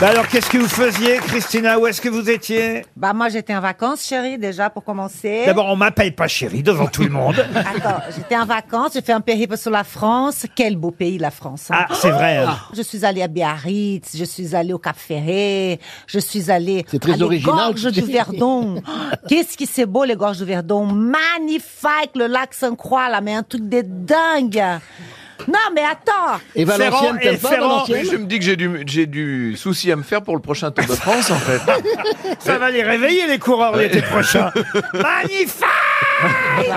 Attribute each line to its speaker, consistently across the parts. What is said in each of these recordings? Speaker 1: Bah alors, qu'est-ce que vous faisiez, Christina Où est-ce que vous étiez
Speaker 2: Bah moi j'étais en vacances, chérie, déjà pour commencer.
Speaker 1: D'abord, on m'appelle pas chérie devant tout le monde.
Speaker 2: Attends, j'étais en vacances, j'ai fait un périple sur la France. Quel beau pays la France. hein.
Speaker 1: Ah, c'est vrai. hein.
Speaker 2: Je suis allée à Biarritz, je suis allée au Cap Ferré, je suis allée
Speaker 3: C'est très
Speaker 2: à les
Speaker 3: original,
Speaker 2: gorges
Speaker 3: tu
Speaker 2: du
Speaker 3: dis.
Speaker 2: Verdon. Qu'est-ce qui c'est beau les gorges du Verdon, magnifique le lac Sainte-Croix là, mais un truc de dingue. Non mais attends,
Speaker 3: Et
Speaker 1: Ferrand,
Speaker 3: Valenciennes,
Speaker 1: et
Speaker 3: t'aimes pas
Speaker 1: Ferrand,
Speaker 3: Valenciennes
Speaker 4: Mais je me dis que j'ai du, j'ai du souci à me faire pour le prochain Tour de France, en fait.
Speaker 1: Ça va les réveiller, les coureurs, l'été prochain. Magnifique
Speaker 2: Et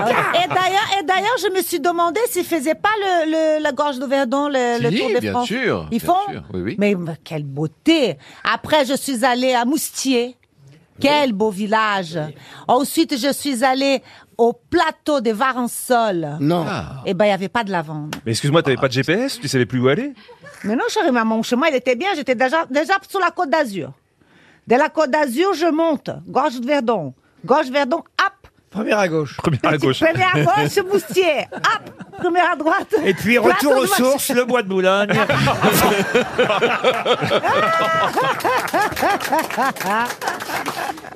Speaker 2: d'ailleurs, et d'ailleurs, je me suis demandé s'ils faisaient pas le, le- la gorge de Verdon, le, le
Speaker 4: Si,
Speaker 2: Tour de
Speaker 4: bien
Speaker 2: France.
Speaker 4: sûr,
Speaker 2: Ils
Speaker 4: bien
Speaker 2: font.
Speaker 4: sûr, oui, oui.
Speaker 2: Mais bah, quelle beauté Après, je suis allée à Moustier. Quel beau village. Ensuite, je suis allée au plateau des Varensols.
Speaker 3: Non.
Speaker 4: Ah.
Speaker 2: Et ben, il y avait pas de lavande.
Speaker 5: Mais excuse-moi,
Speaker 6: Ah,
Speaker 5: t'avais pas de GPS Tu savais plus où aller
Speaker 2: Mais non, chérie maman, mon chemin, il était bien. J'étais déjà, déjà sur la Côte d'Azur. De la Côte d'Azur, je monte. Gorge de Verdon. Gorge Verdon, hop
Speaker 1: Première à gauche.
Speaker 5: Première à gauche.
Speaker 2: Première à gauche, Moustier. Hop, première à droite.
Speaker 1: Et puis, retour
Speaker 7: Bah,
Speaker 1: aux sources, le bois de Boulogne.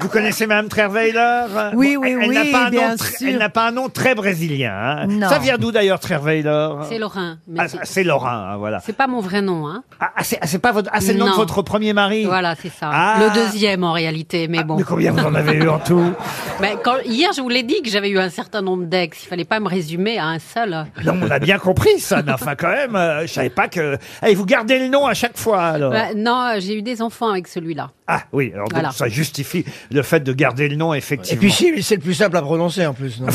Speaker 1: Vous connaissez Mme Trerweiler
Speaker 7: Oui, oui,
Speaker 1: elle- elle n'a
Speaker 7: oui,
Speaker 1: pas un nom
Speaker 7: bien
Speaker 1: tr-
Speaker 7: sûr.
Speaker 1: Elle n'a pas un nom très brésilien. hein.
Speaker 2: Non.
Speaker 1: Ça vient d'où d'ailleurs, Trerweiler
Speaker 8: C'est Lorrain. mais
Speaker 1: Ah,
Speaker 8: c'est-
Speaker 1: c'est Lorrain, hein, voilà.
Speaker 8: c'est pas mon vrai nom, hein.
Speaker 1: Ah, ah, c'est ah, c'est pas votre, ah, c'est le nom de
Speaker 8: Non.
Speaker 1: votre premier mari.
Speaker 8: Voilà, c'est ça.
Speaker 1: Ah.
Speaker 8: Le deuxième en réalité, mais bon.
Speaker 1: Mais combien vous en avez eu en tout
Speaker 8: Mais quand, hier, je vous l'ai dit que j'avais eu un certain nombre d'ex. Il fallait pas me résumer à un seul.
Speaker 1: Non, on a bien compris ça, mais enfin quand même, euh, je savais pas que. Ah, et vous gardez le nom à chaque fois alors.
Speaker 8: Bah, non, euh, j'ai eu des enfants avec celui-là.
Speaker 1: Ah oui, alors donc
Speaker 8: Voilà.
Speaker 1: ça justifie le fait de garder le nom
Speaker 3: Et
Speaker 1: effectivement.
Speaker 3: puis si, mais c'est le plus simple à prononcer en plus. non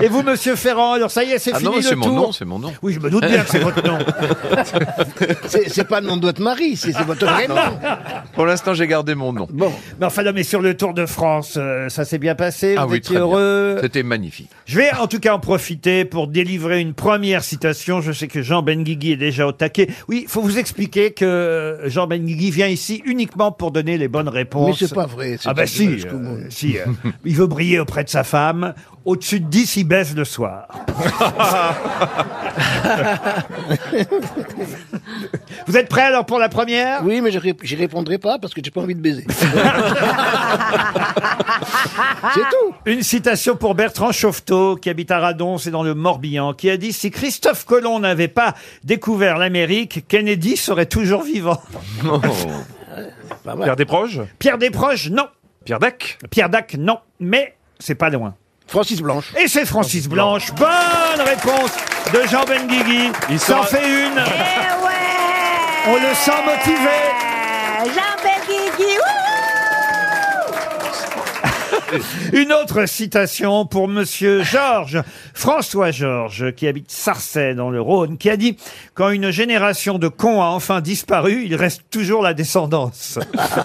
Speaker 1: Et vous, Monsieur Ferrand, alors ça y est, c'est
Speaker 4: Ah
Speaker 1: fini
Speaker 4: non,
Speaker 1: le
Speaker 4: c'est mon
Speaker 1: tour.
Speaker 4: nom, c'est mon nom.
Speaker 1: Oui, je me doute bien que c'est votre nom.
Speaker 3: c'est c'est pas le nom de votre mari, c'est c'est votre vrai nom.
Speaker 4: Pour l'instant, j'ai gardé mon nom.
Speaker 3: Bon,
Speaker 1: Mais enfin, non, mais sur le Tour de France, euh, ça s'est bien passé.
Speaker 4: Ah
Speaker 1: vous
Speaker 4: oui, très
Speaker 1: étiez
Speaker 4: bien.
Speaker 1: heureux.
Speaker 4: C'était magnifique.
Speaker 1: Je vais en tout cas en profiter pour délivrer une première citation. Je sais que Jean Benguigui est déjà au taquet. Oui, il faut vous expliquer que Jean Benguigui vient ici uniquement pour donner les bonnes
Speaker 3: mais
Speaker 1: réponses.
Speaker 3: c'est pas vrai. c'est
Speaker 1: Ah bah
Speaker 3: une
Speaker 1: si,
Speaker 3: vache commune.
Speaker 1: euh, si euh, il veut briller auprès de sa femme. Au-dessus de 10, il baisse le soir. vous êtes prêts alors pour la première
Speaker 3: Oui, mais je rép- j'y répondrai pas parce que j'ai pas envie de baiser. c'est
Speaker 2: Ah.
Speaker 3: tout.
Speaker 1: Une citation pour Bertrand Chauvetot, qui habite à Radon, c'est dans le Morbihan, qui a dit « Si Christophe Colomb n'avait pas découvert l'Amérique, Kennedy serait toujours vivant. Bah
Speaker 4: Oh.
Speaker 5: Pierre Desproges »
Speaker 1: Pierre Desproges, non.
Speaker 5: Pierre Dac
Speaker 1: Pierre Dac, non. Mais c'est pas loin.
Speaker 3: Francis Blanche.
Speaker 1: Et c'est Francis Blanche. Bonne réponse de Jean Benguigui. Il
Speaker 5: Il
Speaker 1: s'en
Speaker 5: sera-
Speaker 1: fait une.
Speaker 2: Eh ouais
Speaker 1: On le sent motivé.
Speaker 2: Jean Benguigui,
Speaker 1: Une autre citation pour Monsieur Georges, François Georges, qui habite Sarcey dans le Rhône, qui a dit « Quand une génération de cons a enfin disparu, il reste toujours la descendance.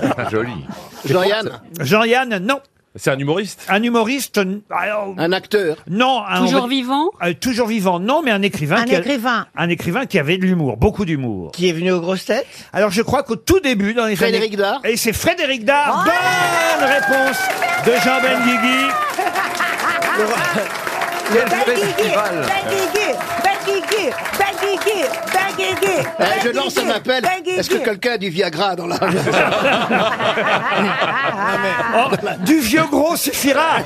Speaker 4: Joli.
Speaker 3: Jean-Yann. »
Speaker 1: Jean-Yann, non.
Speaker 5: C'est un humoriste
Speaker 1: Un humoriste, n- alors,
Speaker 3: Un acteur.
Speaker 1: non. un-
Speaker 8: Toujours
Speaker 1: on va-
Speaker 8: vivant
Speaker 1: euh, toujours vivant, non, mais un écrivain.
Speaker 2: Un
Speaker 1: qui a-
Speaker 2: écrivain.
Speaker 1: un écrivain qui avait de l'humour, beaucoup d'humour.
Speaker 3: Qui est venu aux grosses têtes
Speaker 1: Alors je crois qu'au tout début, dans les
Speaker 3: Frédéric
Speaker 1: années-
Speaker 3: Dard.
Speaker 1: Et c'est Frédéric Dard. Bonne réponse de Jean Benguigui.
Speaker 4: Quel
Speaker 2: Benguigui,
Speaker 4: festival
Speaker 2: Benguigui, Benguigui, Benguigui, Benguigui.
Speaker 3: Eh, je lance un appel. Est-ce que quelqu'un a du Viagra dans la
Speaker 1: Oh, du vieux gros suffira.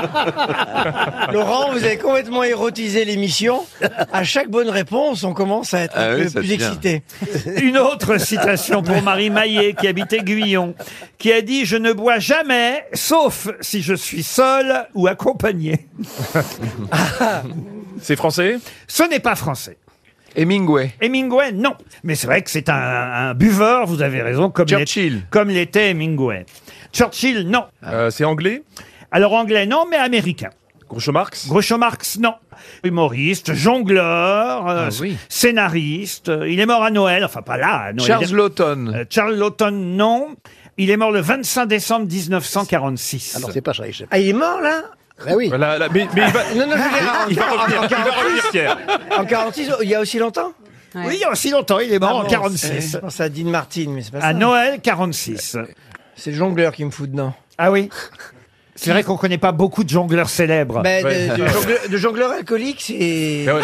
Speaker 9: Laurent, vous avez complètement érotisé l'émission. À chaque bonne réponse, on commence à être
Speaker 4: Ah
Speaker 9: un
Speaker 4: oui, ça
Speaker 9: peu plus
Speaker 4: devient.
Speaker 9: excité.
Speaker 1: Une autre citation pour Marie Maillet, qui habite Aiguillon, qui a dit « Je ne bois jamais, sauf si je suis seul ou accompagné.
Speaker 5: C'est français »
Speaker 1: Ce n'est pas français.
Speaker 4: Hemingway.
Speaker 1: Hemingway, non. Mais c'est vrai que c'est un, un buveur, vous avez raison, comme l'est-
Speaker 4: Churchill.
Speaker 1: comme l'était Hemingway. Churchill, non.
Speaker 5: Euh, C'est anglais
Speaker 1: Alors anglais, non, mais américain.
Speaker 5: Groucho Marx
Speaker 1: Groucho Marx, non. Humoriste, jongleur, euh,
Speaker 4: Ah oui.
Speaker 1: scénariste. Euh, Il est mort à Noël, enfin pas là, à Noël.
Speaker 4: Charles Lawton.
Speaker 1: Euh, Charles Lawton, non. Il est mort le 25 décembre 1946.
Speaker 3: Alors c'est pas Charlie Chaplin.
Speaker 9: Ah, il est mort, là
Speaker 3: Ben oui.
Speaker 5: Voilà, là, mais, mais il va...
Speaker 9: Bah Non, non, je veux dire, en-
Speaker 5: Il va revenir, il va revenir Pierre.
Speaker 9: en 46, il y a aussi longtemps
Speaker 8: Ouais.
Speaker 1: oui, il y a aussi longtemps, il est mort
Speaker 9: Ah
Speaker 1: en
Speaker 9: bon, c'est-
Speaker 1: 46.
Speaker 9: Je pense à Dean Martin, mais c'est pas ça.
Speaker 1: À Noël 46.
Speaker 9: C'est le jongleur qui me fout dedans.
Speaker 1: Ah oui C'est vrai qu'on connaît pas beaucoup de jongleurs célèbres.
Speaker 7: euh,
Speaker 9: Ben, de-
Speaker 4: Ouais.
Speaker 9: de,
Speaker 5: Euh,
Speaker 9: jongle- de jongleur alcoolique, c'est.
Speaker 4: Mais ouais.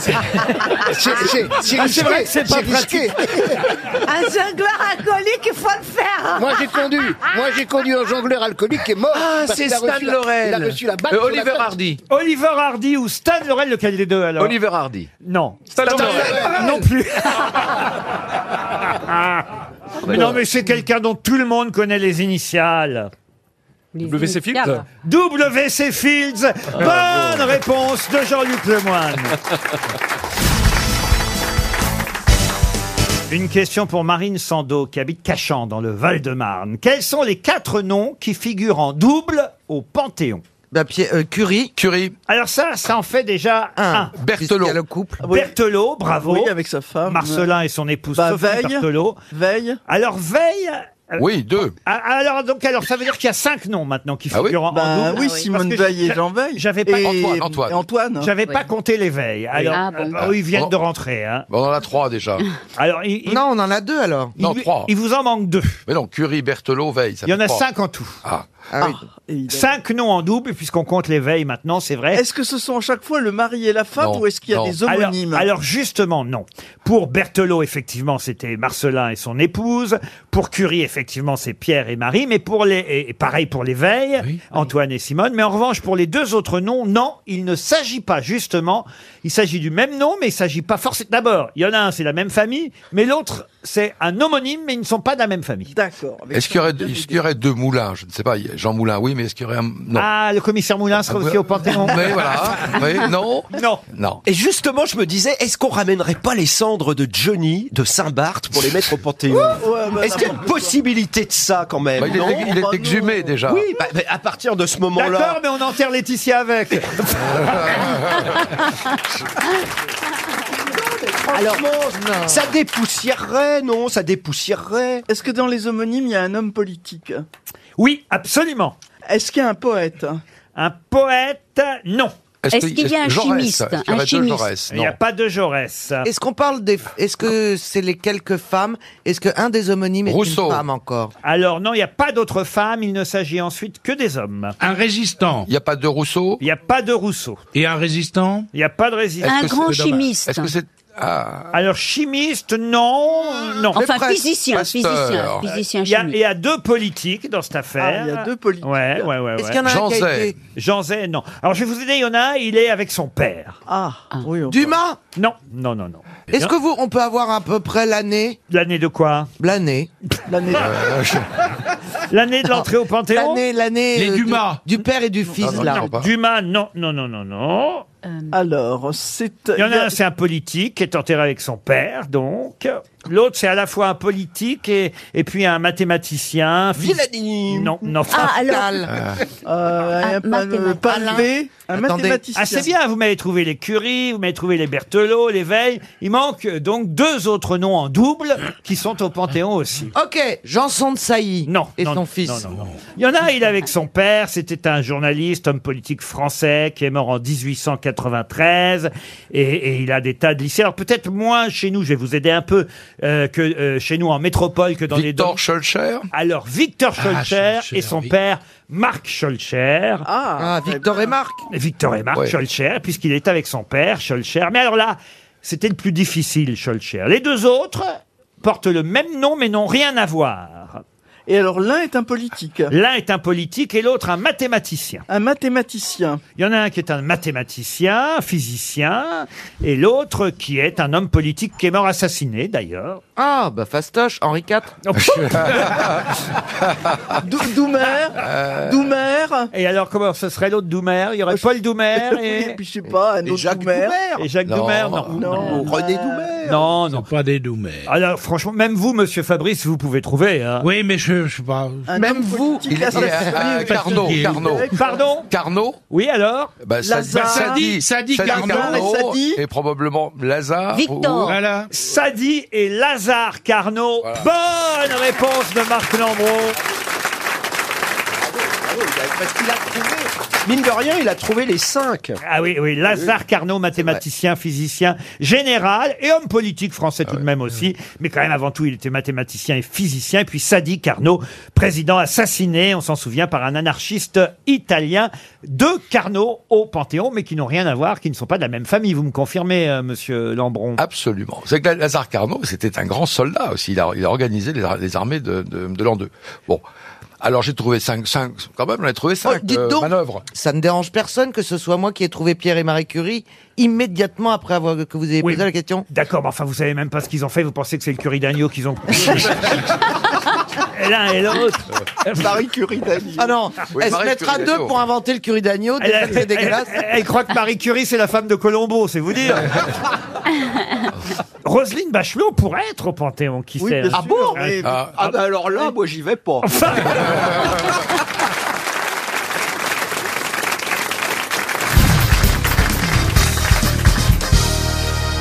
Speaker 3: C'est c'est- c'est
Speaker 1: Ah, c'est
Speaker 3: risqué.
Speaker 1: vrai que c'est pas
Speaker 3: risqué.
Speaker 2: Un jongleur alcoolique, il faut le faire.
Speaker 3: Moi j'ai conduit, moi j'ai conduit un jongleur alcoolique qui est mort.
Speaker 9: Ah,
Speaker 3: parce
Speaker 9: c'est
Speaker 3: qu'il a reçu
Speaker 9: Stan
Speaker 3: la-
Speaker 9: Laurel.
Speaker 3: Il a reçu la balle.
Speaker 4: Euh,
Speaker 3: sur la
Speaker 4: Oliver
Speaker 3: tête.
Speaker 4: Hardy.
Speaker 1: Oliver Hardy ou Stan Laurel, lequel des deux alors
Speaker 4: Oliver Hardy.
Speaker 1: Non.
Speaker 5: Stan Laurel.
Speaker 1: Non plus. Ah. Mais non, mais c'est quelqu'un dont tout le monde connaît les initiales.
Speaker 8: Les
Speaker 5: WC
Speaker 8: initiales.
Speaker 5: Fields
Speaker 1: WC Fields. Bonne réponse de Jean-Luc Lemoyne. Une question pour Marine Sando qui habite Cachan dans le Val-de-Marne. Quels sont les quatre noms qui figurent en double au Panthéon
Speaker 7: Bah, Pierre- euh, Curie,
Speaker 4: Curie.
Speaker 1: Alors ça, ça en fait déjà un.
Speaker 7: un.
Speaker 4: Berthelot.
Speaker 7: puisqu'il y a le couple.
Speaker 9: Oui.
Speaker 1: Berthelot, bravo.
Speaker 9: Oui, avec sa femme.
Speaker 1: Marcelin et son épouse
Speaker 9: Bah,
Speaker 1: Sophie
Speaker 9: Veil.
Speaker 1: Berthelot.
Speaker 9: Veille.
Speaker 1: Alors Veille. euh,
Speaker 4: Oui, deux.
Speaker 1: ah, Alors donc alors ça veut dire qu'il y a cinq noms maintenant qui
Speaker 4: Ah oui
Speaker 1: figurent en- en
Speaker 9: Bah
Speaker 1: double.
Speaker 9: oui,
Speaker 1: Parce
Speaker 9: Simone
Speaker 1: que
Speaker 9: Veil
Speaker 1: j'a-
Speaker 9: et Jean Veil.
Speaker 1: j'avais pas-
Speaker 9: Et-
Speaker 4: Antoine, Antoine.
Speaker 9: et Antoine.
Speaker 1: J'avais pas
Speaker 8: Oui.
Speaker 1: compté les veilles. Alors,
Speaker 8: Ah bon.
Speaker 1: euh, ils viennent
Speaker 4: Oh.
Speaker 1: de rentrer. Hein.
Speaker 4: Bon, on en a trois déjà.
Speaker 1: Alors, il, il-
Speaker 7: Non, on en a deux alors.
Speaker 1: il-
Speaker 4: non, trois.
Speaker 1: il vous en manque deux.
Speaker 4: Mais non, Curie, Berthelot, Veil. ça
Speaker 1: Il y en
Speaker 4: fait
Speaker 1: a
Speaker 4: trois.
Speaker 1: cinq en tout.
Speaker 4: Ah.
Speaker 7: Ah oui.
Speaker 9: Et il a-
Speaker 1: Cinq noms en double, puisqu'on compte les veilles maintenant, c'est vrai.
Speaker 9: Est-ce que ce sont à chaque fois le mari et la femme
Speaker 4: Non,
Speaker 9: ou est-ce qu'il y a
Speaker 4: non.
Speaker 9: des
Speaker 1: Alors,
Speaker 9: homonymes
Speaker 1: alors justement, non. Pour Berthelot, effectivement, c'était Marcelin et son épouse. Pour Curie, effectivement, c'est Pierre et Marie. Mais pour les, et et pareil pour les veilles,
Speaker 4: Oui.
Speaker 1: Antoine et Simone. Mais en revanche, pour les deux autres noms, non, il ne s'agit pas, justement. Il s'agit du même nom, mais il s'agit pas forcément. D'abord, il y en a un, c'est la même famille, mais l'autre, c'est un homonyme, mais ils ne sont pas de la même famille.
Speaker 9: D'accord. avec
Speaker 4: Est-ce qu'il y, aurait,
Speaker 9: Jean-
Speaker 4: est-ce qu'il y aurait deux moulins Je ne sais pas. il y a Jean Moulin, oui, mais est-ce qu'il y aurait un. Non.
Speaker 1: Ah, le commissaire Moulin sera aussi au Panthéon.
Speaker 4: Oui, voilà. Oui, non.
Speaker 1: Non.
Speaker 4: Non.
Speaker 10: Et justement, je me disais, est-ce qu'on ramènerait pas les cendres de Johnny de Saint-Barth pour les mettre au Panthéon
Speaker 9: Ouais, bah,
Speaker 10: Est-ce qu'il y a une possibilité de ça quand même
Speaker 4: Bah, il,
Speaker 10: non
Speaker 4: est, il est exhumé déjà.
Speaker 10: Oui, bah, bah, à partir de ce
Speaker 1: D'accord,
Speaker 10: moment-là.
Speaker 1: mais on enterre Laetitia avec.
Speaker 10: Alors, ça dépoussiérerait, non Ça dépoussiérerait.
Speaker 9: Est-ce que dans les homonymes, il y a un homme politique
Speaker 1: Oui, absolument.
Speaker 9: Est-ce qu'il y a un poète
Speaker 1: Un poète, non.
Speaker 8: Est-ce qu'il y a un
Speaker 4: Jaurès,
Speaker 8: chimiste,
Speaker 4: Est-ce qu'il y
Speaker 8: un
Speaker 4: aurait deux
Speaker 8: chimiste
Speaker 4: Jaurès
Speaker 1: Il n'y
Speaker 4: Non.
Speaker 1: a pas de Jaurès.
Speaker 7: Est-ce qu'on parle des. Est-ce que c'est les quelques femmes Est-ce qu'un des homonymes est
Speaker 4: Rousseau.
Speaker 7: une femme encore
Speaker 1: Alors non, il n'y a pas d'autres femmes, il ne s'agit ensuite que des hommes.
Speaker 11: Un résistant
Speaker 4: Il n'y a pas de Rousseau
Speaker 1: Il n'y a pas de Rousseau,
Speaker 11: et un résistant
Speaker 1: il n'y a pas de
Speaker 8: Un
Speaker 4: Est-ce
Speaker 1: résistance.
Speaker 4: que c'est
Speaker 8: grand
Speaker 4: dommage
Speaker 8: chimiste.
Speaker 4: Est-ce que c'est. Ah,
Speaker 1: Alors chimiste, non, non.
Speaker 8: Enfin,
Speaker 7: presque.
Speaker 8: physicien, physicien,
Speaker 4: Pasteur.
Speaker 8: physicien
Speaker 1: Il y, a, il
Speaker 8: chimiste.
Speaker 1: y a deux politiques dans cette affaire.
Speaker 9: Ah, il y a deux politiques.
Speaker 1: Ouais, ouais, ouais.
Speaker 7: Est-ce
Speaker 1: ouais.
Speaker 7: qu'il y en a un qui a
Speaker 4: Janssen.
Speaker 7: été.
Speaker 1: Jean Zay, non. Alors je vais vous aider, il y en a un, il est avec son père.
Speaker 9: Ah, oui. on-
Speaker 7: Dumas
Speaker 1: Non, non, non, non.
Speaker 7: Est-ce que vous. On peut avoir à peu près l'année
Speaker 1: L'année de quoi Euh,
Speaker 7: L'année.
Speaker 9: L'année
Speaker 1: L'année de l'entrée au Panthéon
Speaker 7: L'année, l'année.
Speaker 11: Les
Speaker 7: euh, du-
Speaker 11: Dumas.
Speaker 7: Du, père et du fils,
Speaker 4: non, non,
Speaker 7: là.
Speaker 4: non, pas.
Speaker 1: Dumas, non, non, non, non, non.
Speaker 8: Euh,
Speaker 9: Alors, c'est.
Speaker 1: Il y en a un, c'est un politique qui est enterré avec son père, donc. L'autre, c'est à la fois un politique et, et puis un mathématicien. phys-
Speaker 10: Villani
Speaker 1: Non, non.
Speaker 8: Ah, alors,
Speaker 7: Tal.
Speaker 9: Euh,
Speaker 7: Ah,
Speaker 8: Un
Speaker 9: un pa- euh,
Speaker 8: mathématicien.
Speaker 9: Palvé, un
Speaker 7: Attendez.
Speaker 9: mathématicien.
Speaker 1: Ah, c'est bien, vous m'avez trouvé les Curie, vous m'avez trouvé les Berthelot, les Veil. Il manque euh, donc deux autres noms en double qui sont au Panthéon aussi.
Speaker 7: Ok, Janson de Sailly.
Speaker 1: Non.
Speaker 7: Et
Speaker 1: non,
Speaker 7: son fils.
Speaker 1: non, non, non. Il y en a, il est avec son père, c'était un journaliste, homme politique français qui est mort en 1893 et, et il a des tas de lycées. Alors peut-être moins chez nous, je vais vous aider un peu, euh, que euh, chez nous en métropole que dans les deux.
Speaker 4: Victor Schulcher
Speaker 1: Alors, Victor Scholcher
Speaker 11: Schœlcher,
Speaker 1: et son
Speaker 11: oui.
Speaker 1: père, Marc Scholcher.
Speaker 9: Ah,
Speaker 7: Ah, Victor et Marc.
Speaker 1: Victor et Marc
Speaker 4: Ouais.
Speaker 1: Scholcher, puisqu'il est avec son père, Scholcher. Mais alors là, c'était le plus difficile, Scholcher. Les deux autres portent le même nom, mais n'ont rien à voir.
Speaker 9: et alors l'un est un politique,
Speaker 1: L'un est un politique et l'autre un mathématicien.
Speaker 9: un mathématicien.
Speaker 1: Il y en a un qui est un mathématicien, physicien, et l'autre qui est un homme politique qui est mort assassiné, d'ailleurs.
Speaker 7: Ah, bah Fastoche, Henri IV.
Speaker 1: Oh,
Speaker 4: Ah.
Speaker 9: Dou- Doumer,
Speaker 7: Euh.
Speaker 9: Doumer,
Speaker 1: Et alors, comment ce serait l'autre Doumer Il y aurait Paul Doumer
Speaker 9: et
Speaker 1: et,
Speaker 9: puis je sais pas, un
Speaker 10: Et
Speaker 9: autre
Speaker 10: Jacques
Speaker 9: Doumer.
Speaker 1: et Jacques
Speaker 4: Non.
Speaker 1: Doumer Non.
Speaker 9: Non,
Speaker 10: René Doumer
Speaker 1: Non, non.
Speaker 11: Pas des Doumers.
Speaker 1: Alors, franchement, même vous, monsieur Fabrice, vous pouvez trouver. hein.
Speaker 11: Oui, mais je, je sais pas.
Speaker 9: un
Speaker 7: Même
Speaker 9: homme
Speaker 7: vous,
Speaker 9: politique
Speaker 4: Il est.
Speaker 9: assassiné.
Speaker 4: euh, Carnot.
Speaker 11: Parce que-
Speaker 4: Carnot.
Speaker 1: Pardon
Speaker 4: Carnot
Speaker 1: Oui, alors
Speaker 4: bah, ça,
Speaker 9: Lazare.
Speaker 11: Sadi, Sadi Carnot.
Speaker 9: Et Sadi.
Speaker 4: et probablement Lazare.
Speaker 8: Victor.
Speaker 11: Oh, Voilà.
Speaker 1: Sadi et Lazare Carnot. Bonne réponse de Marc Lambron.
Speaker 12: parce qu'il a trouvé, mine de rien, il a trouvé les cinq.
Speaker 1: Ah oui, oui, Lazare Carnot, mathématicien, physicien, général et homme politique français tout de même aussi. Mais quand même, avant tout, il était mathématicien et physicien. Et puis Sadi Carnot, président assassiné, on s'en souvient, par un anarchiste italien. Deux Carnot au Panthéon, mais qui n'ont rien à voir, qui ne sont pas de la même famille. Vous me confirmez, euh, monsieur Lambron
Speaker 4: Ah. Absolument. C'est que Lazare Carnot, c'était un grand soldat aussi. Il a, il a organisé les, ar- les armées de, de, de l'an 2. Bon. Alors j'ai trouvé 5, 5, quand même, on a trouvé 5
Speaker 7: dites donc.
Speaker 4: manœuvres.
Speaker 7: Ça ne dérange personne que ce soit moi qui ai trouvé Pierre et Marie Curie immédiatement après avoir que vous ayez
Speaker 1: Oui.
Speaker 7: posé la question.
Speaker 1: D'accord, mais enfin, vous savez même pas ce qu'ils ont fait. Vous pensez que c'est le curry d'agneau qu'ils ont L'un et l'autre.
Speaker 12: Marie Curie d'Agneau.
Speaker 7: Ah non,
Speaker 4: Oui,
Speaker 7: elle se
Speaker 4: Marie
Speaker 7: mettra
Speaker 4: Curie
Speaker 7: deux
Speaker 4: d'agneau.
Speaker 7: pour inventer le curry d'agneau,
Speaker 1: Elle,
Speaker 7: déjà que c'est
Speaker 1: elle-
Speaker 7: dégueulasse.
Speaker 1: elle- elle croit que Marie Curie, c'est la femme de Colombo, c'est vous dire. Roselyne Bachelot pourrait être au Panthéon, qui sait. hein.
Speaker 12: Ah bon
Speaker 1: Ouais.
Speaker 4: Ah,
Speaker 12: Ah bah alors là, moi j'y vais pas.
Speaker 1: Enfin,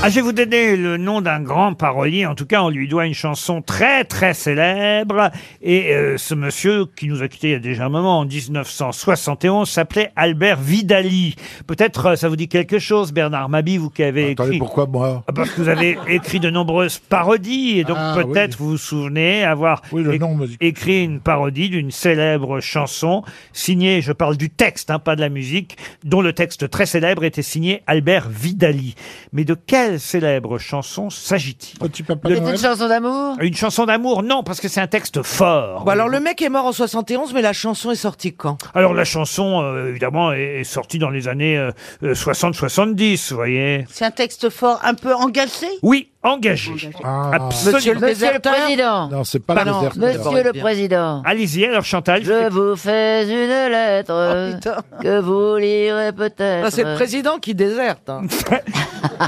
Speaker 1: ah, je vais vous donner le nom d'un grand parolier. En tout cas, on lui doit une chanson très très célèbre. Et euh, ce monsieur qui nous a quittés il y a déjà un moment, en 1971, s'appelait Albert Vidali. Peut-être euh, ça vous dit quelque chose, Bernard Mabi, vous qui avez
Speaker 13: Attendez,
Speaker 1: écrit.
Speaker 13: pourquoi moi
Speaker 1: Ah, Parce que vous avez écrit de nombreuses parodies et donc
Speaker 13: Ah,
Speaker 1: peut-être vous vous souvenez avoir
Speaker 13: Oui, le
Speaker 1: é-
Speaker 13: nom me dit-
Speaker 1: écrit une parodie d'une célèbre chanson signée, je parle du texte, hein, pas de la musique, dont le texte très célèbre était signé Albert Vidali. Mais de quelle célèbre chanson s'agit-il
Speaker 13: Petit papa
Speaker 14: C'est une
Speaker 13: Noël
Speaker 14: chanson d'amour
Speaker 1: Une chanson d'amour Non, parce que c'est un texte fort.
Speaker 14: Bah
Speaker 7: Bon, Bah, alors le mec est mort en 71, mais la chanson est sortie quand
Speaker 1: Alors Ah, la chanson, euh, évidemment, est, est sortie dans les années euh, euh, 60-70, vous voyez.
Speaker 14: C'est un texte fort, un peu engagé
Speaker 1: Oui, engagé.
Speaker 13: Ah.
Speaker 1: Absolument.
Speaker 14: Monsieur le Président
Speaker 13: Non, c'est pas
Speaker 7: Bah
Speaker 13: le
Speaker 7: non,
Speaker 13: déserteur.
Speaker 7: monsieur- Monsieur le
Speaker 14: Président
Speaker 1: Allez-y, alors Chantal. je-
Speaker 14: vous fais une lettre que vous lirez
Speaker 7: Oh,
Speaker 14: peut-être.
Speaker 7: Ah, C'est le président qui déserte. hein.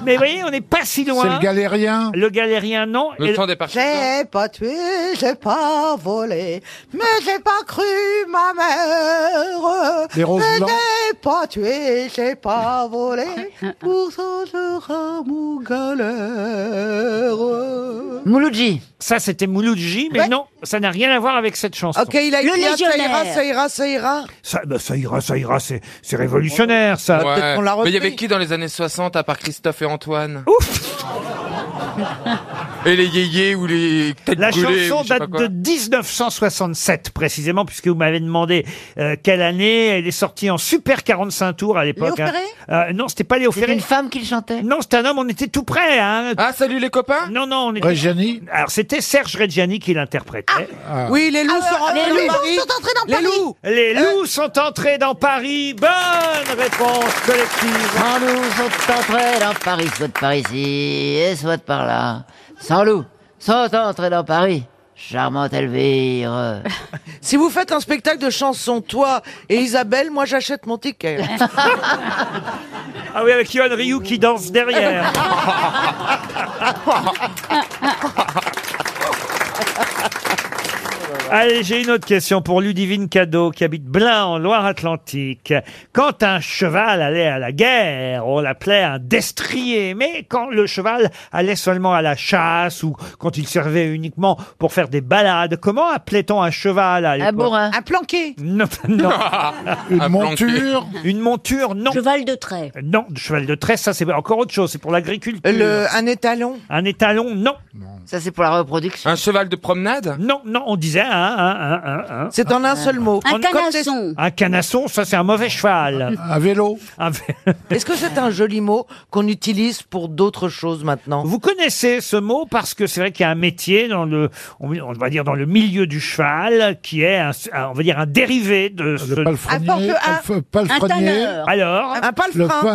Speaker 1: Mais vous voyez, on n'est pas si
Speaker 13: C'est
Speaker 1: loin.
Speaker 13: le galérien.
Speaker 1: Le galérien, non. Et-
Speaker 15: des
Speaker 14: J'ai pas tué, j'ai pas volé, mais j'ai pas cru ma mère.
Speaker 13: Des roses
Speaker 14: Mais
Speaker 13: blanches.
Speaker 14: J'ai pas tué, j'ai pas volé, pour ça je rends mon galère. Mouloudji.
Speaker 1: Ça, c'était Mouloudji, mais
Speaker 14: Ouais.
Speaker 1: non, ça n'a rien à voir avec cette chanson.
Speaker 7: Ok, il a dit
Speaker 14: Le
Speaker 7: ah, ça ira,
Speaker 14: légionnaire.
Speaker 7: ça ira, ça ira.
Speaker 1: Ça, bah, ça ira, ça ira, c'est c'est révolutionnaire, ça.
Speaker 7: Peut-être qu'on l'a
Speaker 16: Mais il y avait
Speaker 7: repris.
Speaker 16: qui dans les années 60 à part Christophe et Antoine Ouf Et les yéyés ou les têtes
Speaker 1: La
Speaker 16: brûlées ou
Speaker 1: chanson
Speaker 16: je sais pas
Speaker 1: date
Speaker 16: quoi.
Speaker 1: de 1967, précisément, puisque vous m'avez demandé euh, quelle année. Elle est sortie en super 45 tours à l'époque.
Speaker 14: Léo
Speaker 1: hein. Euh, Non, c'était pas Léo Ferré.
Speaker 14: femme qui le chantait.
Speaker 1: Non, c'était un homme, on était tout près. Hein.
Speaker 16: Ah, salut les copains
Speaker 1: Non, non, on était...
Speaker 13: Reggiani.
Speaker 1: Alors, c'était Serge Reggiani qui l'interprétait.
Speaker 13: Ah.
Speaker 7: Oui, les loups sont rentrés
Speaker 14: les
Speaker 7: dans
Speaker 14: loups
Speaker 7: Paris.
Speaker 14: sont entrés dans
Speaker 7: les
Speaker 14: Paris.
Speaker 7: loups.
Speaker 1: Les loups sont entrés dans Paris. Bonne réponse collective.
Speaker 14: Sans loup, sont entrés dans Paris, soit par ici et soit par là. Sans loup, sont entrés dans Paris. Charmante Elvire.
Speaker 7: Si vous faites un spectacle de chansons, toi et Isabelle, moi j'achète mon ticket.
Speaker 1: Ah oui, avec Yohan Ryu qui danse derrière. Allez, j'ai une autre question pour Ludivine Cadeau qui habite Blain en Loire-Atlantique. Quand un cheval allait à la guerre, on l'appelait un destrier. Mais quand le cheval allait seulement à la chasse ou quand il servait uniquement pour faire des balades, comment appelait-on un cheval à l'époque
Speaker 14: Un planqué.
Speaker 1: Non, non.
Speaker 13: Une
Speaker 16: Un planqué.
Speaker 13: monture.
Speaker 1: Une monture, non.
Speaker 14: Cheval de trait.
Speaker 1: Non, le cheval de trait, ça c'est encore autre chose, c'est pour l'agriculture.
Speaker 7: Le, un étalon.
Speaker 1: Un étalon, non,
Speaker 14: Ça, c'est pour la reproduction.
Speaker 16: Un cheval de promenade
Speaker 1: non, non, on disait un, un, un, un, un.
Speaker 7: C'est en un seul mot.
Speaker 1: Un
Speaker 7: Comme
Speaker 1: Un canasson, ça c'est un mauvais cheval.
Speaker 13: Un vélo.
Speaker 1: Un-
Speaker 7: t'es- Est-ce que c'est un joli mot qu'on utilise pour d'autres choses maintenant
Speaker 1: Vous connaissez ce mot parce que c'est vrai qu'il y a un métier dans le, on on va dire dans le milieu du cheval qui est, un- un- on va dire un dérivé de ce.
Speaker 13: Le palefrenier.
Speaker 14: Un
Speaker 13: palf- palefrenier.
Speaker 1: Alors,
Speaker 7: Un
Speaker 13: Le
Speaker 7: palefrein.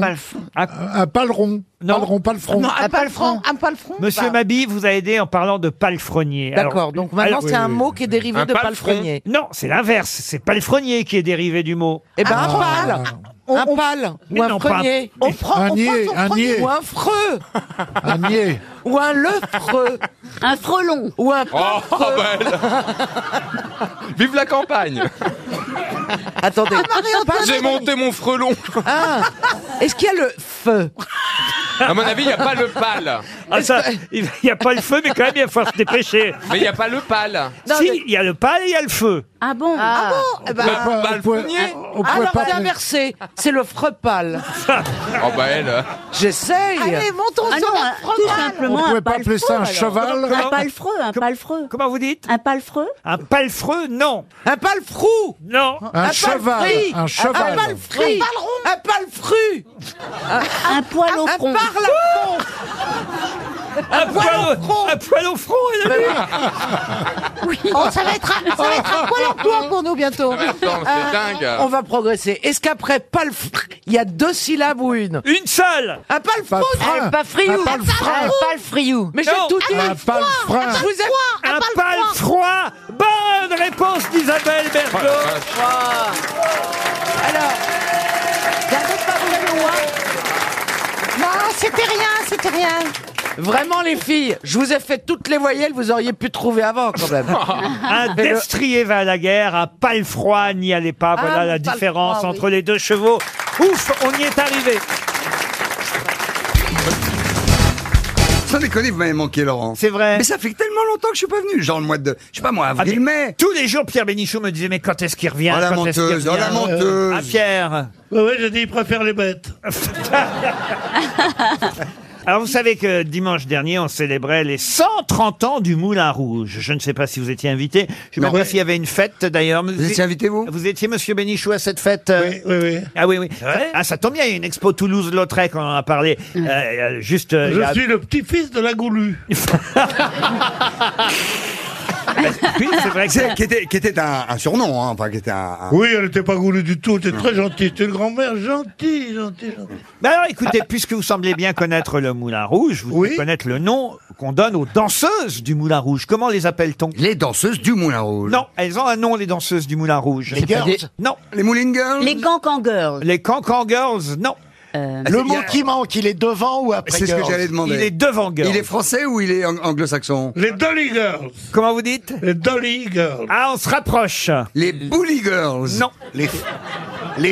Speaker 13: pa- palefron. Un palron.
Speaker 1: Non.
Speaker 13: Palron, Bah. palefron.
Speaker 14: Un palefron. Un bah. palefron.
Speaker 1: Monsieur Mabi vous a aidé en parlant de palefrenier. Alors,
Speaker 7: D'accord, donc maintenant
Speaker 1: alors-
Speaker 7: c'est un mot qui est dérivé
Speaker 16: Un
Speaker 7: de
Speaker 16: palefron.
Speaker 7: palefrenier.
Speaker 1: Non, c'est l'inverse. C'est palefrenier qui est dérivé du mot.
Speaker 7: Eh ben un
Speaker 13: Ah.
Speaker 7: pal. Un pal.
Speaker 1: Mais
Speaker 7: Ou un
Speaker 1: non, pas un-
Speaker 7: frenier.
Speaker 1: On
Speaker 13: Un nier, un nier,
Speaker 7: Ou un freux.
Speaker 13: un nier.
Speaker 7: Ou un lefreux.
Speaker 17: Un frelon.
Speaker 7: Ou un
Speaker 16: Oh, bah, Vive la campagne
Speaker 7: Attendez.
Speaker 18: Ah,
Speaker 16: J'ai monté mon frelon
Speaker 7: Ah. Est-ce qu'il y a le feu
Speaker 16: À mon avis, il n'y a pas le pal.
Speaker 1: Ah, ça, il n'y a pas le feu, mais quand même, il va falloir se dépêcher.
Speaker 16: Mais il n'y a pas le pal.
Speaker 7: Non,
Speaker 1: si,
Speaker 7: mais-
Speaker 1: il y a le pal et il y a le feu.
Speaker 18: Ah bon Ah, bon Eh ben,
Speaker 19: on pouvait
Speaker 18: Alors
Speaker 19: pas
Speaker 18: c'est
Speaker 19: prendre-
Speaker 18: inversé, c'est le frepal.
Speaker 19: Oh bah elle. euh,
Speaker 18: J'essaye.
Speaker 19: Allez,
Speaker 18: montons
Speaker 20: Ah non, un- tout simplement un palefreux, alors. Un palefreux, un palefreux.
Speaker 1: Comment vous dites
Speaker 20: Un palefreux
Speaker 1: Un palefreux, non.
Speaker 18: Un palefrou
Speaker 1: Non.
Speaker 11: Un cheval,
Speaker 18: palefrit.
Speaker 11: un cheval.
Speaker 18: Un palefrit. Un palefru. Un poil au front. Un parle au front.
Speaker 1: Un poil au front Un poil au front, elle a
Speaker 18: dit.
Speaker 2: Oui. Oh, ça va être un- ça va être un poil en plomb pour nous bientôt. Euh,
Speaker 19: mais attends, c'est dingue.
Speaker 18: On va progresser. Est-ce qu'après palefr, il y a deux syllabes ou une
Speaker 1: Une seule
Speaker 18: Un palefrou
Speaker 1: Un palefriou. Ah, Un palefrin. Un
Speaker 18: palefriou Mais j'ai
Speaker 1: Non.
Speaker 18: tout dit
Speaker 1: Un palefrin.
Speaker 18: Je vous ai...
Speaker 1: Un pâle froid Bonne réponse d'Isabelle Berthaud
Speaker 2: Non, c'était rien, c'était rien.
Speaker 18: Vraiment les filles, je vous ai fait toutes les voyelles, vous auriez pu trouver avant quand même.
Speaker 1: Un
Speaker 18: Mais le-
Speaker 1: destrier va à la guerre, un pâle froid n'y allez pas.
Speaker 18: Ah,
Speaker 1: Voilà
Speaker 18: mon
Speaker 1: la
Speaker 18: pâle
Speaker 1: différence
Speaker 18: froid, oui.
Speaker 1: entre les deux chevaux. Ouf, on y est arrivé.
Speaker 13: Sans déconner, vous m'avez manqué, Laurent.
Speaker 1: C'est vrai.
Speaker 13: Mais ça fait tellement longtemps que je suis pas venu. Genre le mois de, je sais pas moi,
Speaker 1: Ah,
Speaker 13: avril,
Speaker 1: mais
Speaker 13: mai.
Speaker 1: Tous les jours, Pierre Bénichou me disait, mais quand est-ce qu'il revient
Speaker 13: Oh, la
Speaker 1: Quand est-ce qu'il
Speaker 13: menteuse, oh,
Speaker 1: revient
Speaker 13: la menteuse.
Speaker 1: Ah, Pierre
Speaker 21: Ouais,
Speaker 13: Euh,
Speaker 21: ouais, j'ai dit, il préfère les bêtes.
Speaker 1: Alors vous savez que dimanche dernier, on célébrait les 130 ans du Moulin Rouge. Je ne sais pas si vous étiez invité. Je ne sais
Speaker 13: Non.
Speaker 1: pas s'il y avait une fête d'ailleurs. Vous, étiez
Speaker 13: invité vous
Speaker 1: Vous étiez Monsieur Bénichou à cette fête euh
Speaker 21: Oui, oui, oui.
Speaker 1: Ah oui, oui. Ah ça tombe bien, il y a une expo Toulouse-Lautrec, on en a parlé euh, euh, juste... euh, il y
Speaker 21: Je
Speaker 1: a-
Speaker 21: suis le petit-fils de la Goulue.
Speaker 1: Oui, c'est vrai
Speaker 13: C'est- qui était, qui était un, un surnom, hein, enfin qui était un. un-
Speaker 21: Oui, elle n'était pas Goulue du tout, elle était très gentille. C'était une grand-mère gentille, gentille, gentille.
Speaker 1: Mais Ben alors écoutez, puisque vous semblez bien connaître le Moulin Rouge, vous devez connaître le nom qu'on donne aux danseuses du Moulin Rouge. Comment les appelle-t-on
Speaker 13: Les danseuses du Moulin Rouge.
Speaker 1: Non, elles ont un nom, les danseuses du Moulin Rouge.
Speaker 13: Les
Speaker 1: C'est pas
Speaker 13: girls
Speaker 1: des- Non.
Speaker 13: Les Moulin Girls
Speaker 20: Les Cancan Girls.
Speaker 1: Les Cancan Girls, non.
Speaker 13: Le mot qui
Speaker 21: manque, il est devant ou après
Speaker 13: C'est ce que j'allais demander.
Speaker 1: Il est devant Girls.
Speaker 13: Il est français ou il est ang- anglo-saxon
Speaker 21: Les Dolly Girls.
Speaker 1: Comment vous dites
Speaker 21: Les Dolly Girls.
Speaker 1: Ah, on se rapproche.
Speaker 13: Les Bully Girls.
Speaker 1: Non.
Speaker 13: Les.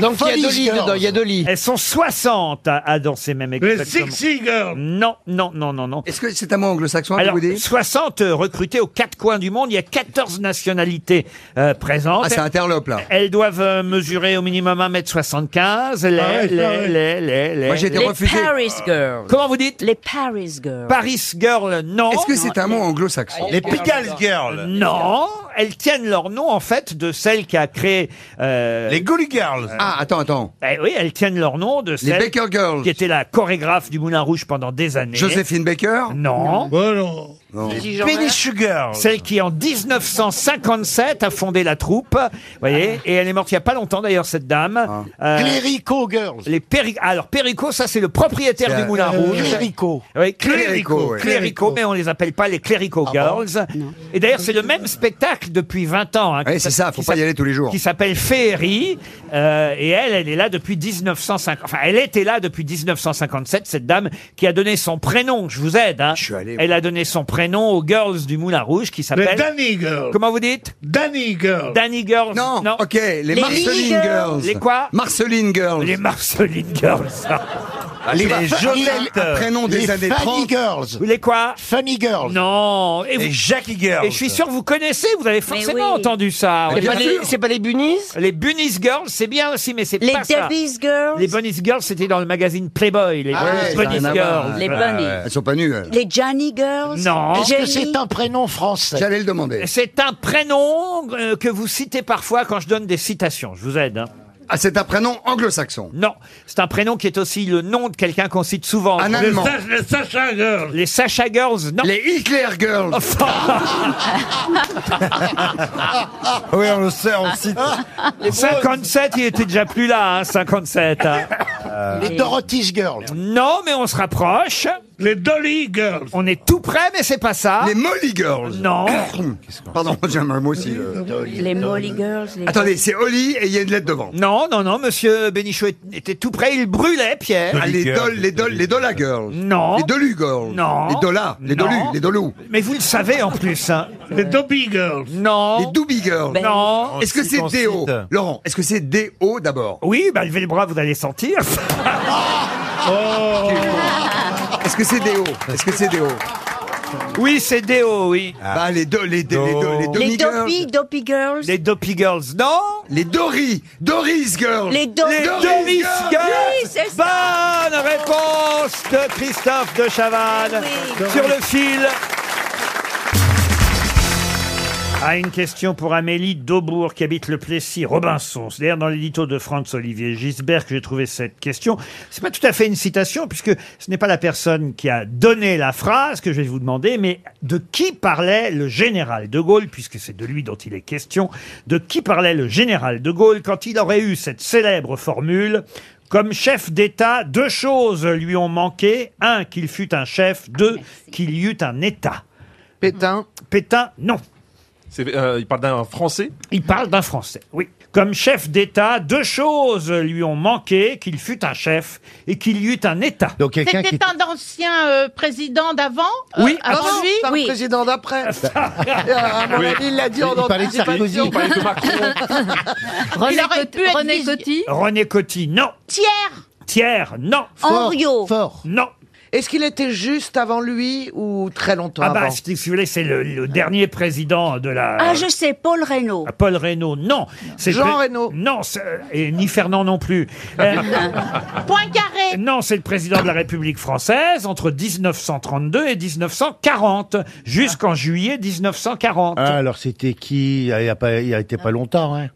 Speaker 1: Donc
Speaker 13: il y a deux lits dedans, il y a
Speaker 1: deux lits. Elles sont 60 à, à danser même exactement.
Speaker 21: Sexy Girls.
Speaker 1: Non, non, non, non, non.
Speaker 13: Est-ce que c'est un mot anglo-saxon que
Speaker 1: Alors,
Speaker 13: vous dites
Speaker 1: 60 recrutés euh, aux quatre coins du monde, il y a 14 nationalités euh, présentes.
Speaker 13: Ah, c'est interlope là.
Speaker 1: Elles doivent euh, mesurer au minimum 1m75. Les,
Speaker 13: Ah ouais,
Speaker 1: les,
Speaker 13: ça, ouais.
Speaker 1: les, les, les,
Speaker 13: Moi, j'ai été
Speaker 1: les-
Speaker 13: refusé.
Speaker 20: Paris Girls.
Speaker 1: Comment vous dites
Speaker 20: Les Paris Girls.
Speaker 1: Paris Girl, non.
Speaker 13: Est-ce que c'est un mot anglo-saxon
Speaker 1: Les Pigalle Girls. Euh, Non. Elles tiennent leur nom, en fait, de celle qui a créé... euh, les Gully Girls.
Speaker 13: Ah, attends, attends.
Speaker 1: Eh oui, elles tiennent leur nom de celle
Speaker 13: Baker Girls.
Speaker 1: qui était la chorégraphe du Moulin Rouge pendant des années.
Speaker 13: Joséphine Baker
Speaker 1: Non.
Speaker 21: Voilà.
Speaker 1: Penny Sugar. Celle qui, en 1957, a fondé la troupe. Vous voyez Et elle est morte il n'y a pas longtemps, d'ailleurs, cette
Speaker 13: Ah.
Speaker 1: dame. Euh,
Speaker 21: Clérico Girls.
Speaker 1: les Péri- Alors, Périco, ça, c'est le propriétaire
Speaker 21: C'est
Speaker 1: du
Speaker 21: un-
Speaker 1: Moulin
Speaker 21: euh,
Speaker 1: Rouge.
Speaker 21: Clérico.
Speaker 1: Oui,
Speaker 21: Clérico,
Speaker 1: Clérico.
Speaker 21: ouais.
Speaker 1: Clérico, mais on les appelle pas les Clérico Girls. Et d'ailleurs, c'est le même spectacle depuis 20 ans. hein, qui
Speaker 13: c'est ça,
Speaker 1: s'a-
Speaker 13: faut
Speaker 1: qui
Speaker 13: pas y
Speaker 1: s'a-
Speaker 13: aller tous les jours.
Speaker 1: Qui s'appelle Féerie. Euh, et elle, elle est là depuis 1950. Enfin, elle était là depuis 1957, cette dame qui a donné son prénom. Je vous aide. hein. Elle a donné son prénom aux Girls du Moulin Rouge qui s'appelle.
Speaker 21: Les Danny Girls.
Speaker 1: Comment vous dites
Speaker 21: Danny Girls.
Speaker 1: Danny Girls.
Speaker 13: Non, ok, les, Marceline Girls.
Speaker 1: Les quoi
Speaker 13: Marceline Girls.
Speaker 1: Les Marceline Girls.
Speaker 13: les Jolinettes. Un prénom des
Speaker 1: Les
Speaker 13: années
Speaker 1: Fanny
Speaker 13: 30.
Speaker 1: Girls. Les quoi Funny Girls. Non. Et
Speaker 5: Les Jackie Girls.
Speaker 1: Et je suis sûr que vous connaissez, vous avez forcément
Speaker 20: oui.
Speaker 1: entendu ça.
Speaker 20: C'est pas les-
Speaker 1: c'est pas les Bunnies Les Bunnies Girls, c'est bien aussi, mais c'est
Speaker 20: Les
Speaker 1: pas ça.
Speaker 20: Debbie's Girls.
Speaker 1: Les Bunnies Girls, c'était dans le magazine Playboy. Les
Speaker 13: Ah ouais, ça a
Speaker 1: Bunnies
Speaker 13: rien à
Speaker 1: Girls.
Speaker 13: voir.
Speaker 20: Les Bunnies.
Speaker 13: Elles sont pas nues. elles.
Speaker 20: Les Johnny Girls.
Speaker 1: Non. Est-ce que c'est
Speaker 20: un prénom français
Speaker 13: J'allais le demander.
Speaker 1: C'est un prénom euh, que vous citez parfois quand je donne des citations. Je vous aide. hein.
Speaker 13: Ah, c'est un prénom anglo-saxon.
Speaker 1: Non, c'est un prénom qui est aussi le nom de quelqu'un qu'on cite souvent.
Speaker 13: Un
Speaker 1: Les,
Speaker 13: allemand.
Speaker 1: Sa-
Speaker 21: Les Sacha Girls.
Speaker 1: les Sacha Girls, non.
Speaker 13: Les Hitler Girls.
Speaker 1: Ah. oui, on le sait, on cite. 57, il était déjà plus là, hein, 57. hein.
Speaker 11: Les Dorothy's Girls.
Speaker 1: Non, mais on se rapproche.
Speaker 21: Les Dolly Girls.
Speaker 1: On est tout près, mais c'est pas ça.
Speaker 13: Les Molly Girls.
Speaker 1: Ah. Non.
Speaker 13: Pardon, j'ai un mot aussi. euh.
Speaker 20: Les Molly Girls. les-
Speaker 13: Attendez, c'est Oli et il y a une lettre devant.
Speaker 1: Non, non, non, monsieur Bénichou est- était tout près, il brûlait, Pierre.
Speaker 13: Ah, les Dol, les Dol, les Dola Girls.
Speaker 1: Non.
Speaker 13: Les Dolu Girls.
Speaker 1: Non.
Speaker 13: Les Dola, les
Speaker 1: Non.
Speaker 13: Dolu, les Dolou.
Speaker 1: Mais vous le savez en plus. hein.
Speaker 21: Les Dobby Girls.
Speaker 1: Non.
Speaker 13: Les Doobie Girls.
Speaker 1: Ben- Non.
Speaker 13: Est-ce que c'est
Speaker 1: On cite, on
Speaker 13: D.O.
Speaker 1: cite.
Speaker 13: Laurent, est-ce que c'est D.O. d'abord
Speaker 1: Oui, bah levez le bras, vous allez sentir.
Speaker 13: Oh. Est-ce que c'est D.O. Est-ce que c'est D.O.
Speaker 1: Oui, c'est Déo, oui.
Speaker 13: Bah, les deux, les, deux, les deux, les
Speaker 20: Les
Speaker 13: demi-girls.
Speaker 20: dopey, dopey girls.
Speaker 1: Les Dopey Girls, non
Speaker 13: Les Dory, Doris Girls.
Speaker 20: Les Do-
Speaker 1: Les
Speaker 20: Doris
Speaker 1: Doris
Speaker 20: Girls.
Speaker 1: Girls.
Speaker 20: Oui, c'est
Speaker 1: Bonne réponse de Christophe de Chavannes sur le fil. Ah, une question pour Amélie Daubourg qui habite le Plessis Robinson. C'est d'ailleurs dans l'édito de France Olivier Gisbert que j'ai trouvé cette question. C'est pas tout à fait une citation puisque ce n'est pas la personne qui a donné la phrase que je vais vous demander, mais de qui parlait le général de Gaulle puisque c'est de lui dont il est question. De qui parlait le général de Gaulle quand il aurait eu cette célèbre formule comme chef d'État, deux choses lui ont manqué. Un, qu'il fût un chef. Deux, qu'il y eût un État. Pétain Pétain, non.
Speaker 5: C'est, euh, il parle d'un Français
Speaker 1: Il parle d'un Français, oui. Comme chef d'État, deux choses lui ont manqué, qu'il fût un chef et qu'il y eut un État. Donc
Speaker 14: C'était un ancien euh, président d'avant euh,
Speaker 1: Oui,
Speaker 14: avant
Speaker 1: avant,
Speaker 14: lui
Speaker 1: par
Speaker 14: Oui.
Speaker 7: président d'après.
Speaker 14: Ah, à mon avis, il l'a dit en Il parlait de anticipation. Sarkozy. Il parlait de Macron.
Speaker 1: René
Speaker 14: il aurait pu être
Speaker 1: René
Speaker 14: visi-
Speaker 1: René Coty, non.
Speaker 14: Thiers
Speaker 1: Thiers, non.
Speaker 18: Oh.
Speaker 7: Henriot.
Speaker 1: Fort. Non.
Speaker 7: Est-ce qu'il était juste avant lui ou très longtemps
Speaker 1: Ah bah,
Speaker 7: avant
Speaker 1: si si vous voulez, c'est le, le dernier président de la...
Speaker 20: Ah, je sais, Paul Reynaud.
Speaker 1: Ah, Paul Reynaud, non. C'est
Speaker 20: Jean
Speaker 1: le pré- Non, c'est- et ni Fernand non plus. Euh,
Speaker 14: Poincaré
Speaker 1: Non, c'est le président de la République française entre 1932 et 1940, jusqu'en juillet 1940.
Speaker 11: Ah, alors c'était qui Il n'y a, pas- il a été pas longtemps, hein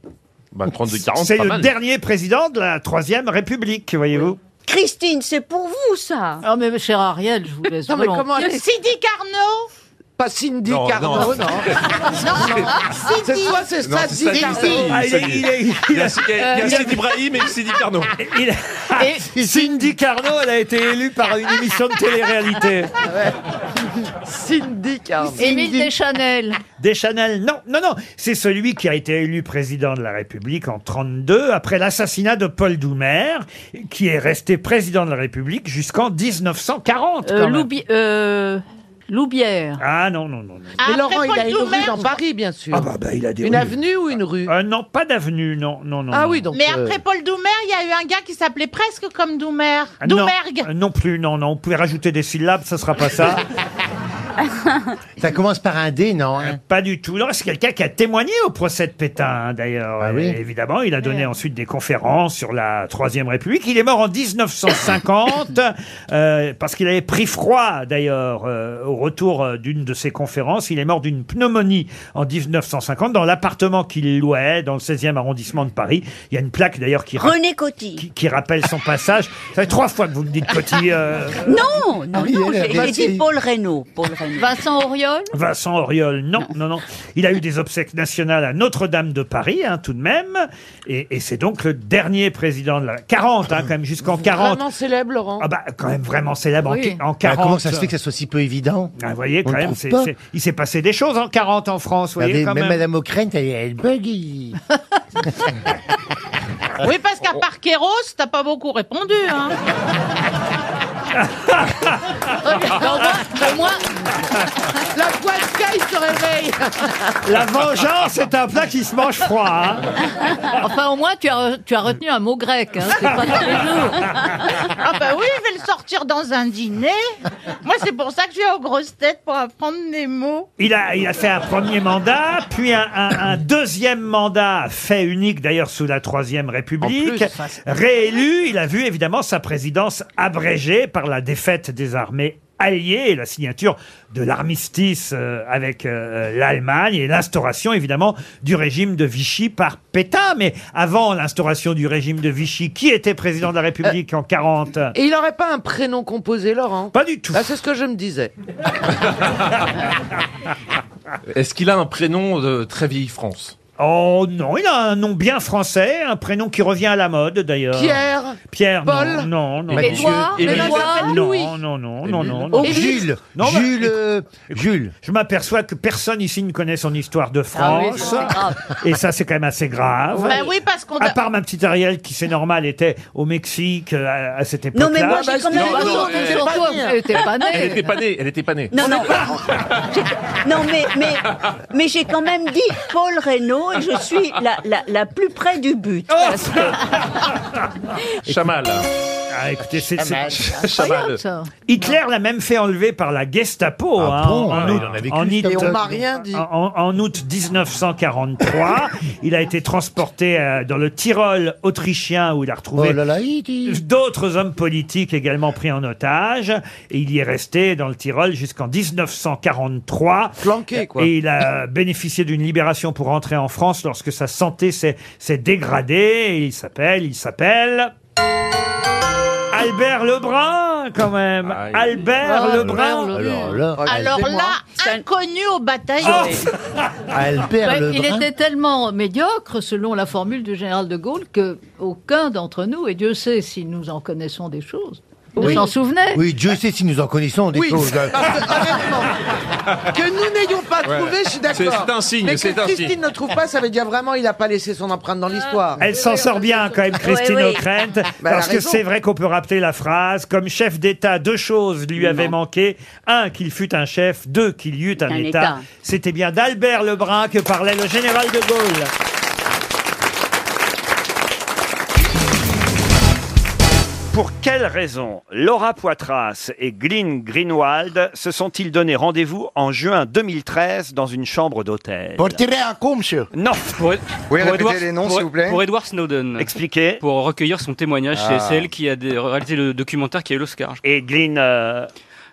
Speaker 1: c'est le dernier président de la Troisième République, voyez-vous.
Speaker 20: Christine, c'est pour vous, ça.
Speaker 14: Oh, mais cher Ariel, je vous laisse.
Speaker 20: Non, mais volontiers. comment elle est-
Speaker 14: Sidi Carnot
Speaker 7: Pas Cindy
Speaker 14: Non,
Speaker 7: Carnot,
Speaker 14: non.
Speaker 7: non.
Speaker 14: Non,
Speaker 7: C'est soit c'est
Speaker 5: Non,
Speaker 7: ça,
Speaker 5: c'est Sadi
Speaker 7: Cindy
Speaker 13: Oh,
Speaker 5: Carnot.
Speaker 7: Carnot.
Speaker 5: Ah, il est- il est- il a- il y a
Speaker 1: Euh,
Speaker 5: Sidi Ibrahim et Sidi Carnot.
Speaker 1: Il-
Speaker 13: Ah,
Speaker 1: Cindy Carnot, elle a été élue par une émission de télé-réalité.
Speaker 18: Cindy Carnot.
Speaker 1: Émile
Speaker 18: Deschanel.
Speaker 1: Deschanel, non, non, non, c'est celui qui a été élu président de la République en 32 après l'assassinat de Paul Doumer, qui est resté président de la République jusqu'en 1940.
Speaker 14: Euh,
Speaker 1: quand même.
Speaker 14: Loubi- euh, Loubière.
Speaker 1: Ah non, non, non. non.
Speaker 14: Ah,
Speaker 7: Mais
Speaker 14: après
Speaker 7: Laurent, il
Speaker 14: Paul
Speaker 7: a une rue
Speaker 14: Doumer,
Speaker 7: dans
Speaker 14: je-
Speaker 7: Paris, bien sûr.
Speaker 1: Ah bah, bah, il a des
Speaker 7: Une
Speaker 1: rues.
Speaker 7: avenue ou une rue
Speaker 1: Euh, Non, pas d'avenue, non, non, non.
Speaker 7: Ah
Speaker 1: non.
Speaker 7: oui, donc,
Speaker 14: Mais après Paul Doumer, il y a eu un gars qui s'appelait presque comme Doumer.
Speaker 1: Ah, non,
Speaker 14: Doumergue.
Speaker 1: euh, Non plus, non, non. Vous pouvez rajouter des syllabes, ça sera pas ça.
Speaker 11: Ça commence par un D, non hein?
Speaker 1: Euh, Pas du tout. Non, c'est quelqu'un qui a témoigné au procès de Pétain, hein, d'ailleurs.
Speaker 11: Ah
Speaker 1: Euh, Évidemment, il a donné ensuite des conférences sur la Troisième République. Il est mort en 1950 euh, parce qu'il avait pris froid, d'ailleurs, euh, au retour euh, d'une de ses conférences. Il est mort d'une pneumonie en 1950 dans l'appartement qu'il louait dans le 16e arrondissement de Paris. Il y a une plaque, d'ailleurs, qui, ra-
Speaker 20: René Coty.
Speaker 1: qui, qui rappelle son passage. Ça fait trois fois que vous me dites Coty. euh,
Speaker 20: Non, non, non,
Speaker 1: elle a
Speaker 20: j'ai
Speaker 1: bien
Speaker 20: j'ai dit
Speaker 1: dit.
Speaker 20: Paul Reynaud. Paul Reynaud. Vincent Auriol
Speaker 1: Vincent Auriol, non, non, non. Il a eu des obsèques nationales à Notre-Dame de Paris, hein, tout de même. Et, et c'est donc le dernier président de la... 40, hein, quand même, jusqu'en 40.
Speaker 7: Vraiment célèbre, Laurent.
Speaker 1: Ah bah, quand même vraiment célèbre en
Speaker 7: Oui.
Speaker 1: qui- en,
Speaker 11: Ah,
Speaker 1: 40.
Speaker 11: Comment ça se fait que ça soit si peu évident
Speaker 1: Ah, vous voyez, quand
Speaker 11: On le
Speaker 1: même,
Speaker 11: trouve
Speaker 1: c'est-
Speaker 11: pas.
Speaker 1: c'est- il s'est passé des choses en 40 en France, vous voyez,
Speaker 11: Regardez,
Speaker 1: quand
Speaker 11: même
Speaker 1: même.
Speaker 11: Madame O'Krent, elle, elle buggy.
Speaker 14: Oui, parce qu'à part Kéros, t'as pas beaucoup répondu. Hein.
Speaker 18: moi, la poiscaille se réveille.
Speaker 1: La vengeance est un plat qui se mange froid. hein.
Speaker 22: Enfin, au moins, tu as, re- tu as retenu un mot grec. hein. C'est pas tous les jours.
Speaker 14: Ah bah oui, je vais le sortir dans un dîner. Moi, c'est pour ça que je vais aux grosses têtes pour apprendre des mots.
Speaker 1: Il a, il a fait un premier mandat, puis un, un- un deuxième mandat, fait unique d'ailleurs sous la Troisième République.
Speaker 7: En plus, ça, c'est-
Speaker 1: Réélu, il a vu évidemment sa présidence abrégée par la défaite des armées alliées et la signature de l'armistice euh, avec euh, l'Allemagne et l'instauration évidemment du régime de Vichy par Pétain. Mais avant l'instauration du régime de Vichy, qui était président de la République en 40
Speaker 7: Et il n'aurait pas un prénom composé, Laurent
Speaker 1: Pas du tout.
Speaker 7: c'est ce que je me disais.
Speaker 5: Est-ce qu'il a un prénom de très vieille France
Speaker 1: Oh non, il a un nom bien français, un prénom qui revient à la mode d'ailleurs.
Speaker 7: Pierre
Speaker 1: Pierre,
Speaker 7: Paul
Speaker 1: non, non, non.
Speaker 7: Mathieu, Édouard, Émile. Édouard, Louis.
Speaker 1: Non, non, non, non, non, non.
Speaker 7: Oh, Jules,
Speaker 1: Jules,
Speaker 5: euh,
Speaker 1: Jules. Je m'aperçois que personne ici ne connaît son histoire de
Speaker 14: Ah oui,
Speaker 1: France.
Speaker 14: ça, c'est grave.
Speaker 1: et ça, c'est quand même assez
Speaker 5: Ah
Speaker 1: grave.
Speaker 14: Bah oui, parce qu'on
Speaker 1: À
Speaker 14: a...
Speaker 1: part ma petite Ariel, qui c'est normal, était au Mexique euh, à, à cette époque-là.
Speaker 20: mais moi, j'ai quand même
Speaker 5: Non, non,
Speaker 20: raison,
Speaker 5: elle
Speaker 20: t'es
Speaker 5: était
Speaker 20: pas
Speaker 5: pas
Speaker 20: née.
Speaker 5: née.
Speaker 20: Elle était pas née.
Speaker 5: Elle était pas née, elle était pas née.
Speaker 20: Non, non, non mais, mais, mais j'ai quand même dit Paul Reynaud et je
Speaker 14: Oh.
Speaker 20: suis la, la, la plus près du but. Parce que-
Speaker 21: hein.
Speaker 5: Chamal.
Speaker 1: Ah, écoutez, c'est
Speaker 14: Chamal.
Speaker 1: c'est-
Speaker 14: Incroyable, ça.
Speaker 1: Ah. Hitler l'a même fait enlever par la Gestapo hein,
Speaker 19: bon
Speaker 1: en,
Speaker 19: Ah,
Speaker 1: août,
Speaker 19: il en a vécu,
Speaker 1: en
Speaker 19: cet
Speaker 1: août- euh,
Speaker 19: homme. Et on m'a rien dit.
Speaker 1: en- en- en août 1943. il a été transporté euh, dans le Tyrol autrichien où il a retrouvé
Speaker 19: Oh là là,
Speaker 1: d'autres hommes politiques également pris en otage. Et il y est resté dans le Tyrol jusqu'en 1943.
Speaker 23: Planqué, quoi.
Speaker 1: Et il a bénéficié d'une libération pour rentrer en France lorsque sa santé s'est s'est dégradée. Et il s'appelle, il s'appelle... Albert Lebrun, quand même. Albert
Speaker 24: Ah,
Speaker 1: Lebrun.
Speaker 24: Albert
Speaker 1: Oh,
Speaker 24: Alors là, inconnu au bataillon.
Speaker 5: Oh.
Speaker 14: Ouais,
Speaker 19: Albert
Speaker 14: il
Speaker 19: Lebrun.
Speaker 14: était tellement médiocre, selon la formule du général de Gaulle, que aucun d'entre nous, et Dieu sait si nous en connaissons des choses, ne
Speaker 19: Oui.
Speaker 14: s'en souvenait.
Speaker 19: Oui, Dieu sait si nous en connaissons des
Speaker 7: Oui.
Speaker 19: choses. hein.
Speaker 7: Que nous n'ayayons pas
Speaker 19: Ouais.
Speaker 7: trouvé, je suis d'accord.
Speaker 19: C'est- c'est un signe,
Speaker 7: Mais
Speaker 19: c'est
Speaker 7: que
Speaker 19: un signe.
Speaker 7: Christine ne trouve pas, ça veut dire vraiment il n'a pas laissé son empreinte dans l'histoire.
Speaker 1: Elle s'en sort bien quand même, Christine
Speaker 7: Oui, oui.
Speaker 1: O'Krent,
Speaker 7: Bah, elle a
Speaker 1: parce que
Speaker 7: raison.
Speaker 1: c'est vrai qu'on peut rappeler la phrase. Comme chef d'État, deux choses lui avaient manqué. Un, qu'il fût un chef. Deux, qu'il y eut un,
Speaker 25: Un
Speaker 1: État.
Speaker 25: État.
Speaker 1: C'était bien d'Albert Lebrun que parlait le général de Gaulle. Pour quelle raison Laura Poitras et Glyn Greenwald se sont-ils donné rendez-vous en juin 2013 dans une chambre d'hôtel
Speaker 26: Pour tirer un
Speaker 1: coup, monsieur Non Pour,
Speaker 26: Pour Edward- pour- Pour Edward Snowden.
Speaker 1: Expliquez.
Speaker 26: Pour recueillir son témoignage.
Speaker 1: Ah.
Speaker 26: C'est c'est elle qui a dé- réalisé le documentaire qui a eu l'Oscar.
Speaker 1: Et Glyn. euh,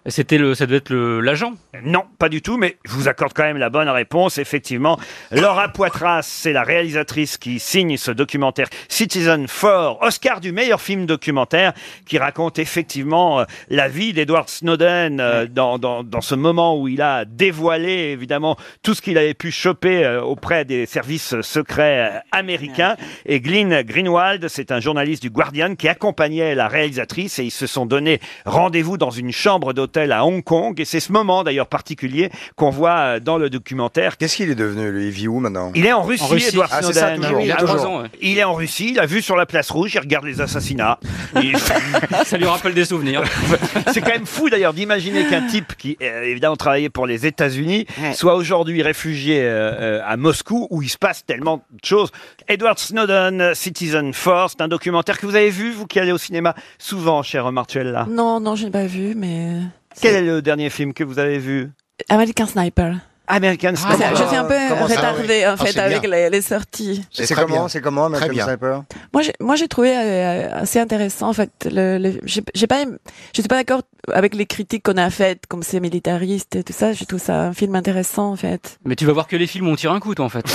Speaker 26: C'était le, ça devait être le- l'agent.
Speaker 1: Non, pas du tout, mais je vous accorde quand même la bonne réponse. Effectivement, Laura Poitras, c'est la réalisatrice qui signe ce documentaire Citizen 4, Oscar du meilleur film documentaire, qui raconte effectivement euh, la vie d'Edward Snowden euh, dans, dans- dans ce moment où il a dévoilé évidemment tout ce qu'il avait pu choper euh, auprès des services secrets euh, américains. Et Glyn Greenwald, c'est un journaliste du Guardian qui accompagnait la réalisatrice et ils se sont donné rendez-vous dans une chambre d'hôtel à Hong Kong. Et c'est ce moment d'ailleurs particulier qu'on voit euh, dans le documentaire. Qu'est-ce qu'il est devenu, lui Il vit où maintenant Il est en Russie,
Speaker 26: En Russie.
Speaker 1: Edward
Speaker 26: Ah, c'est ça,
Speaker 1: Snowden.
Speaker 26: toujours. Il y a
Speaker 1: Ah,
Speaker 26: trois
Speaker 1: oui.
Speaker 26: ans, ouais.
Speaker 1: Il est en Russie, il a vu sur la place rouge, il regarde les assassinats. Il-
Speaker 26: ça lui rappelle des souvenirs.
Speaker 1: c'est quand même fou d'ailleurs d'imaginer qu'un type qui euh, évidemment travaillait pour les États-Unis soit aujourd'hui réfugié euh, euh, à Moscou où il se passe tellement de choses. Edward Snowden, euh, Citizen Force, c'est un documentaire que vous avez vu, vous qui allez au cinéma souvent, cher Martuella.
Speaker 27: Non, non, je n'ai pas vu, mais.
Speaker 1: Quel est le dernier film que vous avez vu
Speaker 27: American Sniper.
Speaker 1: American
Speaker 27: Ah,
Speaker 1: Sniper.
Speaker 27: je suis un peu
Speaker 1: Euh, Comment ça
Speaker 27: retardée
Speaker 1: Ah,
Speaker 27: en fait
Speaker 1: c'est bien.
Speaker 27: avec les, les sorties.
Speaker 1: C'est C'est très comment, bien. c'est comment, Très American bien. Sniper
Speaker 27: Moi, j'ai- moi, j'ai trouvé euh, assez intéressant en fait. Le, le- j'ai j'ai pas, aimé- je suis pas d'accord avec les critiques qu'on a faites, comme c'est militariste et tout ça. Je trouve ça un film intéressant en fait.
Speaker 26: Mais tu vas voir que les films, on tire un coup, toi, en fait.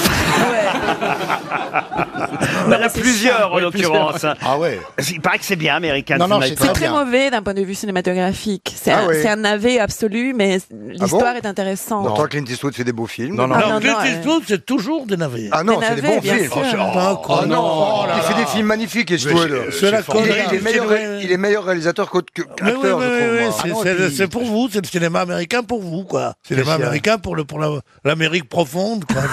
Speaker 13: Bah,
Speaker 1: Il y en a plusieurs en
Speaker 26: Oui, plusieurs.
Speaker 1: l'occurrence. Ah ouais. Il paraît que c'est bien American
Speaker 27: Non, non,
Speaker 1: Sniper.
Speaker 27: c'est très mauvais d'un point de vue cinématographique. C'est
Speaker 1: Ah
Speaker 27: un,
Speaker 1: ouais.
Speaker 27: c'est un navet absolu, mais l'histoire est intéressante.
Speaker 21: Pourtant,
Speaker 27: Clint Eastwood fait des beaux films.
Speaker 21: Non, non,
Speaker 27: Ah, non,
Speaker 21: Clint
Speaker 27: non, euh,
Speaker 21: Eastwood, c'est toujours des navets.
Speaker 27: Ah non, Des c'est des navets, bons bien films. sûr.
Speaker 21: Oh,
Speaker 27: Oh,
Speaker 21: oh non,
Speaker 13: Ah, non,
Speaker 21: oh là
Speaker 13: il fait
Speaker 21: là.
Speaker 13: des films magnifiques,
Speaker 21: Mais
Speaker 13: Eastwood.
Speaker 21: c'est- c'est la
Speaker 13: Il est- il,
Speaker 21: connerie.
Speaker 13: est meilleur,
Speaker 21: C'est vrai.
Speaker 13: il est meilleur réalisateur qu'autre que-
Speaker 21: Mais oui,
Speaker 13: qu'acteur,
Speaker 21: oui,
Speaker 13: je
Speaker 21: oui,
Speaker 13: trouve.
Speaker 21: oui,
Speaker 13: moi.
Speaker 21: c'est-
Speaker 13: Ah non,
Speaker 21: c'est
Speaker 13: et
Speaker 21: le-
Speaker 13: puis-
Speaker 21: c'est pour vous, c'est le cinéma américain pour vous, quoi. Le cinéma
Speaker 13: Qu'est-ce qu'il y a
Speaker 21: américain pour, le, pour la- l'Amérique profonde, quoi.
Speaker 13: ouais,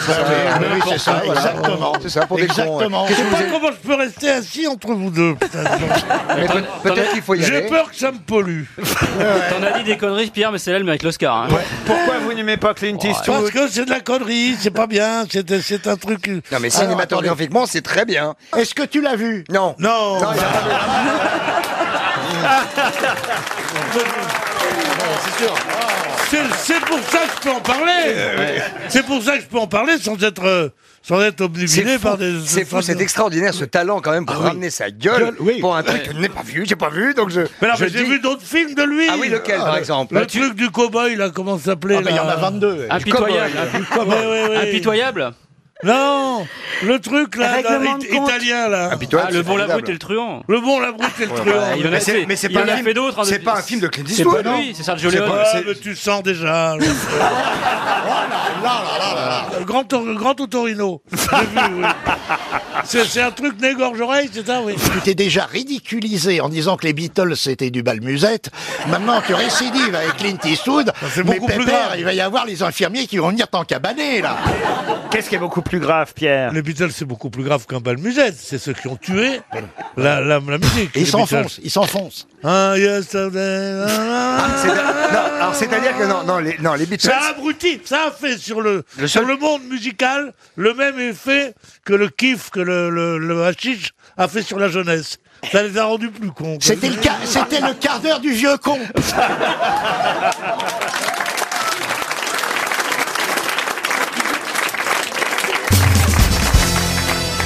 Speaker 13: c'est ça,
Speaker 21: Ah,
Speaker 13: ouais,
Speaker 21: oui,
Speaker 13: pour
Speaker 21: c'est
Speaker 13: ça,
Speaker 21: ça,
Speaker 13: voilà.
Speaker 21: exactement.
Speaker 13: C'est ça, pour des cons, ouais.
Speaker 21: Exactement. Je
Speaker 13: Qu'est-ce
Speaker 21: sais
Speaker 13: que
Speaker 21: pas
Speaker 13: vous avez-
Speaker 21: comment je peux rester assis entre vous deux, putain.
Speaker 13: Mais peut- peut-être qu'il faut y
Speaker 21: J'ai
Speaker 13: aller.
Speaker 21: peur que ça me pollue.
Speaker 26: T'en as dit des conneries, Pierre, mais celle-là, elle mérite l'Oscar. hein.
Speaker 1: Pourquoi vous n'aimez pas Clint
Speaker 21: Parce que c'est de la connerie, c'est pas bien, c'est c'est un truc. Non,
Speaker 13: mais cinématographiquement, c'est très bien.
Speaker 21: Est-ce que tu l'as vu
Speaker 13: Non.
Speaker 21: Non.
Speaker 13: il a pas
Speaker 21: C'est c'est pour ça que je peux en parler.
Speaker 13: Euh,
Speaker 21: C'est pour ça que je peux en parler sans être euh, sans être obnubilé
Speaker 13: C'est fou,
Speaker 21: par des.
Speaker 13: c'est fou, c'est extraordinaire ce talent quand même
Speaker 3: Ah
Speaker 13: pour ramener sa gueule pour un truc que je n'ai pas vu, j'ai pas vu, donc je.
Speaker 21: Mais non,
Speaker 13: je
Speaker 21: mais j'ai
Speaker 13: dis-
Speaker 21: vu d'autres films de lui. Euh,
Speaker 13: Ah oui, lequel, par exemple
Speaker 21: Le truc du cow-boy, là, comment ça s'appelait
Speaker 13: Ah, bah, il y en
Speaker 21: là
Speaker 13: a 22, eh.
Speaker 26: Impitoyable.
Speaker 21: Du cow-boy. Ouais, ouais, ouais.
Speaker 26: Impitoyable.
Speaker 21: Non, le truc là, là,
Speaker 26: Règlement de
Speaker 21: it-
Speaker 26: compte.
Speaker 21: italien là.
Speaker 26: Impitoyable, Ah, le c'est bon, la formidable. brute et le truand.
Speaker 21: Le bon, la brute et le
Speaker 26: Ouais,
Speaker 21: truand.
Speaker 26: bah, il en a Mais fait- c'est- mais c'est il pas en a un film- fait d'autres, hein, c'est depuis- pas un film de Clint C'est Eastwood, pas lui, non c'est Sergio Leone.
Speaker 21: pas-
Speaker 26: C'est-
Speaker 21: Ah, mais tu sens déjà. le- Le grand, tor- le grand Autorino. J'ai vu, oui. C'est c'est un truc négorge-oreille, c'est ça, oui.
Speaker 28: Tu t'es déjà ridiculisé en disant que les Beatles c'était du balmusette. Maintenant, tu récidives avec Clint Eastwood.
Speaker 21: c'est
Speaker 28: mais
Speaker 21: beaucoup plus
Speaker 28: pépère,
Speaker 21: grave.
Speaker 28: il va y avoir les infirmiers qui vont venir t'encabaner, là.
Speaker 1: Qu'est-ce qui est beaucoup plus grave, Pierre
Speaker 21: Les Beatles, c'est beaucoup plus grave qu'un balmusette. C'est ceux qui ont tué la, la, la musique.
Speaker 28: Et
Speaker 21: les
Speaker 28: ils s'enfoncent,
Speaker 21: Beatles.
Speaker 28: ils s'enfoncent.
Speaker 21: Ah, yesterday.
Speaker 13: C'est- non, alors c'est-à-dire que non, non, les, non, les Beatles.
Speaker 21: Ça a abruti, ça a fait sur le, sur le monde musical le même effet que le kiff, que le, le, le hashish a fait sur la jeunesse. ça les a rendus plus cons.
Speaker 28: C'était le, ca- c'était le quart d'heure du vieux con.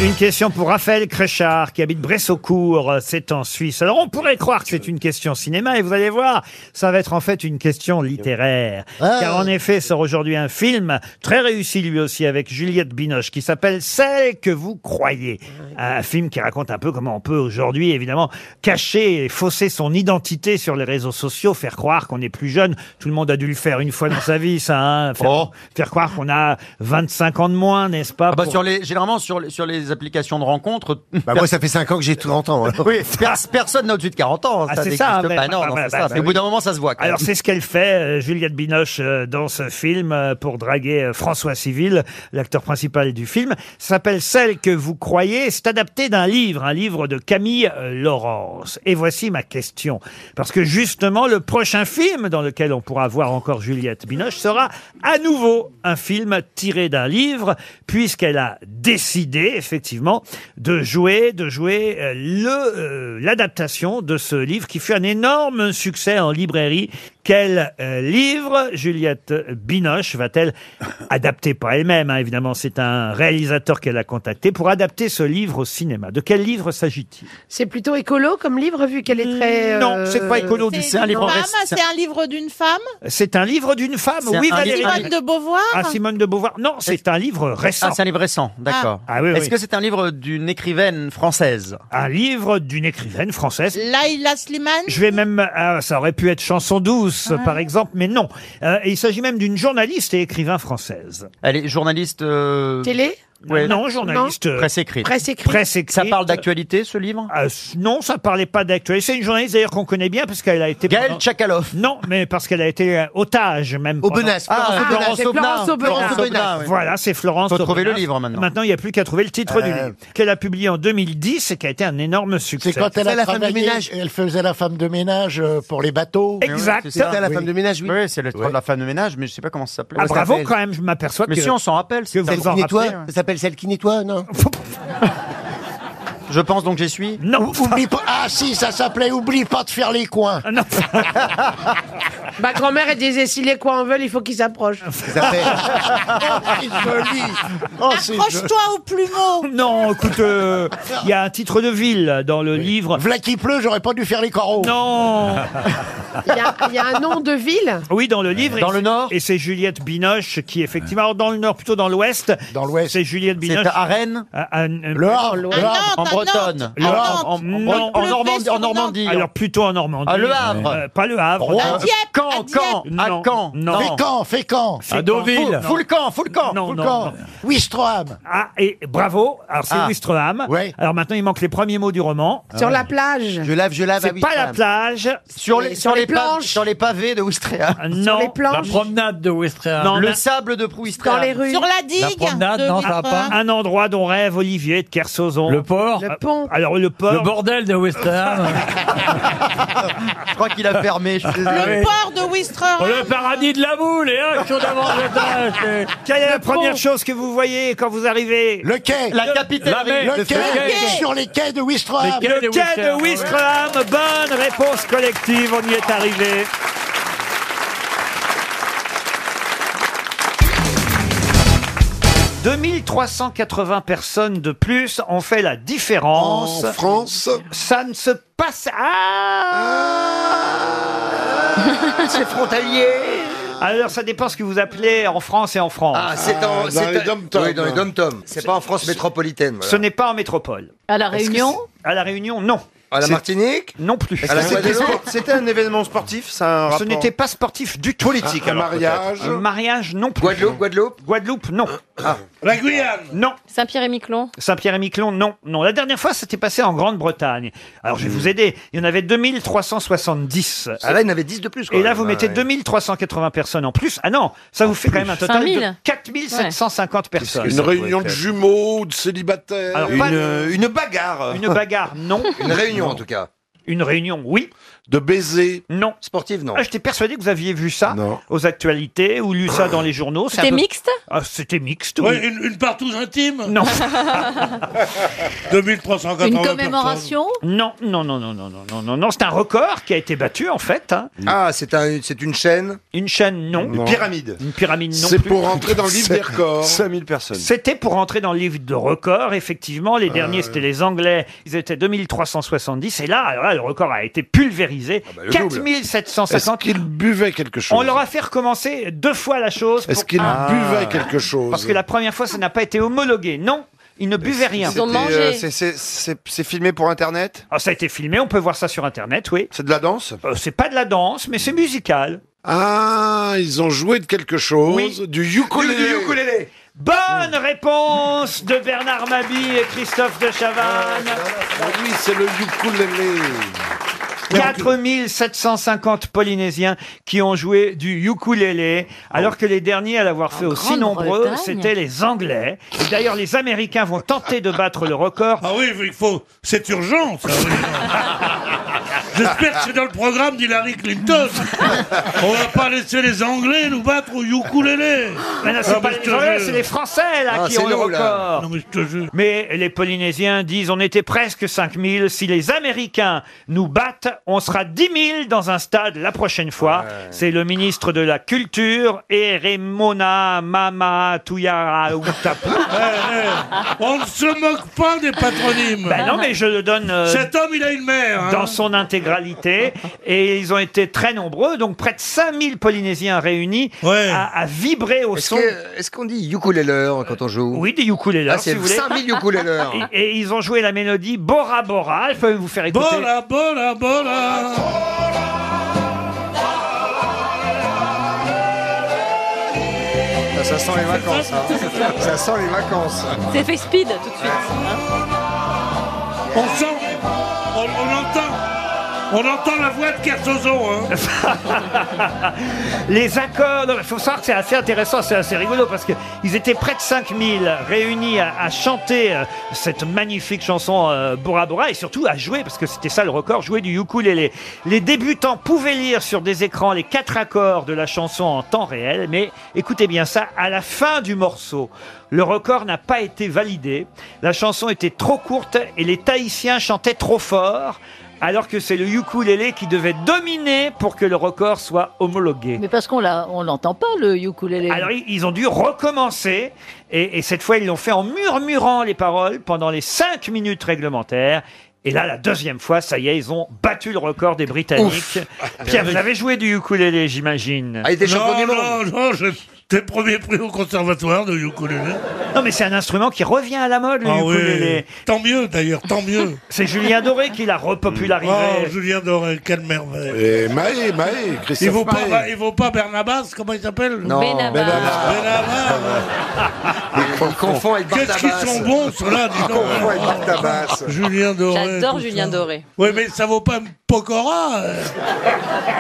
Speaker 1: Une question pour Raphaël Créchard, qui habite Bressaucourt, euh, c'est en Suisse. Alors, on pourrait croire que c'est une question cinéma, et vous allez voir, ça va être en fait une question littéraire.
Speaker 3: Ah.
Speaker 1: Car en effet, sort aujourd'hui un film, très réussi lui aussi, avec Juliette Binoche, qui s'appelle Celle que vous croyez. Un film qui raconte un peu comment on peut aujourd'hui, évidemment, cacher et fausser son identité sur les réseaux sociaux, faire croire qu'on est plus jeune. Tout le monde a dû le faire une fois dans sa vie, ça, hein, faire, faire croire qu'on a 25 ans de moins, n'est-ce pas
Speaker 3: Oh. Ah bah
Speaker 1: pour-
Speaker 3: sur les, généralement, sur les, sur les applications de rencontres.
Speaker 1: Bah, moi, ça fait
Speaker 3: 5 ans que j'ai 30 ans.
Speaker 1: hein.
Speaker 3: Oui, pers- personne n'a au-dessus de 40 ans. hein.
Speaker 1: Ah,
Speaker 3: ça
Speaker 1: c'est
Speaker 3: n'existe
Speaker 1: ça,
Speaker 3: pas.
Speaker 1: mais-
Speaker 3: non,
Speaker 1: bah,
Speaker 3: non,
Speaker 1: bah,
Speaker 3: c'est
Speaker 1: bah,
Speaker 3: ça. Mais
Speaker 1: bah,
Speaker 3: au bout d'un
Speaker 1: oui.
Speaker 3: moment, ça se voit. quand
Speaker 1: Alors
Speaker 3: même.
Speaker 1: c'est ce qu'elle fait, euh, Juliette Binoche, euh, dans ce film, euh, pour draguer euh, François Civil, l'acteur principal du film. Ça s'appelle Celle que vous croyez. C'est adapté d'un livre, un livre de Camille euh, Laurence. Et voici ma question. Parce que justement, le prochain film dans lequel on pourra voir encore Juliette Binoche sera à nouveau un film tiré d'un livre, puisqu'elle a décidé, effectivement, de jouer, de jouer euh, le, euh, l'adaptation de ce livre qui fut un énorme succès en librairie. Quel euh, livre Juliette Binoche va-t-elle adapter par elle-même hein, Évidemment, c'est un réalisateur qu'elle a contacté pour adapter ce livre au cinéma. De quel livre s'agit-il
Speaker 18: C'est plutôt écolo comme livre, vu qu'elle est très.
Speaker 1: Mm,
Speaker 18: euh,
Speaker 1: Non, c'est pas écolo du tout.
Speaker 18: un livre en
Speaker 1: Non.
Speaker 18: reste.
Speaker 14: Femme, c'est un livre d'une femme
Speaker 1: C'est un livre d'une femme,
Speaker 3: C'est
Speaker 1: oui,
Speaker 3: un
Speaker 1: Valérie.
Speaker 3: livre- Simone
Speaker 14: de Beauvoir
Speaker 1: Ah, Simone de Beauvoir. Non, c'est un livre récent.
Speaker 3: Ah, c'est un livre récent, d'accord.
Speaker 1: Ah, oui, oui.
Speaker 3: Est-ce que c'est un livre d'une écrivaine française
Speaker 1: Un livre d'une écrivaine française.
Speaker 14: Laila Slimane
Speaker 1: Je vais même, ah, ça aurait pu être chanson douce,
Speaker 14: Ah.
Speaker 1: par exemple, mais non. Euh, il s'agit même d'une journaliste et écrivain française.
Speaker 3: Elle est journaliste. euh,
Speaker 1: Télé
Speaker 3: ouais.
Speaker 1: Non, journaliste. euh,
Speaker 3: Presse écrite.
Speaker 1: Presse écrite.
Speaker 3: Ça parle d'actualité, ce livre
Speaker 1: Euh, s- non, ça parlait pas d'actualité. C'est une journaliste d'ailleurs qu'on connaît bien parce qu'elle a été. Gaël
Speaker 3: Tchakalov.
Speaker 1: Non, mais parce qu'elle a été euh, otage même. pendant-
Speaker 3: Aubenas, Florence Ah, Aubenas. Florence C'est Florence Aubenas. Aubenas. Florence Aubenas, oui.
Speaker 1: Voilà, c'est Florence.
Speaker 3: Faut trouver
Speaker 1: Aubenas.
Speaker 3: le livre, maintenant.
Speaker 1: Maintenant, il n'y a plus qu'à trouver le titre
Speaker 3: Euh.
Speaker 1: du livre qu'elle a publié en 2010 et qui a été un énorme succès.
Speaker 28: C'est quand elle a travaillé, elle faisait la femme de ménage euh, pour les bateaux.
Speaker 1: Exact. C'était la femme de
Speaker 3: ménage, oui. Oui, c'est le de la femme de ménage, mais je sais pas comment ça s'appelait.
Speaker 1: Ah, bravo quand même, je m'aperçois
Speaker 3: Mais
Speaker 1: que-
Speaker 3: si on s'en rappelle,
Speaker 1: que vous en rappelez. hein.
Speaker 3: Ça s'appelle celle qui nettoie, non Je pense donc j'essuie.
Speaker 1: Non.
Speaker 28: Oublie pas. Ah si, ça s'appelait Oublie pas de faire les coins.
Speaker 18: Ma grand-mère, elle disait si les coins en veulent, il faut qu'ils s'approchent.
Speaker 1: au plumeau Oh, Non, écoute, euh, il y a un titre de ville dans le livre.
Speaker 28: V'là qui pleut, j'aurais pas dû faire les coraux.
Speaker 1: Non
Speaker 18: Il y, a- il y a un nom de ville
Speaker 1: Oui, dans le livre.
Speaker 3: Dans le Nord
Speaker 1: Et c'est Juliette Binoche qui, effectivement, alors, dans le Nord, plutôt dans l'Ouest. Dans l'Ouest. C'est Juliette Binoche.
Speaker 3: à Rennes
Speaker 1: Le
Speaker 3: Havre, le Havre.
Speaker 18: Ah,
Speaker 3: À Nantes,
Speaker 1: En
Speaker 3: à Bretonne. Nantes. Le Havre, en- en-
Speaker 1: Non.
Speaker 3: en Normandie, en Normandie.
Speaker 1: Alors plutôt en Normandie.
Speaker 3: Ah, le Havre.
Speaker 1: Euh, pas le Havre.
Speaker 3: Rouen. À Dieppe, Caen, à Dieppe. Caen, à
Speaker 1: Non,
Speaker 3: Caen.
Speaker 1: Non.
Speaker 28: Fécamp, Fécamp.
Speaker 1: Fécamp. Deauville.
Speaker 3: Full- full camp, full camp,
Speaker 1: Non,
Speaker 3: full
Speaker 1: non,
Speaker 3: camp.
Speaker 1: non.
Speaker 28: Wistreham.
Speaker 1: Ah, et bravo. Alors c'est
Speaker 3: Ah.
Speaker 1: Wistreham.
Speaker 3: Ouais. Ah
Speaker 1: Alors maintenant, il manque les premiers mots du roman.
Speaker 18: Sur la plage.
Speaker 3: Je lave, je lave.
Speaker 1: C'est
Speaker 3: à
Speaker 1: pas
Speaker 3: Wistreham.
Speaker 1: la plage.
Speaker 3: Sur les,
Speaker 1: C'est-
Speaker 3: sur
Speaker 1: sur
Speaker 3: les,
Speaker 1: les
Speaker 3: pa-
Speaker 1: planches.
Speaker 3: sur les pavés de Ouistreham.
Speaker 1: Non. hein.
Speaker 18: planches.
Speaker 29: La promenade de Westream.
Speaker 1: Non,
Speaker 3: le
Speaker 1: mais-
Speaker 3: sable de Prouistreham.
Speaker 14: Sur la digue de Villepin.
Speaker 1: Un endroit dont rêve Olivier de Kersauzon. Le
Speaker 29: port.
Speaker 1: Le pont. Alors le port.
Speaker 29: Le bordel de Westream.
Speaker 3: Je crois qu'il a fermé. je suis désolé.
Speaker 14: Le port de Wistreham.
Speaker 29: Oh, le paradis de la boule et action d'avant le tâche.
Speaker 1: Quelle est la première chose que vous voyez quand vous arrivez
Speaker 28: Le quai.
Speaker 3: La capitale.
Speaker 28: Le, quai. Sur les quais de Wistreham.
Speaker 1: Le quai de Wistreham. Bonne réponse collective. On y est arrivé. « 2380 personnes de plus ont fait la différence. »
Speaker 13: En France.
Speaker 1: Ça ne se passe...
Speaker 28: Ah
Speaker 1: Ah C'est frontalier alors, ça dépend ce que vous appelez en France et en France.
Speaker 16: Ah, c'est en- Ah, dans c'est- les dom-toms. Oui, dans les dom-toms. C'est pas en France métropolitaine, voilà.
Speaker 1: Ce n'est pas en métropole.
Speaker 29: À La
Speaker 1: Est-ce que
Speaker 29: Réunion
Speaker 1: c'est- À La Réunion, non.
Speaker 16: À la
Speaker 1: C'est-
Speaker 16: Martinique
Speaker 1: Non plus.
Speaker 16: Est-ce que c'était sport- C'était un événement sportif, ça a un
Speaker 1: Ce
Speaker 16: rapport
Speaker 1: n'était pas sportif du tout.
Speaker 16: Politique, Un- un alors, mariage peut-être.
Speaker 1: Un mariage, non plus. Guadeloupe,
Speaker 16: Guadeloupe Ah.
Speaker 1: Guadeloupe, non.
Speaker 21: La Guyane
Speaker 1: Non.
Speaker 8: Saint-Pierre et Miquelon.
Speaker 1: Saint-Pierre-et-Miquelon, non. Non, la dernière fois, c'était passé en Grande-Bretagne. Alors, je vais vous aider. Il y en avait 2370.
Speaker 16: Hmm. Ah là, il y en avait 10 de plus, quoi.
Speaker 1: Et là, vous
Speaker 16: Ah,
Speaker 1: mettez
Speaker 16: ouais.
Speaker 1: 2380 personnes en plus. Ah non, ça vous fait quand même un total de
Speaker 29: 5000.
Speaker 1: 4750 personnes.
Speaker 29: Une réunion
Speaker 1: de euh,
Speaker 13: jumeaux, de célibataires.
Speaker 1: Alors, pas-
Speaker 16: euh, une bagarre.
Speaker 1: Une bagarre, non.
Speaker 16: Une réunion, en tout cas.
Speaker 1: Une réunion, oui.
Speaker 4: De baiser
Speaker 1: Non.
Speaker 4: Sportive, non.
Speaker 1: Ah, J'étais persuadé que vous aviez vu ça aux actualités ou lu ça dans les journaux. C'est un
Speaker 21: C'était
Speaker 1: peu-
Speaker 21: mixte
Speaker 1: Ah, C'était mixte, oui.
Speaker 21: Ouais, une, une partouze intime
Speaker 1: Non.
Speaker 21: 2380
Speaker 1: Une
Speaker 22: commémoration
Speaker 1: Non, non, non, non, non, non, non, non, non. C'est un record qui a été battu, en fait. Ah, c'est une chaîne Une chaîne, non.
Speaker 4: Une pyramide
Speaker 1: Une pyramide, non.
Speaker 4: C'est
Speaker 1: plus.
Speaker 4: pour rentrer dans le livre des records.
Speaker 10: 5000 personnes.
Speaker 1: C'était pour rentrer dans le livre de records, effectivement. Les derniers,
Speaker 4: Ah,
Speaker 1: c'était les Anglais. Ils étaient 2370. Et là, alors là, le record a été pulvérisé.
Speaker 4: Ah bah, le double.
Speaker 1: 4750.
Speaker 4: Est-ce qu'ils buvaient quelque chose
Speaker 1: On leur a fait recommencer deux fois la chose. Ah.
Speaker 4: Est-ce qu'ils buvaient quelque chose
Speaker 1: Parce que la première fois, ça n'a pas été homologué. Non, ils ne buvaient rien.
Speaker 13: euh,
Speaker 4: euh, C'est filmé pour Internet
Speaker 1: Ah, ça a été filmé, on peut voir ça sur Internet, oui. Euh,
Speaker 4: C'est de la danse
Speaker 1: C'est pas de la danse, mais c'est musical.
Speaker 4: Ah, ils ont joué de quelque chose
Speaker 1: Oui.
Speaker 4: Du ukulélé Mmh.
Speaker 1: Bonne réponse de Bernard Mabie et Christophe de Chavannes.
Speaker 4: Ah Oui, c'est le ukulélé
Speaker 1: 4750 Polynésiens qui ont joué du ukulélé, alors que les derniers à l'avoir fait aussi nombreux,
Speaker 21: Grande-Bretagne.
Speaker 1: c'était les Anglais. Et D'ailleurs, les Américains vont tenter de battre le record.
Speaker 21: Ah oui, il faut. C'est urgent, ça. oui. J'espère que c'est dans le programme d'Hillary Clinton. On va pas laisser les Anglais nous battre au ukulélé.
Speaker 1: Mais non, c'est
Speaker 21: Ah,
Speaker 1: pas
Speaker 21: mais je
Speaker 1: les
Speaker 21: te
Speaker 1: Anglais,
Speaker 21: jure.
Speaker 1: c'est les Français là,
Speaker 21: Ah,
Speaker 1: qui
Speaker 21: c'est
Speaker 1: ont le
Speaker 21: nous, là.
Speaker 1: record.
Speaker 21: Non, mais je te jure.
Speaker 1: Mais les Polynésiens disent on était presque 5000. Si les Américains nous battent, on sera 10 000 dans un stade la prochaine fois. C'est le ministre de la Culture, Eremona Mama Tuyara Utapu.
Speaker 21: On ne se moque pas des patronymes.
Speaker 1: Ben non, mais je le donne. euh,
Speaker 21: Cet homme, il a une mère. hein.
Speaker 1: dans son intégralité. Et ils ont été très nombreux, donc près de 5000 Polynésiens réunis à, à vibrer au
Speaker 16: Est-ce
Speaker 1: son.
Speaker 16: que- est-ce qu'on dit ukuléleur quand on joue
Speaker 1: Oui, des ukuléleurs,
Speaker 16: Ah, c'est
Speaker 1: si vous voulez.
Speaker 16: 5000 ukuléleurs.
Speaker 1: Et, et ils ont joué la mélodie Bora Bora. Je peux vous faire écouter.
Speaker 21: Bora, bora, bora.
Speaker 16: Ça, ça sent les vacances. hein. Ça sent les vacances.
Speaker 9: C'est fait speed tout de suite.
Speaker 21: On sent, on, on entend, on entend la voix de hein. Kersozo.
Speaker 1: Les accords, il faut savoir que c'est assez intéressant, c'est assez rigolo parce que ils étaient près de 5000 réunis à, à chanter euh, cette magnifique chanson euh, Bora Bora et surtout à jouer parce que c'était ça le record, jouer du ukulélé. Les débutants pouvaient lire sur des écrans les quatre accords de la chanson en temps réel, mais écoutez bien ça, à la fin du morceau, le record n'a pas été validé. La chanson était trop courte et les Tahitiens chantaient trop fort. Alors que c'est le ukulélé qui devait dominer pour que le record soit homologué.
Speaker 22: Mais parce qu'on l'a- on l'entend pas, le ukulélé.
Speaker 1: Alors i- ils ont dû recommencer et, et cette fois ils l'ont fait en murmurant les paroles pendant les cinq minutes réglementaires. Et là, la deuxième fois, ça y est, ils ont battu le record des Britanniques. Pierre, vous avez joué du ukulélé, j'imagine.
Speaker 21: Ah, non, non, non, j'étais premier prix au conservatoire de ukulélé.
Speaker 1: Non, mais c'est un instrument qui revient à la mode, le
Speaker 21: Ah oui.
Speaker 1: ukulélé.
Speaker 21: Tant mieux d'ailleurs, tant mieux.
Speaker 1: C'est Julien Doré qui l'a repopularisé.
Speaker 21: Oh, Julien Doré, quelle merveille.
Speaker 4: Et Maé, Maé, Christophe
Speaker 21: Il vaut pas,
Speaker 4: Maé.
Speaker 21: il vaut pas Bernabas, comment il s'appelle
Speaker 4: Non, Benabar. Benabar.
Speaker 16: Il confond avec
Speaker 21: Qu'est-ce qu'ils
Speaker 16: Barnabas.
Speaker 21: sont bons, ceux-là, dis
Speaker 16: Il
Speaker 21: donc.
Speaker 16: confond avec Barnabas.
Speaker 21: Julien Doré.
Speaker 9: J'adore
Speaker 21: tout
Speaker 9: Julien
Speaker 21: ça.
Speaker 9: Doré.
Speaker 21: Oui, mais ça vaut pas Pokora. euh.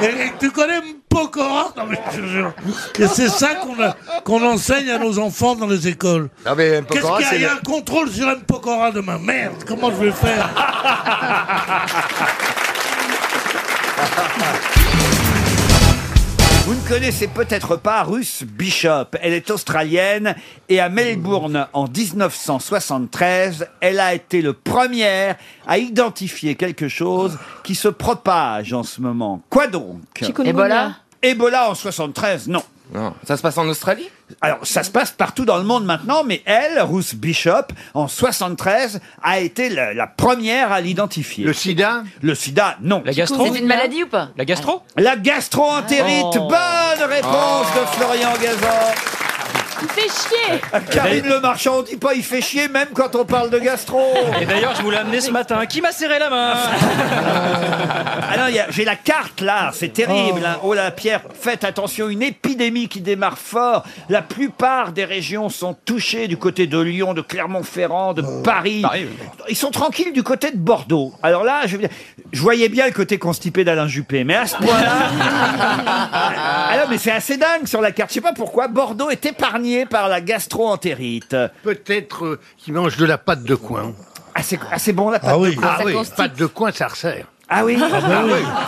Speaker 21: et, et tu connais Pokora Non, mais je te jure. Et c'est ça qu'on a- qu'on enseigne à nos enfants dans les écoles.
Speaker 16: Non, mais M.
Speaker 21: Qu'est-ce
Speaker 16: Pokora,
Speaker 21: qu'il y a
Speaker 16: c'est
Speaker 21: Il y a
Speaker 16: le-
Speaker 21: un contrôle sur M. Pokora demain. Merde, comment je vais faire
Speaker 1: Vous ne connaissez peut-être pas Ruth Bishop. Elle est australienne et à Melbourne en 1973, elle a été le première à identifier quelque chose qui se propage en ce moment. Quoi donc
Speaker 16: Chikungunya. Ebola
Speaker 1: Ebola en 73, non.
Speaker 16: Non, ça se passe en Australie
Speaker 1: Alors, ça se passe partout dans le monde maintenant, mais elle, Ruth Bishop, en 73, a été la, la première à l'identifier. Le sida Le sida, non. La
Speaker 9: C'est une maladie ou pas
Speaker 1: La gastro Ah. La gastro-entérite
Speaker 9: Oh.
Speaker 1: Bonne réponse de Florian Gazan
Speaker 9: Il fait chier
Speaker 1: Karine Le Marchand, on dit pas il fait chier même quand on parle de gastro.
Speaker 29: Et d'ailleurs, je vous l'ai amené ce matin. Qui m'a serré la main
Speaker 1: Ah non, il y a- j'ai la carte là, c'est terrible. hein. Oh là, Pierre, faites attention, une épidémie qui démarre fort. La plupart des régions sont touchées du côté de Lyon, de Clermont-Ferrand, de Paris. Ils sont tranquilles du côté de Bordeaux. Alors là, je, veux dire, je voyais bien le côté constipé d'Alain Juppé, mais à ce point-là. Ah non, mais c'est assez dingue sur la carte. Je sais pas pourquoi Bordeaux est épargné par la gastro-entérite.
Speaker 30: Peut-être euh, qu'il mange de la pâte de coin.
Speaker 1: Ah, c'est bon la pâte
Speaker 30: ah,
Speaker 1: de
Speaker 30: oui.
Speaker 1: coin.
Speaker 30: Ah
Speaker 1: Ça
Speaker 30: oui,
Speaker 1: constipe.
Speaker 30: pâte de coin, ça resserre. bah
Speaker 1: Ah oui
Speaker 30: Ah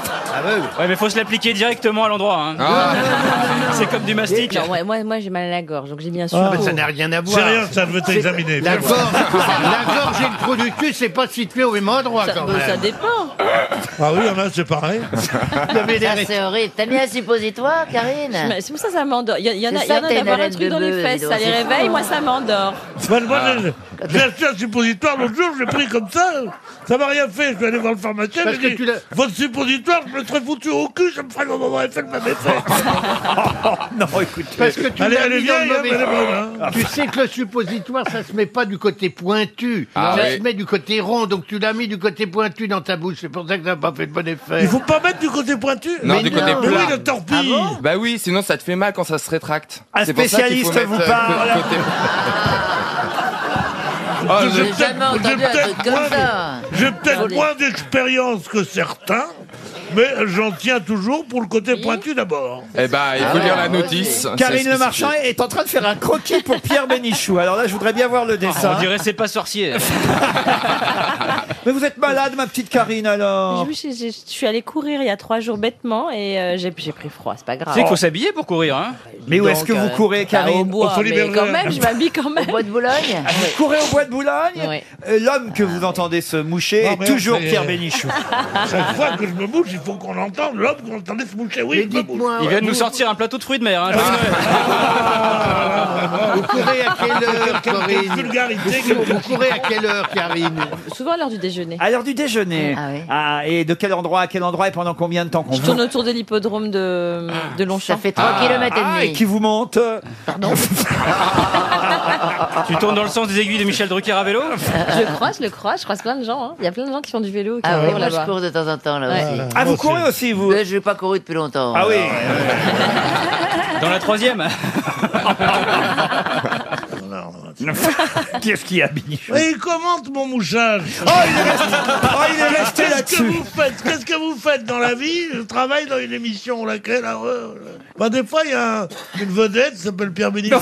Speaker 13: Ouais, mais faut se l'appliquer directement à l'endroit. hein. C'est comme du mastic.
Speaker 30: Non, Ah, ouais, moi, moi j'ai mal à la gorge, donc j'ai bien sûr.
Speaker 28: mais ça n'a rien à voir.
Speaker 13: C'est rien, ça veut
Speaker 28: C'est-
Speaker 13: t'examiner.
Speaker 28: La
Speaker 13: Viens
Speaker 28: gorge,
Speaker 13: voir.
Speaker 28: la gorge et le trou du cul, c'est pas situé au même endroit
Speaker 30: Ça,
Speaker 28: quand
Speaker 30: bah,
Speaker 28: même.
Speaker 30: ça dépend.
Speaker 21: Ah oui, on a, c'est pareil.
Speaker 14: Ah,
Speaker 30: Ça, c'est horrible. T'as mis un suppositoire, Karine C'est pour ça que ça m'endort. Il y, a- il y en a,
Speaker 13: C'est
Speaker 30: il y
Speaker 13: ça,
Speaker 30: en a
Speaker 13: t'as une
Speaker 30: d'avoir un
Speaker 13: haleine
Speaker 30: truc
Speaker 13: de
Speaker 30: dans les
Speaker 13: bœuf,
Speaker 30: fesses,
Speaker 13: dis
Speaker 30: ça les
Speaker 13: donc, c'est
Speaker 30: réveille,
Speaker 13: fou.
Speaker 30: moi ça m'endort.
Speaker 21: Moi, moi, j'ai- J'ai acheté un suppositoire l'autre jour, j'ai pris comme ça. Ça m'a rien fait. Je suis allé voir le pharmacien.
Speaker 28: Parce
Speaker 21: j'ai
Speaker 28: que
Speaker 21: dit,
Speaker 28: tu l'as-
Speaker 21: Votre suppositoire, je me serais foutu au cul. Ça me ferait le moment effet, le même effet.
Speaker 1: non, écoutez.
Speaker 28: Parce que tu
Speaker 21: allez,
Speaker 28: l'as
Speaker 21: allez,
Speaker 28: mis dans
Speaker 21: viens,
Speaker 28: le mauvais-
Speaker 21: elle est bonne, hein.
Speaker 28: Tu sais que le suppositoire, ça se met pas du côté pointu,
Speaker 21: Ah
Speaker 28: ça
Speaker 21: oui.
Speaker 28: se met du côté rond. Donc tu l'as mis du côté pointu dans ta bouche. C'est pour ça que ça n'a pas fait de bon effet.
Speaker 21: Il faut pas mettre du côté pointu.
Speaker 16: Non, du côté
Speaker 28: Mais
Speaker 16: plat.
Speaker 28: oui, le torpille.
Speaker 16: Bah oui, sinon ça te fait mal quand ça se rétracte.
Speaker 28: Un
Speaker 16: C'est pour ça qu'il faut
Speaker 28: spécialiste vous
Speaker 16: mettre, euh,
Speaker 28: parle.
Speaker 16: côté-
Speaker 21: Ah,
Speaker 16: J'ai
Speaker 21: j'ai
Speaker 16: jamais
Speaker 21: peut-être-
Speaker 16: entendu
Speaker 21: j'ai
Speaker 16: un
Speaker 21: peut-être
Speaker 16: truc comme
Speaker 21: moins
Speaker 16: ça.
Speaker 21: de- J'ai peut-être
Speaker 16: Attendez.
Speaker 21: moins d'expérience que certains, mais j'en tiens toujours pour le côté pointu d'abord.
Speaker 16: Eh
Speaker 13: ben,
Speaker 16: bah, il faut
Speaker 4: Ah
Speaker 30: Ah,
Speaker 16: lire la notice.
Speaker 1: Karine
Speaker 16: C'est-
Speaker 1: Le Marchand est en train de faire un croquis pour Pierre Bénichou. Alors là, je voudrais bien voir le dessin.
Speaker 13: Ah, On dirait c'est pas sorcier.
Speaker 1: Mais vous êtes malade, ma petite Karine, alors
Speaker 13: Oh.
Speaker 30: Je, me suis- je- je suis allée courir il y a trois jours bêtement et euh, j'ai j'ai pris froid, c'est pas grave. Oh.
Speaker 13: Tu sais qu'il faut s'habiller pour courir. Hein.
Speaker 1: Mais où est-ce que vous courez,
Speaker 30: euh,
Speaker 1: Karine
Speaker 30: bah, Au bois, mais quand même, je m'habille quand même. Ah, Au bois de Boulogne
Speaker 1: Vous courez au bois de Boulogne Euh, L'homme que vous entendez se moucher est
Speaker 21: mais
Speaker 1: toujours
Speaker 21: c'est-
Speaker 1: Pierre Bénichou.
Speaker 21: Chaque fois que je me bouge, il faut qu'on entende l'homme qu'on entendait se moucher. Oui, je me bouge.
Speaker 13: Il vient de nous sortir un plateau de fruits de mer. hein.
Speaker 1: Ah.
Speaker 28: Vous courez à quelle heure,
Speaker 13: Quelle
Speaker 28: Corinne
Speaker 13: vulgarité,
Speaker 28: Vous-
Speaker 13: quelle-
Speaker 28: Vous courez à quelle heure, Karine
Speaker 30: Souvent à l'heure du déjeuner.
Speaker 1: À l'heure du déjeuner.
Speaker 30: Ah oui.
Speaker 1: Ah, et de quel endroit à quel endroit et pendant combien de temps qu'on
Speaker 30: Je
Speaker 1: vous-
Speaker 30: tourne autour de l'hippodrome de, de Longchamp. Ça fait
Speaker 1: Ah, ah, et qui vous monte
Speaker 13: Tu tournes dans le sens des aiguilles de Michel Drucker à vélo
Speaker 30: Je croise, je le croise, je croise plein de gens. hein. Il y a plein de gens qui font du vélo. Qui
Speaker 13: Ah
Speaker 30: courent
Speaker 13: oui, moi,
Speaker 30: là-bas.
Speaker 13: je cours
Speaker 30: de temps en temps là
Speaker 13: aussi. Ah, vous courez
Speaker 1: aussi, vous
Speaker 30: Je n'ai pas couru depuis longtemps.
Speaker 1: Ah oui.
Speaker 13: Dans la troisième
Speaker 1: Qu'est-ce qu'il y a, Bénichou
Speaker 21: Et il commente mon mouchage. Oh,
Speaker 1: il est resté,
Speaker 21: Qu'est-ce
Speaker 1: resté
Speaker 21: que vous faites Qu'est-ce que vous faites dans la vie Je travaille dans une émission, laquelle heure bah, Des fois, il y a un- une vedette qui s'appelle Pierre Bénichou.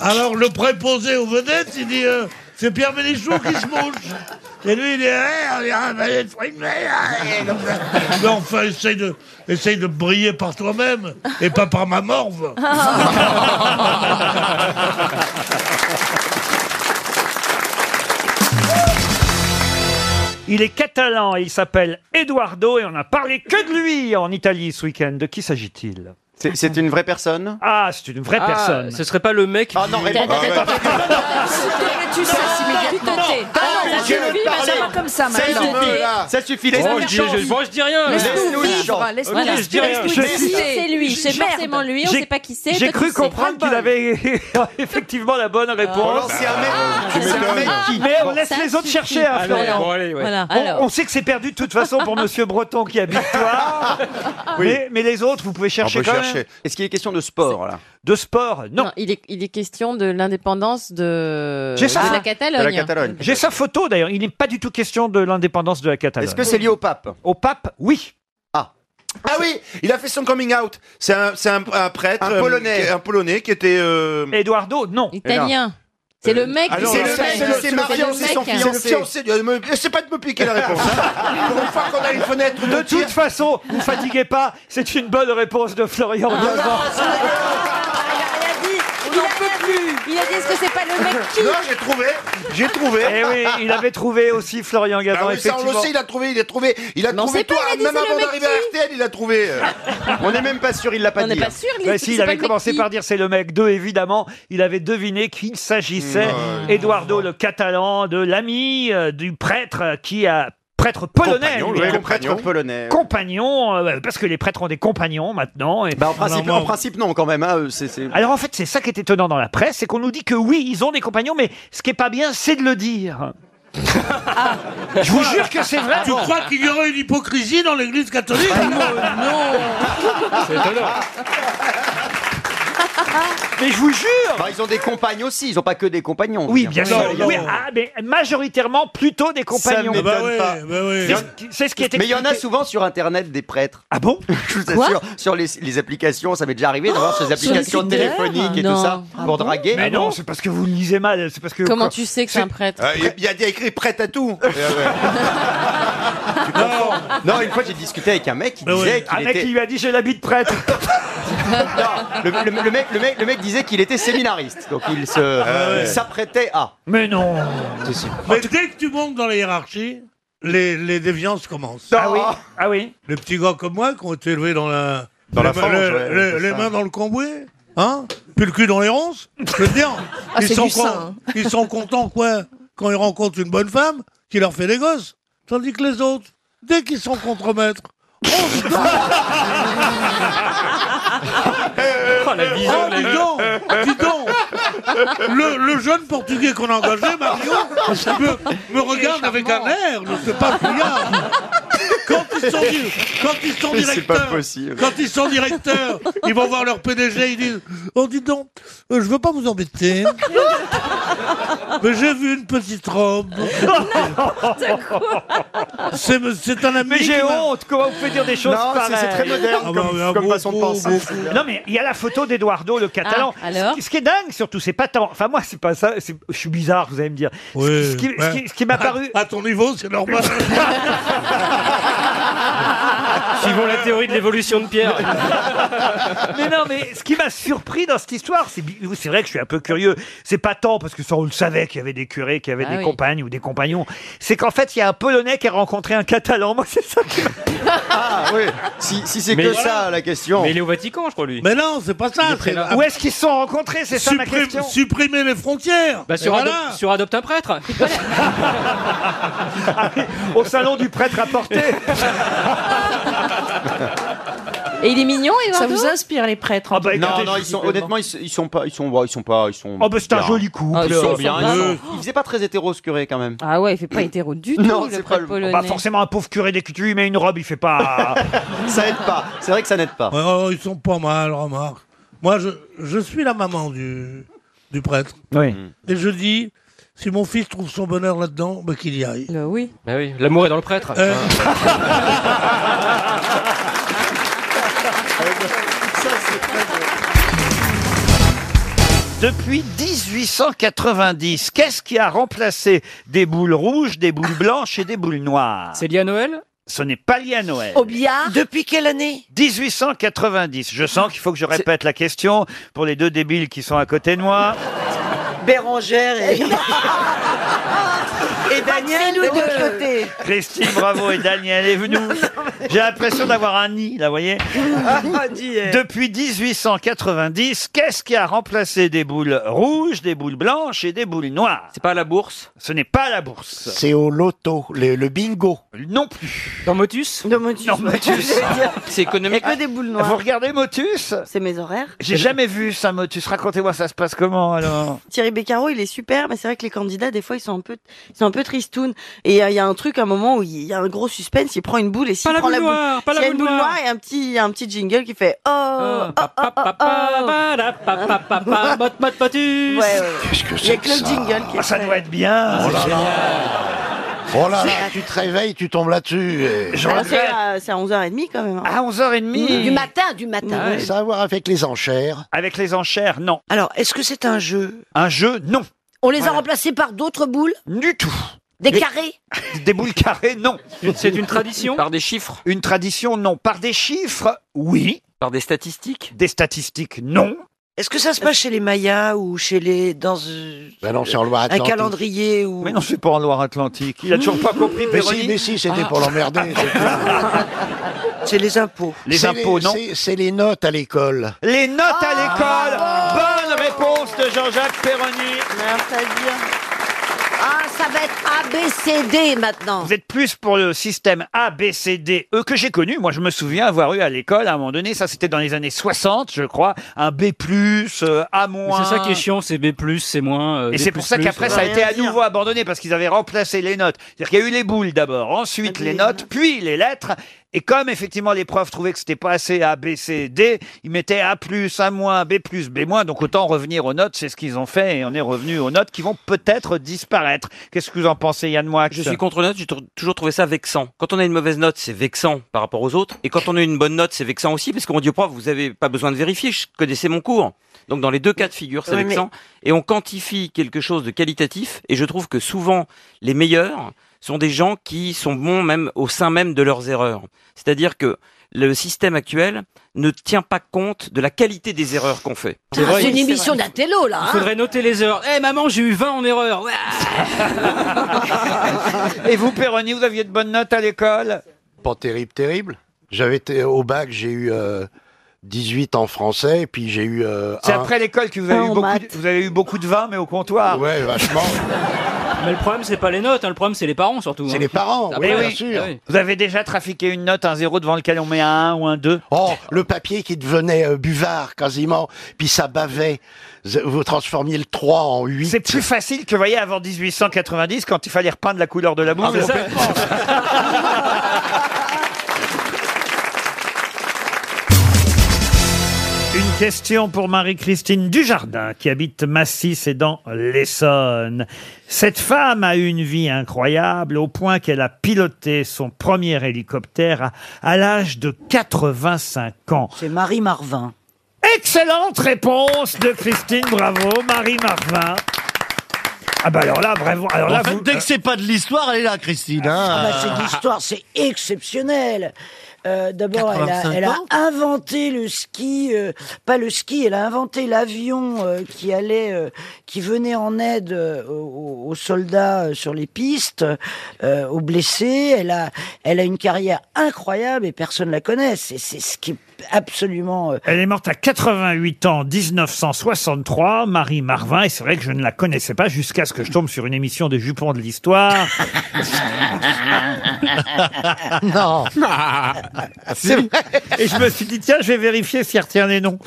Speaker 21: Alors, le préposé aux vedettes, il dit euh, C'est Pierre Bénichou qui se mouche. Et lui, il dit Eh, on dirait un valet de fruits de mer. Et comme ça. Mais enfin, essaye de, essaye de briller par toi-même et pas par ma morve.
Speaker 1: Il est catalan et il s'appelle Eduardo et on n'a parlé que de lui en Italie ce week-end. De qui s'agit-il
Speaker 12: C'est une vraie personne
Speaker 1: Ah, c'est une vraie
Speaker 12: Ah,
Speaker 1: personne.
Speaker 13: Ce serait pas le mec.
Speaker 12: Ah non, réponds pas.
Speaker 30: tu cesses immédiatement. Ah non, ça
Speaker 12: non, je veux
Speaker 30: suffit,
Speaker 12: parler.
Speaker 30: ça va comme ça
Speaker 12: Ça
Speaker 30: maintenant.
Speaker 12: suffit, ça suffit, laisse
Speaker 13: Oh, je dis- je- moi, je dis rien.
Speaker 30: Laisse-nous
Speaker 13: Laisse-nous
Speaker 30: vivre,
Speaker 13: vivre.
Speaker 30: laisse-nous
Speaker 13: Voilà,
Speaker 30: vivre.
Speaker 13: je dis rien.
Speaker 30: Laisse-nous
Speaker 13: Je-
Speaker 30: vivre. C'est lui, c'est
Speaker 13: Merde.
Speaker 30: forcément lui, on
Speaker 1: J'ai-
Speaker 30: sait pas qui c'est.
Speaker 1: J'ai
Speaker 30: toi, tu
Speaker 1: cru
Speaker 30: sais.
Speaker 1: comprendre qu'il avait effectivement la bonne réponse.
Speaker 21: ben,
Speaker 1: Ah, Mais on laisse les autres chercher, hein,
Speaker 30: Ah,
Speaker 1: Florian.
Speaker 30: bon, allez, ouais. Voilà,
Speaker 1: On-
Speaker 30: alors.
Speaker 1: On, sait que c'est perdu de toute façon pour Monsieur Breton qui habite Toire. mais, mais les autres, vous pouvez chercher quand même.
Speaker 12: Est-ce qu'il est question de sport là
Speaker 1: De sport, non.
Speaker 30: Non, il est, il est question de l'indépendance de,
Speaker 1: J'ai sa
Speaker 30: Euh, de la
Speaker 1: photo.
Speaker 30: Catalogne.
Speaker 1: J'ai sa photo d'ailleurs. Il n'est pas du tout question de l'indépendance de la Catalogne.
Speaker 12: Est-ce que c'est lié au pape
Speaker 1: Au pape, oui.
Speaker 12: Ah. Ah oui, il a fait son coming out. C'est un, c'est un, un prêtre.
Speaker 31: Un
Speaker 12: euh,
Speaker 31: Polonais.
Speaker 12: qui- un Polonais qui était.
Speaker 1: Eduardo, non.
Speaker 30: Italien. C'est le mec
Speaker 12: Ah non,
Speaker 30: qui
Speaker 12: c'est le
Speaker 30: s'est fait-
Speaker 12: mec, c'est le- c'est le
Speaker 30: le
Speaker 12: fiancé,
Speaker 30: mec,
Speaker 12: son
Speaker 30: hein.
Speaker 12: fiancé. Euh, C'est le fiancé
Speaker 1: C'est pas de me piquer
Speaker 12: la réponse, hein. Pour une fois qu'on a une fenêtre de
Speaker 1: De toute façon, vous fatiguez pas. C'est une bonne réponse de Florian.
Speaker 12: Ah,
Speaker 1: Gazan.
Speaker 30: Il en peut plus. Il a dit est-ce que c'est pas le mec qui
Speaker 12: Non, j'ai trouvé. J'ai trouvé.
Speaker 1: Eh oui, il avait trouvé aussi Florian Gazan.
Speaker 12: Ah oui, ça, on le
Speaker 1: effectivement.
Speaker 12: sait, il a trouvé, il a trouvé, il a trouvé
Speaker 30: pas,
Speaker 12: toi,
Speaker 30: il a dit,
Speaker 12: même
Speaker 30: c'est le
Speaker 12: avant
Speaker 30: mec
Speaker 12: d'arriver à RTL, il a trouvé. euh. on n'est même pas sûr, il l'a pas
Speaker 30: On
Speaker 12: dit.
Speaker 30: n'est pas
Speaker 12: hein.
Speaker 30: sûr.
Speaker 1: Bah si, il avait commencé par dire c'est le mec 2, évidemment. Il avait deviné qu'il s'agissait,
Speaker 12: Oh,
Speaker 1: Eduardo le Catalan, de l'ami euh, du prêtre euh, qui a. Prêtre polonais,
Speaker 12: Compagnon,
Speaker 1: lui. hein.
Speaker 12: oui, le prêtre polonais.
Speaker 1: Compagnon, euh, parce que les prêtres ont des compagnons maintenant. Et...
Speaker 12: Bah, en principe, en principe, non, quand même. hein, euh, c'est- c'est-
Speaker 1: Alors en fait, c'est ça qui est étonnant dans la presse, c'est qu'on nous dit que oui, ils ont des compagnons, mais ce qui est pas bien, c'est de le dire. Je vous jure que c'est vrai.
Speaker 21: Tu crois qu'il y aurait une hypocrisie dans l'église catholique Non
Speaker 12: C'est étonnant.
Speaker 1: Mais je vous jure
Speaker 12: Bah, Ils ont des compagnes aussi, ils ont pas que des compagnons.
Speaker 1: Oui, bien sûr.
Speaker 12: Non,
Speaker 1: Oui,
Speaker 12: non.
Speaker 1: ah, mais majoritairement plutôt des compagnons.
Speaker 12: Ça m'étonne pas. Bah
Speaker 1: C'est ce qui- C'est ce qui est
Speaker 12: Mais il y en a
Speaker 1: expliqué.
Speaker 12: souvent sur Internet des prêtres.
Speaker 1: Ah bon
Speaker 12: Je vous
Speaker 1: Quoi
Speaker 12: assure, sur les, les applications, ça m'est déjà arrivé d'avoir
Speaker 30: Oh,
Speaker 12: ces applications
Speaker 30: sur Tinder
Speaker 12: téléphoniques et
Speaker 30: Non.
Speaker 12: tout ça
Speaker 30: Ah
Speaker 12: pour
Speaker 30: bon
Speaker 12: draguer.
Speaker 1: Mais non, c'est parce que vous lisez mal. C'est parce que
Speaker 12: Ah,
Speaker 30: Comment tu sais que c'est un prêtre
Speaker 12: Il y a écrit prête à tout. tu confonds. Non, une fois j'ai discuté avec un mec qui
Speaker 1: Bah oui.
Speaker 12: disait qu'il
Speaker 1: Un mec
Speaker 12: était...
Speaker 1: qui lui a dit j'ai la bite prête.
Speaker 12: non, le, le- le mec, le, mec, le mec disait qu'il était séminariste, donc il se
Speaker 21: Ah ouais.
Speaker 12: il s'apprêtait à.
Speaker 1: Mais non
Speaker 21: Mais dès que tu montes dans la hiérarchie, les, les déviances commencent.
Speaker 1: Ah oui Ah oui
Speaker 21: Les petits gars comme moi qui ont été élevés dans la...
Speaker 7: Dans
Speaker 21: les
Speaker 7: la
Speaker 21: ma-
Speaker 7: fange,
Speaker 21: le-
Speaker 7: ouais,
Speaker 21: le-
Speaker 7: c'est
Speaker 21: Les
Speaker 7: ça.
Speaker 21: mains dans le cambouis Hein Puis le cul dans les ronces Je veux dire,
Speaker 7: Ah, c'est du
Speaker 21: con-
Speaker 7: sein.
Speaker 21: ils sont contents quoi, quand ils rencontrent une bonne femme qui leur fait des gosses. Tandis que les autres, dès qu'ils sont contre-maîtres, on se
Speaker 7: la vision,
Speaker 21: Oh,
Speaker 7: la-
Speaker 21: dis donc, dis donc. Le, le jeune portugais qu'on a engagé, Marion, me, me regarde avec un air, je ne sais pas fouillard. Quand ils sont, di- quand ils sont
Speaker 7: Mais c'est
Speaker 21: directeurs,
Speaker 7: pas possible.
Speaker 21: quand ils sont directeurs, ils vont voir leur PDG, ils disent Oh, dis donc, euh, je veux pas vous embêter, mais j'ai vu une petite robe. C'est me- c'est un ami.
Speaker 1: Mais j'ai
Speaker 21: qui m'a-
Speaker 1: honte, comment vous pouvez dire des choses pareilles
Speaker 21: Ah bah, ah, beaucoup, beaucoup.
Speaker 1: Non mais il y a la photo d'Eduardo le catalan.
Speaker 21: Ah, alors
Speaker 1: ce, qui- ce qui est dingue surtout, c'est pas tant. Enfin moi c'est pas ça. c'est- Je suis bizarre, vous allez me dire. Ce-
Speaker 21: Ouais,
Speaker 1: ce qui, ce
Speaker 21: ouais.
Speaker 1: qui- ce qui m'a paru.
Speaker 21: À ton niveau, c'est normal.
Speaker 13: Suivons la théorie de l'évolution de Pierre.
Speaker 1: mais non, mais ce qui m'a surpris dans cette histoire, c'est bi- c'est vrai que je suis un peu curieux. C'est pas tant parce que ça on le savait qu'il y avait des curés, qu'il y avait
Speaker 7: Ah
Speaker 1: des
Speaker 7: oui.
Speaker 1: compagnes ou des compagnons. C'est qu'en fait il y a un Polonais qui a rencontré un Catalan. Moi c'est ça. Qui m'a-
Speaker 12: Ah oui. Si, si c'est
Speaker 1: Mais
Speaker 12: que
Speaker 1: voilà.
Speaker 12: ça la question.
Speaker 13: Mais il est au Vatican, je crois, lui.
Speaker 21: Mais non, c'est pas ça. c'est-
Speaker 1: Où est-ce qu'ils se sont rencontrés C'est ça ma
Speaker 21: Supprime-
Speaker 1: question.
Speaker 21: Supprimer les frontières.
Speaker 13: Bah, sur,
Speaker 21: Et
Speaker 13: Adop-
Speaker 21: voilà.
Speaker 13: sur Adopte un prêtre.
Speaker 1: Au salon du prêtre à porter.
Speaker 14: Et il est mignon, Eduardo
Speaker 5: Ça vous inspire, les prêtres
Speaker 13: Ah bah,
Speaker 5: en tout cas.
Speaker 12: non, non, ils sont, honnêtement, ils, se- ils sont pas, ils sont, ils sont pas, ils sont.
Speaker 1: Oh, bah, c'est un
Speaker 12: bien.
Speaker 1: joli couple.
Speaker 12: Ah, ils
Speaker 1: Ils
Speaker 12: sont
Speaker 1: sont
Speaker 12: bien.
Speaker 1: pas
Speaker 12: Ils,
Speaker 1: mal.
Speaker 12: sont- ils faisaient pas très hétéro ce curé quand même.
Speaker 5: Ah ouais, il fait pas hétéro du tout,
Speaker 12: Non,
Speaker 5: le
Speaker 12: c'est
Speaker 5: prêtre
Speaker 12: pas le-
Speaker 5: polonais.
Speaker 1: Bah forcément un pauvre curé dès que tu lui mets une robe, il fait pas.
Speaker 12: ça aide pas. C'est vrai que ça n'aide pas.
Speaker 21: Ouais, oh, ils sont pas mal, remarque. Moi, je, je suis la maman du, du prêtre. Mm.
Speaker 1: Oui.
Speaker 21: Et je dis, si mon fils trouve son bonheur là-dedans, bah, qu'il y aille.
Speaker 20: Ben
Speaker 5: oui.
Speaker 13: Bah oui, l'amour est dans le prêtre.
Speaker 1: Euh. Depuis 1890, qu'est-ce qui a remplacé des boules rouges, des boules blanches et des boules noires C'est
Speaker 13: lié à Noël
Speaker 1: Ce n'est pas lié à Noël.
Speaker 20: Au billard Depuis quelle année
Speaker 1: 1890. Je sens qu'il faut que je répète la question pour les deux débiles qui sont à côté de moi.
Speaker 20: Bérangère et... et Daniel de l'autre côté.
Speaker 1: Christine Bravo et Daniel est venu. J'ai l'impression d'avoir un nid, là, vous voyez Depuis 1890, qu'est-ce qui a remplacé des boules rouges, des boules blanches et des boules noires C'est
Speaker 13: pas la bourse
Speaker 1: Ce n'est pas la bourse.
Speaker 28: C'est au loto, le, le bingo.
Speaker 1: Non plus.
Speaker 13: Dans Motus
Speaker 5: Dans Motus.
Speaker 1: Dans Motus.
Speaker 13: C'est économique.
Speaker 5: Il y a que des boules
Speaker 1: Ah, Vous
Speaker 5: noires.
Speaker 1: regardez Motus
Speaker 5: C'est mes horaires.
Speaker 1: J'ai jamais vu ça, Motus. Racontez-moi, ça se passe comment alors
Speaker 5: Thierry Beccaro, il est super, mais c'est vrai que les candidats, des fois, ils sont un peu, ils sont un peu tristounes. Et euh, il y a un truc, un moment où il y a un gros suspense, il prend une boule et s'il
Speaker 14: Pas la
Speaker 5: prend
Speaker 14: boule noire, pas la
Speaker 5: s'il y a
Speaker 14: boule
Speaker 5: une boule
Speaker 14: noire. Ah.
Speaker 5: noire, il y a un petit, il y a un petit jingle qui fait oh, oh, oh, oh, oh. Ouais, ouais. Il y a que le jingle qui est
Speaker 1: Ah, Ça
Speaker 5: fait.
Speaker 1: doit être bien.
Speaker 28: Oh là là. Oh là là, tu te réveilles, tu tombes là-dessus. et-
Speaker 5: Ah, c'est à, c'est à 11h30 quand même. hein.
Speaker 1: À 11h30
Speaker 14: Du matin, du matin.
Speaker 28: Ça a à voir avec les enchères.
Speaker 1: Ah, Avec les enchères, non.
Speaker 20: Alors, est-ce que c'est un jeu
Speaker 1: Un jeu, Euh, non.
Speaker 14: On les a remplacés par d'autres boules
Speaker 1: Du tout.
Speaker 14: Des
Speaker 1: Mais-
Speaker 14: carrés
Speaker 1: Des boules carrées, non.
Speaker 13: C'est une tradition Par des chiffres
Speaker 1: Une tradition, non. Par des chiffres, oui.
Speaker 13: Par des statistiques
Speaker 1: Des statistiques, non.
Speaker 20: Est-ce que ça se passe chez les Mayas ou chez les dans euh,
Speaker 28: Ben non, c'est en Loire-Atlantique.
Speaker 20: un calendrier ou
Speaker 1: Mais non, c'est pas en Loire-Atlantique. Il a toujours pas compris,
Speaker 28: Mais si,
Speaker 1: Véronique Ah.
Speaker 28: mais si, c'était pour l'emmerder.
Speaker 20: c'est les impôts
Speaker 1: Les
Speaker 28: C'est
Speaker 1: impôts, non.
Speaker 28: c'est- C'est les notes à l'école.
Speaker 1: Les notes à
Speaker 14: Ah,
Speaker 1: l'école Bonne réponse de Jean-Jacques Perroni.
Speaker 14: Ah, ça va être ABCD maintenant.
Speaker 1: Vous êtes plus pour le système A, B, C, D, E que j'ai connu. Moi, je me souviens avoir eu à l'école, à un moment donné, ça c'était dans les années 60, je crois, un B+, euh, A-.
Speaker 13: Mais C'est ça qui est chiant, c'est B+, c'est moins. euh,
Speaker 1: Et
Speaker 13: B++,
Speaker 1: c'est pour ça qu'après, ça a
Speaker 13: euh,
Speaker 1: été à nouveau abandonné parce qu'ils avaient remplacé les notes. C'est-à-dire qu'il y a eu les boules d'abord, ensuite les notes, puis les lettres. Et comme effectivement les profs trouvaient que c'était pas assez A, B, C, D, ils mettaient A+, A-, B+, B-. Donc autant revenir aux notes, c'est ce qu'ils ont fait et on est revenu aux notes qui vont peut-être disparaître. Qu'est-ce que vous en pensez, Yann Moix
Speaker 26: Je suis contre les notes, j'ai tou- toujours trouvé ça vexant. Quand on a une mauvaise note, c'est vexant par rapport aux autres. Et quand on a une bonne note, c'est vexant aussi, parce qu'on dit au prof, vous avez pas besoin de vérifier, je connaissais mon cours. Donc dans les deux cas de figure, c'est
Speaker 20: Oui, mais-
Speaker 26: vexant. Et on quantifie quelque chose de qualitatif, et je trouve que souvent, les meilleurs
Speaker 19: sont des gens qui sont bons même au sein même de leurs erreurs. C'est-à-dire que le système actuel ne tient pas compte de la qualité des erreurs qu'on fait.
Speaker 2: C'est vrai.
Speaker 8: C'est une émission d'Atello, là.
Speaker 2: Il
Speaker 8: hein.
Speaker 2: faudrait noter les erreurs. Eh maman, j'ai eu 20 en erreur. Ouais.
Speaker 1: Et vous, Péroni, vous aviez de bonnes notes à l'école
Speaker 28: Pas terrible, terrible. J'avais été au bac, j'ai eu euh, 18 en français, et puis j'ai eu. euh,
Speaker 1: C'est
Speaker 28: un-
Speaker 1: après l'école que vous avez, eu beaucoup de, vous avez eu beaucoup de vin, mais au comptoir.
Speaker 28: Ouais, vachement.
Speaker 2: Mais le problème, c'est pas les notes, hein. le problème, c'est les parents surtout. hein. C'est les
Speaker 28: parents, oui, bien sûr.
Speaker 2: Ah
Speaker 1: Vous avez déjà trafiqué une note, un zéro devant lequel on met un 1 ou un 2
Speaker 28: Oh, le papier qui devenait euh, buvard quasiment, puis ça bavait. Z- Vous transformiez le 3 en 8.
Speaker 1: C'est plus facile que, vous voyez, avant 1890, quand il fallait repeindre la couleur de la boule.
Speaker 28: Ah, mais ça-
Speaker 1: Une question pour Marie-Christine Dujardin, qui habite Massis et dans l'Essonne. Cette femme a eu une vie incroyable au point qu'elle a piloté son premier hélicoptère à, à l'âge de 85 ans. C'est Marie Marvin. Excellente réponse de Christine, bravo, Marie Marvin. Ah bah alors là, bravo. Alors là,
Speaker 18: en fait,
Speaker 1: vous- euh,
Speaker 18: dès que c'est pas de l'histoire, elle est là, Christine. hein.
Speaker 20: Ah bah, c'est de l'histoire, c'est exceptionnel. Euh, D'abord, elle, a-
Speaker 18: 85
Speaker 20: elle a
Speaker 18: ans
Speaker 20: inventé le ski, euh, pas le ski, elle a inventé l'avion euh, qui allait, euh, qui venait en aide euh, aux, aux soldats euh, sur les pistes, euh, aux blessés. Elle a, elle a une carrière incroyable et personne la connaît. C'est c'est ce qui est absolument euh,
Speaker 1: Elle est morte à 88 ans, 1963, Marie Marvin, et c'est vrai que je ne la connaissais pas jusqu'à ce que je tombe sur une émission des Jupons de l'Histoire. non. Ah,
Speaker 18: C'est vrai.
Speaker 1: Et je me suis dit, tiens, je vais vérifier si elle retient les
Speaker 20: Oh.
Speaker 1: noms.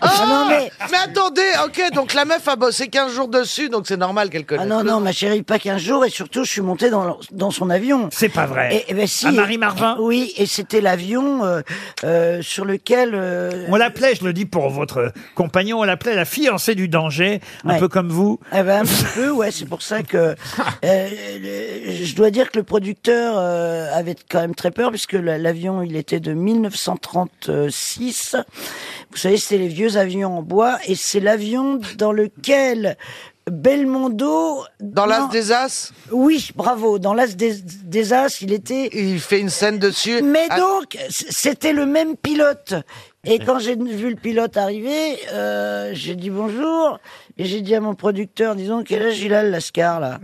Speaker 7: Ah, mais... attendez, ok, donc la meuf a bossé 15 jours dessus, donc c'est normal qu'elle connaisse.
Speaker 20: Ah non, non, ma chérie, pas qu'un jour, et surtout, je suis monté dans, dans son avion.
Speaker 1: C'est pas vrai.
Speaker 20: Et, et ben, si,
Speaker 1: À Marie-Marvin
Speaker 20: et- Oui, et c'était l'avion euh, euh, sur lequel... euh,
Speaker 1: On l'appelait, je le dis pour votre compagnon, on l'appelait la fiancée du danger, un
Speaker 20: Ouais.
Speaker 1: peu comme vous.
Speaker 20: eh ben, un petit peu, ouais, c'est pour ça que euh, le- je dois dire que le producteur euh, avait quand même très peur, puisque la- l'avion, il était de 1936. Vous savez, c'était les vieux avions en bois, et c'est l'avion dans lequel Belmondo... Dans
Speaker 7: l'As des
Speaker 20: As Oui, bravo, dans l'As des, des As, il était...
Speaker 7: Il fait une scène dessus.
Speaker 20: Mais
Speaker 7: Ah,
Speaker 20: donc, c- c'était le même pilote. Et quand j'ai vu le pilote arriver, euh, j'ai dit bonjour. Et j'ai dit à mon producteur, disons, quel âge il a le Lascar, là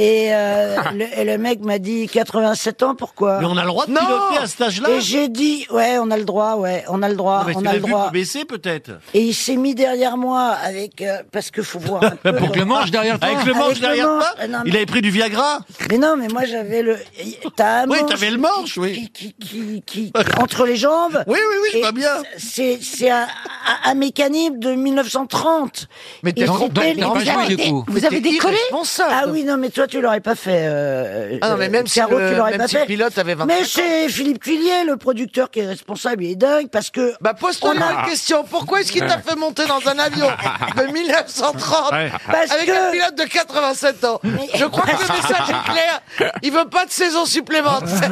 Speaker 20: et, euh, le, et le mec m'a dit 87 ans, pourquoi
Speaker 18: Mais on a le droit de piloter à cet âge-là
Speaker 20: Et j'ai dit, ouais, on a le droit, ouais, on a le droit,
Speaker 18: Non, mais
Speaker 20: Ah, on
Speaker 18: tu
Speaker 20: a
Speaker 18: l'as
Speaker 20: le
Speaker 18: vu
Speaker 20: droit.
Speaker 18: pour baisser, peut-être
Speaker 20: Et il s'est mis derrière moi avec euh, parce que faut voir. un
Speaker 18: Bah,
Speaker 20: peu.
Speaker 18: Pour que le manche
Speaker 20: ah,
Speaker 18: derrière toi. Avec le manche derrière toi
Speaker 20: euh, non,
Speaker 18: Il
Speaker 20: mais-
Speaker 18: avait pris du Viagra
Speaker 20: Mais non, mais moi j'avais le. T'as un
Speaker 18: Oui,
Speaker 20: manche
Speaker 18: t'avais le manche, oui.
Speaker 20: Qui, qui, qui- qui- entre les jambes. Oui, oui, oui, je vois bien. C'est c'est un, un, un mécanisme de 1930.
Speaker 18: Mais t'es-
Speaker 20: Et
Speaker 18: non,
Speaker 20: c'était
Speaker 18: non, t'es
Speaker 20: les-
Speaker 18: pas joué, du coup.
Speaker 20: Vous avez
Speaker 7: T'es
Speaker 20: décollé Ah oui, non, mais toi tu l'aurais pas fait. euh,
Speaker 7: Ah non,
Speaker 20: euh,
Speaker 7: mais même si
Speaker 20: Caro,
Speaker 7: le-
Speaker 20: tu l'aurais
Speaker 7: même
Speaker 20: pas
Speaker 7: si le
Speaker 20: fait.
Speaker 7: pilote avait 25
Speaker 20: Mais c'est Philippe Tuillier, le producteur qui est responsable, il est dingue parce que. Bah
Speaker 7: Pose-toi une question. Pourquoi est-ce qu'il t'a fait monter dans un avion de 1930
Speaker 18: Ouais.
Speaker 20: Parce
Speaker 7: avec
Speaker 20: que-
Speaker 7: un pilote de 87 ans Je crois que le message est clair. Il veut pas de saison supplémentaire.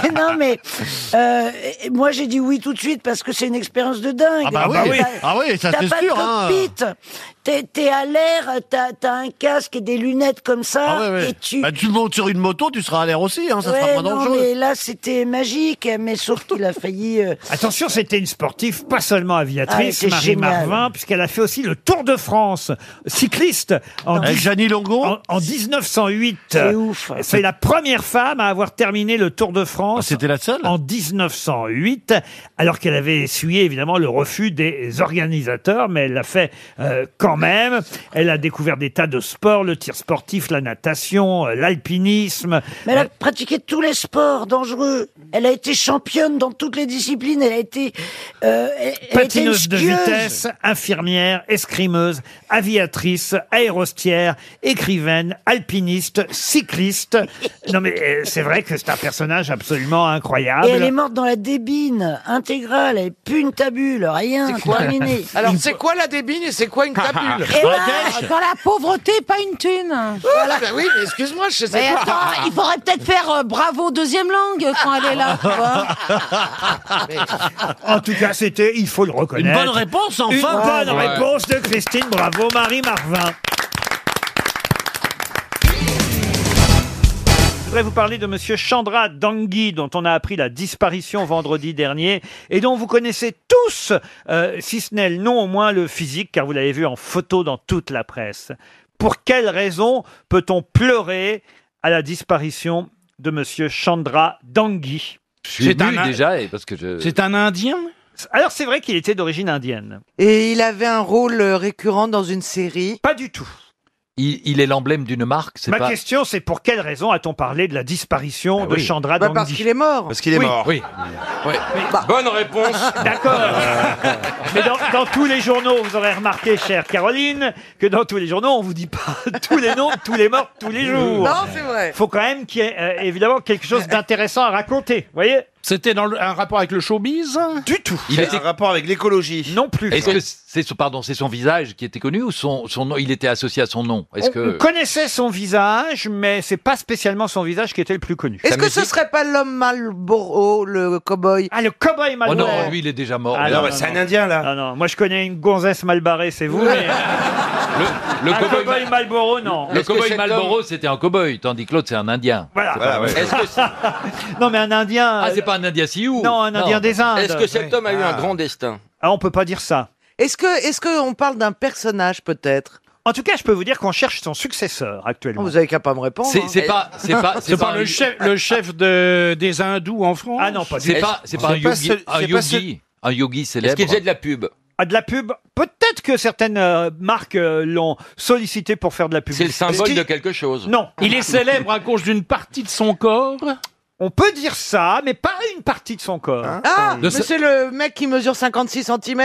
Speaker 20: Mais- non mais euh, et- moi j'ai dit oui tout de suite parce que c'est une expérience de dingue.
Speaker 18: Ah bah oui.
Speaker 20: T'as pas-
Speaker 18: Ah oui, ça,
Speaker 20: t'as
Speaker 18: c'est
Speaker 20: pas
Speaker 18: sûr,
Speaker 20: de
Speaker 18: hein.
Speaker 20: cockpit. T'es, t'es à l'air, t'as, t'as un casque et des lunettes comme ça
Speaker 18: Ah ouais, ouais.
Speaker 20: et tu.
Speaker 18: Bah, tu montes sur une moto, tu seras à l'air aussi, hein, ça
Speaker 20: Ouais,
Speaker 18: sera pas
Speaker 20: non,
Speaker 18: dangereux.
Speaker 20: mais là c'était magique, mais sauf qu'il a failli. euh,
Speaker 1: Attention, c'était une sportive, pas seulement
Speaker 20: Ah,
Speaker 1: aviatrice,
Speaker 20: elle était
Speaker 1: Marie
Speaker 20: géniale.
Speaker 1: Marvin, puisqu'elle a fait aussi le Tour de France cycliste en, dix- en, en 1908.
Speaker 20: C'est ouf.
Speaker 1: C'est la première femme à avoir terminé le Tour de France. Ah, C'était la seule En 1908, alors qu'elle avait essuyé évidemment le refus des organisateurs, mais elle l'a fait euh, quand même. Elle a découvert des tas de sports, le tir sportif, la natation, euh, l'alpinisme. Euh,
Speaker 20: Mais elle a pratiqué tous les sports dangereux. Elle a été championne dans toutes les disciplines. Elle a été. euh, elle- elle a été une
Speaker 1: Patineuse de
Speaker 20: skieuse.
Speaker 1: vitesse, infirmière, escrimeuse, aviatrice, aérostière, écrivaine, alpiniste, cycliste. Non mais euh, c'est vrai que c'est un personnage absolument incroyable.
Speaker 20: Et elle est morte dans la débine intégrale. Elle est plus une tabule, rien, terminé.
Speaker 7: Alors, c'est quoi la débine et c'est quoi une tabule
Speaker 20: Eh ben,
Speaker 14: Dans la pauvreté, pas une thune.
Speaker 7: Voilà, bah oui, mais excuse-moi, je sais
Speaker 14: Mais
Speaker 7: pas.
Speaker 14: attends, il faudrait peut-être faire euh, bravo deuxième langue quand elle est là, tu
Speaker 1: Ah,
Speaker 14: vois.
Speaker 1: En tout cas, c'était, il faut le reconnaître.
Speaker 18: Une bonne réponse, enfin.
Speaker 1: Une
Speaker 18: Ouais.
Speaker 1: bonne
Speaker 18: Ouais.
Speaker 1: réponse de Christine. Bravo, Marie Marvin. Je voudrais vous parler de Monsieur Chandra Dangui, dont on a appris la disparition vendredi dernier et dont vous connaissez tous, euh, si ce n'est le nom, au moins le physique, car vous l'avez vu en photo dans toute la presse. Pour quelle raison peut-on pleurer à la disparition de Monsieur Chandra Dangui
Speaker 3: C'est un déjà et parce que je.
Speaker 1: euh, un Indien Alors c'est vrai qu'il était d'origine indienne.
Speaker 7: Et il avait un rôle euh, récurrent dans une série
Speaker 1: Pas du tout.
Speaker 3: Il, il est l'emblème d'une marque. c'est
Speaker 1: Ma
Speaker 3: pas...
Speaker 1: question, c'est pour quelle raison a-t-on parlé de la disparition
Speaker 3: Ah
Speaker 1: de
Speaker 3: oui.
Speaker 1: Chandra
Speaker 3: Bah,
Speaker 1: Dangui
Speaker 3: parce qu'il est mort. Parce qu'il est
Speaker 1: Oui.
Speaker 3: mort. Oui. Bah.
Speaker 1: Bonne réponse. D'accord.
Speaker 3: Euh.
Speaker 1: Mais dans, dans tous les journaux, vous aurez remarqué, chère Caroline, que dans tous les journaux, on vous dit pas tous les noms, de tous les morts, de tous les jours.
Speaker 7: Non, c'est vrai.
Speaker 1: Faut quand même qu'il y ait euh, évidemment quelque chose d'intéressant à raconter, vous voyez.
Speaker 3: C'était dans un rapport avec le showbiz
Speaker 1: Du tout.
Speaker 3: Il était un rapport avec l'écologie.
Speaker 1: Non plus.
Speaker 3: Est-ce que c'est son pardon, c'est son visage qui était connu ou son son nom, il était associé à son nom Est-ce
Speaker 1: On, on
Speaker 3: que
Speaker 1: connaissait son visage, mais c'est pas spécialement son visage qui était le plus connu.
Speaker 7: Est-ce que ce serait pas l'homme Malboro, le cowboy
Speaker 1: Ah, le cowboy
Speaker 3: Oh
Speaker 1: Malboro.
Speaker 3: non, lui il est déjà mort.
Speaker 1: Ah, non, non, non. Ah non, moi je connais une gonzesse mal barrée, c'est vous. Mais... euh,
Speaker 3: le
Speaker 1: un
Speaker 3: cowboy
Speaker 1: cowboy Malboro, non.
Speaker 3: Le cowboy Malboro, c'était un cowboy, tandis que l'autre c'est un indien.
Speaker 1: Voilà.
Speaker 3: C'est pas la même chose.
Speaker 1: Non, mais un Indien.
Speaker 3: Ah, c'est pas un Indien Sioux
Speaker 1: Non, un Indien des Indes.
Speaker 19: Est-ce que cet
Speaker 1: Oui.
Speaker 19: homme a eu
Speaker 1: Ah.
Speaker 19: un grand destin
Speaker 1: Ah, on peut pas dire ça.
Speaker 7: Est-ce que, est-ce que on parle d'un personnage peut-être Oh,
Speaker 1: En tout cas, je peux vous dire qu'on cherche son successeur actuellement.
Speaker 7: Vous avez qu'à pas me répondre.
Speaker 3: C'est-
Speaker 7: hein.
Speaker 3: c'est pas- c'est pas-
Speaker 26: C'est pas le chef, le chef de, des hindous en France
Speaker 1: Ah non, pas
Speaker 3: C'est pas c'est pas un yogi, un yogi, un yogi célèbre.
Speaker 1: qu'il faisait
Speaker 3: de la pub
Speaker 1: Ah, de la pub Peut-être que certaines euh, marques euh, l'ont sollicité pour faire de la pub. C'est le
Speaker 19: Symbole de quelque chose.
Speaker 1: Non.
Speaker 26: Il est célèbre à cause d'une partie de son corps
Speaker 1: On peut dire ça, mais pas une partie de son corps.
Speaker 7: Ah,
Speaker 1: De
Speaker 7: mais
Speaker 1: ce-
Speaker 7: c'est le mec qui mesure 56 cm.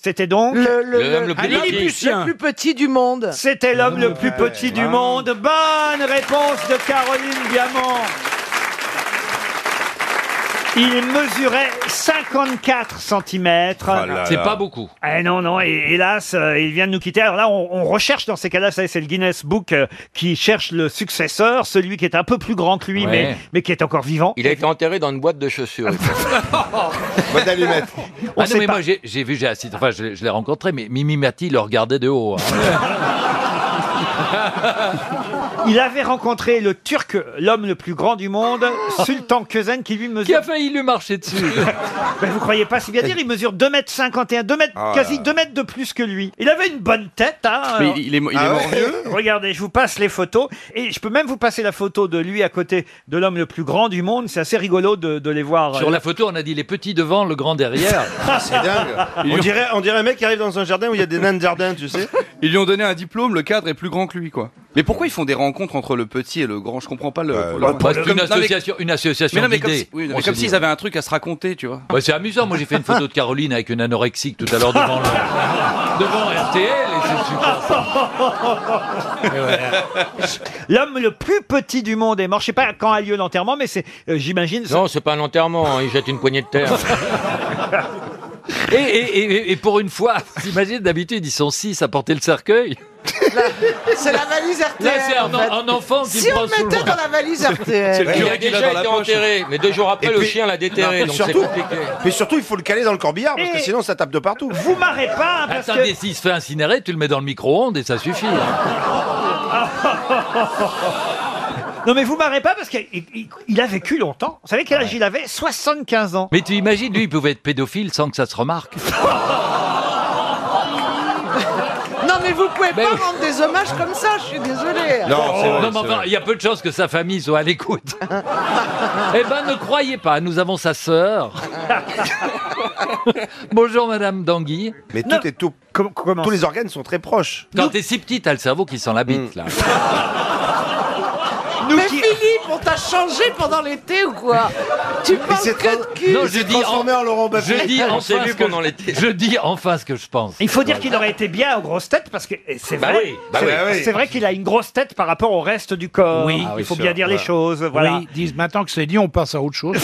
Speaker 1: C'était donc
Speaker 7: le,
Speaker 1: L'homme le plus petit.
Speaker 7: le plus petit du monde.
Speaker 1: C'était l'homme le plus petit du monde. Bonne réponse de Caroline Diamant. Il mesurait 54 cm.
Speaker 3: Oh là C'est là. pas beaucoup.
Speaker 1: Eh non, non, et, hélas, euh, il vient de nous quitter. Alors là, on, on recherche dans ces cas-là, ça y est, c'est le Guinness Book euh, qui cherche le successeur, celui qui est un peu plus grand que lui,
Speaker 19: Ouais.
Speaker 1: mais, mais qui est encore vivant.
Speaker 19: Il a été enterré dans une boîte de chaussures.
Speaker 3: Boîte d'allumettes.
Speaker 1: On
Speaker 3: Ah
Speaker 1: sait
Speaker 3: non, mais
Speaker 1: pas.
Speaker 3: moi j'ai j'ai vu, j'ai assisté, enfin je, l'ai- je l'ai rencontré, mais Mimi Mati le regardait de haut. hein.
Speaker 1: Il avait rencontré le Turc, l'homme le plus grand du monde, Sultan Közen, qui lui mesure... Qui a
Speaker 3: failli lui marcher dessus
Speaker 1: Mais vous croyez pas si bien dire, il mesure 2m51, 2 mètres,
Speaker 19: Ah là
Speaker 1: quasi
Speaker 19: là.
Speaker 1: 2 mètres de plus que lui. Il avait une bonne tête, hein
Speaker 19: Mais
Speaker 1: alors-
Speaker 19: il- il est mo- il est Ah mort ouais vieux
Speaker 1: Regardez, je vous passe les photos, et je peux même vous passer la photo de lui à côté de l'homme le plus grand du monde, c'est assez rigolo de, de les voir. euh,
Speaker 3: Sur la photo, on a dit les petits devant, le grand derrière.
Speaker 1: C'est dingue.
Speaker 3: Ils
Speaker 16: Ah, On
Speaker 3: lui-
Speaker 16: dirait, on dirait un mec qui arrive dans un jardin où il y a des nains de jardin, tu sais. Ils lui ont donné un diplôme, le cadre est plus grand que lui, quoi. Mais pourquoi ils font des rencontres entre le petit et le grand Je comprends pas le.
Speaker 32: Euh,
Speaker 3: Bah,
Speaker 16: le-
Speaker 3: c'est une
Speaker 16: comme- non, mais-
Speaker 3: association, une association
Speaker 16: Mais non, mais comme
Speaker 3: d'idées.
Speaker 16: si- oui, non,
Speaker 3: On
Speaker 16: mais comme
Speaker 3: se
Speaker 16: s'ils
Speaker 3: dit.
Speaker 16: avaient un truc à se raconter, tu vois.
Speaker 3: Ouais, c'est amusant. Moi, j'ai fait une photo de Caroline avec une anorexique tout à l'heure devant, le- devant RTL. Et c'est super.
Speaker 1: L'homme le plus petit du monde est mort, je sais pas quand a lieu l'enterrement, mais c'est, euh, j'imagine...
Speaker 19: Non, c'est pas un enterrement, hein, il jette une poignée de terre.
Speaker 3: Et, et- et- et pour une fois, t'imagines, d'habitude, ils sont six à porter le cercueil.
Speaker 7: C'est la valise RTL.
Speaker 3: Là, c'est un,
Speaker 7: en fait.
Speaker 3: en- un enfant qui
Speaker 7: Si
Speaker 3: le
Speaker 7: on
Speaker 3: prend
Speaker 7: le
Speaker 3: sous le
Speaker 7: mettait
Speaker 3: bras.
Speaker 7: dans la valise RTL.
Speaker 1: Eh
Speaker 3: C'est le
Speaker 19: Il
Speaker 1: ben.
Speaker 3: curé
Speaker 19: a
Speaker 3: qui l'a
Speaker 19: déjà
Speaker 3: dans la
Speaker 19: été
Speaker 3: poche.
Speaker 19: enterré, mais deux jours après,
Speaker 16: Et
Speaker 19: le
Speaker 16: puis-
Speaker 19: chien l'a déterré,
Speaker 16: Non,
Speaker 19: donc c'est
Speaker 16: surtout-
Speaker 19: compliqué.
Speaker 16: Mais surtout, il faut le caler dans le corbillard, parce que sinon, ça tape de partout.
Speaker 1: Vous marrez
Speaker 16: Ah,
Speaker 1: pas, parce
Speaker 3: Attendez, s'il se fait incinérer, tu le mets dans le micro-ondes et ça suffit. hein.
Speaker 1: Non mais vous marrez pas parce qu'il il- il a vécu longtemps. Vous savez quel âge il avait 75 ans.
Speaker 3: Mais tu imagines, lui, il pouvait être pédophile sans que ça se remarque.
Speaker 7: Non, mais vous pouvez pas rendre des hommages comme ça, je suis désolée.
Speaker 3: non, mais enfin, il y a peu de chances que sa famille soit à l'écoute. eh ben, ne croyez pas, nous avons sa sœur. Bonjour, Madame Dangui.
Speaker 16: Mais tout est tout. tous les organes sont très proches.
Speaker 3: Quand t'es si petit, t'as le cerveau qui sent la
Speaker 16: Hmm.
Speaker 3: bite, là.
Speaker 7: mais Philippe, on t'a changé pendant l'été ou quoi Tu parles que de cul.
Speaker 3: Non, je dis, en... je dis enfin ce que je... je dis enfin ce que je pense.
Speaker 1: Il faut dire qu'il aurait été bien aux grosses têtes parce que et c'est
Speaker 3: Bah
Speaker 1: vrai.
Speaker 3: oui, bah
Speaker 1: c'est-
Speaker 3: oui, bah oui.
Speaker 1: c'est vrai qu'il a une grosse tête par rapport au reste du
Speaker 20: Euh,
Speaker 1: corps.
Speaker 3: Ah
Speaker 20: ah
Speaker 1: il faut bien dire les choses. Voilà.
Speaker 26: Oui, ils disent maintenant que c'est dit, on passe à autre chose.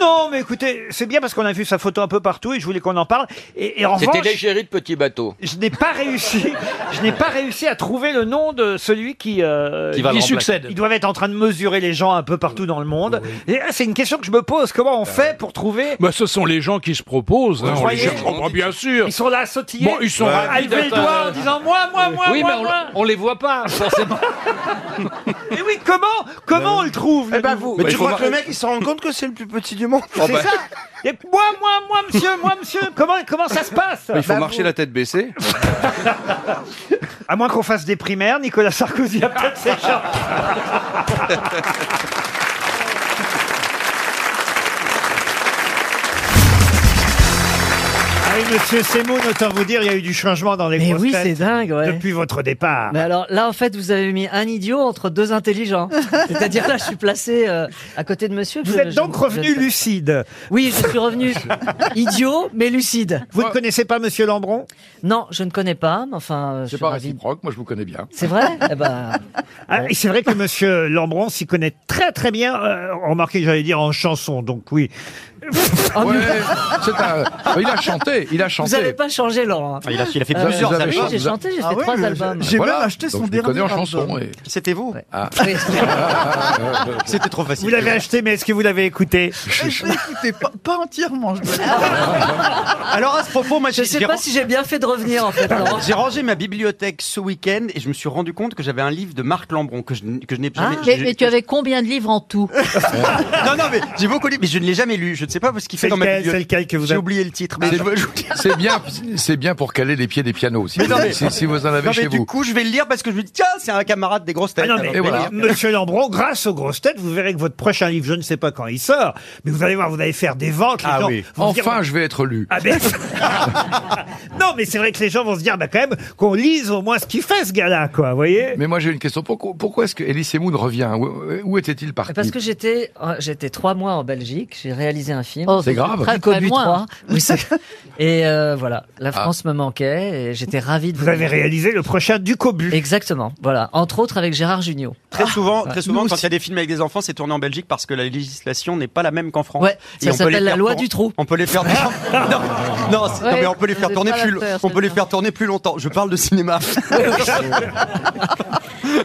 Speaker 1: Non, mais écoutez, c'est bien parce qu'on a vu sa photo un peu partout et je voulais qu'on en parle. Et, et en
Speaker 13: C'était
Speaker 1: revanche,
Speaker 13: l'égérie de Petit Bateau.
Speaker 1: je n'ai pas réussi. Je n'ai pas réussi à trouver le nom de celui qui euh,
Speaker 13: Qui va le remplacer.
Speaker 1: Ils doivent être en train de mesurer les gens un peu partout dans le monde. Et euh, c'est une question que je me pose. Comment on fait pour trouver
Speaker 22: Bah, ce sont les gens qui se proposent. hein, Euh, on les
Speaker 1: croyez
Speaker 22: cherche, oh, bah, bien sûr.
Speaker 1: Ils sont là Bah, à sautiller.
Speaker 22: Bon, ils sont
Speaker 1: à
Speaker 22: ravis
Speaker 1: lever le
Speaker 22: d'être,
Speaker 1: doigt
Speaker 22: euh,
Speaker 1: en disant moi, moi, moi,
Speaker 22: Oui,
Speaker 1: moi,
Speaker 22: mais on-
Speaker 1: moi.
Speaker 13: On les voit pas, forcément.
Speaker 1: Mais oui, comment comment on le trouve Eh ben vous.
Speaker 22: Mais tu crois que le mec,
Speaker 1: il se rend compte que c'est le plus petit du monde oh bah. C'est ça. Et moi, moi, moi, monsieur, moi, monsieur. Comment comment ça se passe
Speaker 16: Mais Bah, Il faut marcher la tête baissée.
Speaker 1: Bah, À moins qu'on fasse des primaires, Nicolas Sarkozy a peut-être ses chances. Ah oui, monsieur Semoun, autant vous dire, il y a eu du changement dans les
Speaker 6: Mais
Speaker 1: grosses
Speaker 6: oui,
Speaker 1: têtes
Speaker 6: c'est dingue, ouais.
Speaker 1: Depuis votre départ.
Speaker 6: Mais alors là, en fait, vous avez mis un idiot entre deux intelligents. C'est-à-dire là, je suis placé euh, à côté de monsieur.
Speaker 1: Vous
Speaker 6: Je-
Speaker 1: êtes
Speaker 6: je-
Speaker 1: donc
Speaker 6: je-
Speaker 1: revenu lucide.
Speaker 6: Oui, je suis revenu idiot, mais lucide.
Speaker 1: Vous ne connaissez pas monsieur Lambron
Speaker 6: Non, je ne connais pas, mais enfin, euh, je suis
Speaker 1: pas
Speaker 6: ravi.
Speaker 22: moi je vous connais bien.
Speaker 6: C'est vrai Eh ben,
Speaker 1: Ah, et c'est vrai que monsieur Lambron s'y connaît très très bien. euh, remarquez, j'allais dire en chanson, donc oui.
Speaker 22: Ouais, c'est un- euh, Il a chanté, il a chanté.
Speaker 6: Vous n'avez pas changé, Laurent. hein.
Speaker 22: Ah, il, a,
Speaker 6: fait Euh, plusieurs vous avez albums. chan- j'ai chanté, j'ai fait trois albums. J'ai même acheté son dernier album.
Speaker 22: C'était vous
Speaker 6: Oui.
Speaker 22: Ah. C'était trop facile.
Speaker 1: Vous l'avez acheté, mais est-ce que vous l'avez écouté
Speaker 12: Écoutez, pas, pas entièrement. Je dois dire.
Speaker 6: Alors à ce propos, moi, je sais
Speaker 12: j'ai
Speaker 6: pas
Speaker 12: ren-
Speaker 6: si j'ai bien fait de revenir en fait. Laurent.
Speaker 12: J'ai rangé ma bibliothèque ce week-end et je me suis rendu compte que j'avais un livre de Marc Lambron que je, n- que je n'ai
Speaker 6: Ah.
Speaker 12: jamais.
Speaker 33: Mais,
Speaker 12: j'ai-
Speaker 33: mais tu avais combien de livres en tout
Speaker 12: Non, non, mais j'ai beaucoup lu, mais je ne l'ai jamais lu. Je ne sais pas ce qu'il fait
Speaker 22: C'est
Speaker 12: dans ma
Speaker 22: lequel,
Speaker 12: bibliothèque.
Speaker 22: c'est lequel que vous
Speaker 12: J'ai
Speaker 22: avez- Ah,
Speaker 12: oublié le titre. Mais je veux- je vous dis-
Speaker 22: C'est bien, c'est bien pour caler les pieds des pianos. Si,
Speaker 12: Mais
Speaker 22: vous,
Speaker 12: non, mais-
Speaker 22: si- si vous en avez
Speaker 12: non, mais
Speaker 22: chez
Speaker 12: du
Speaker 22: vous.
Speaker 12: coup, je vais le lire parce que je me dis, tiens, c'est un camarade des grosses
Speaker 1: Ah
Speaker 12: têtes.
Speaker 1: non, mais,
Speaker 12: Alors,
Speaker 1: mais
Speaker 12: je vais le lire.
Speaker 1: monsieur Lambron, grâce aux grosses têtes, vous verrez que votre prochain livre, je ne sais pas quand il sort, mais vous allez voir, vous allez faire des ventes. Les gens vont se ah dire-
Speaker 22: Ah Enfin, je vais être lu.
Speaker 1: Ah ben- non, mais c'est vrai que les gens vont se dire, bah quand même, qu'on lise au moins ce qu'il fait, ce gars-là, quoi, vous voyez
Speaker 22: Mais moi j'ai une question. Pourquoi, pourquoi est-ce que Elie Semoun revient Où, où était-il parti
Speaker 6: Parce que j'étais euh, j'étais trois mois en Belgique, j'ai réalisé un film.
Speaker 22: C'est grave. très,
Speaker 6: Cobu
Speaker 22: très loin.
Speaker 6: 3. Oui, c'est- et euh, voilà, la France me manquait et j'étais ravi de
Speaker 1: Vous avez réalisé le prochain du Cobu.
Speaker 6: Exactement, voilà. Entre autres avec Gérard Junior.
Speaker 12: Très souvent,
Speaker 6: Ouais.
Speaker 12: très souvent
Speaker 6: Nous
Speaker 12: quand il y a des films avec des enfants, c'est tourné en Belgique parce que la législation n'est pas la même qu'en France.
Speaker 6: Ouais, ça
Speaker 12: Et on peut les
Speaker 6: s'appelle la
Speaker 12: faire
Speaker 6: loi
Speaker 12: tour-
Speaker 6: du trou.
Speaker 12: On peut les faire. non, non, c'est- non,
Speaker 6: Ouais,
Speaker 12: mais on peut les faire
Speaker 6: vous êtes
Speaker 12: tourner
Speaker 6: pas
Speaker 12: plus.
Speaker 6: l'acteur,
Speaker 12: On peut les faire tourner plus longtemps. Je parle de cinéma.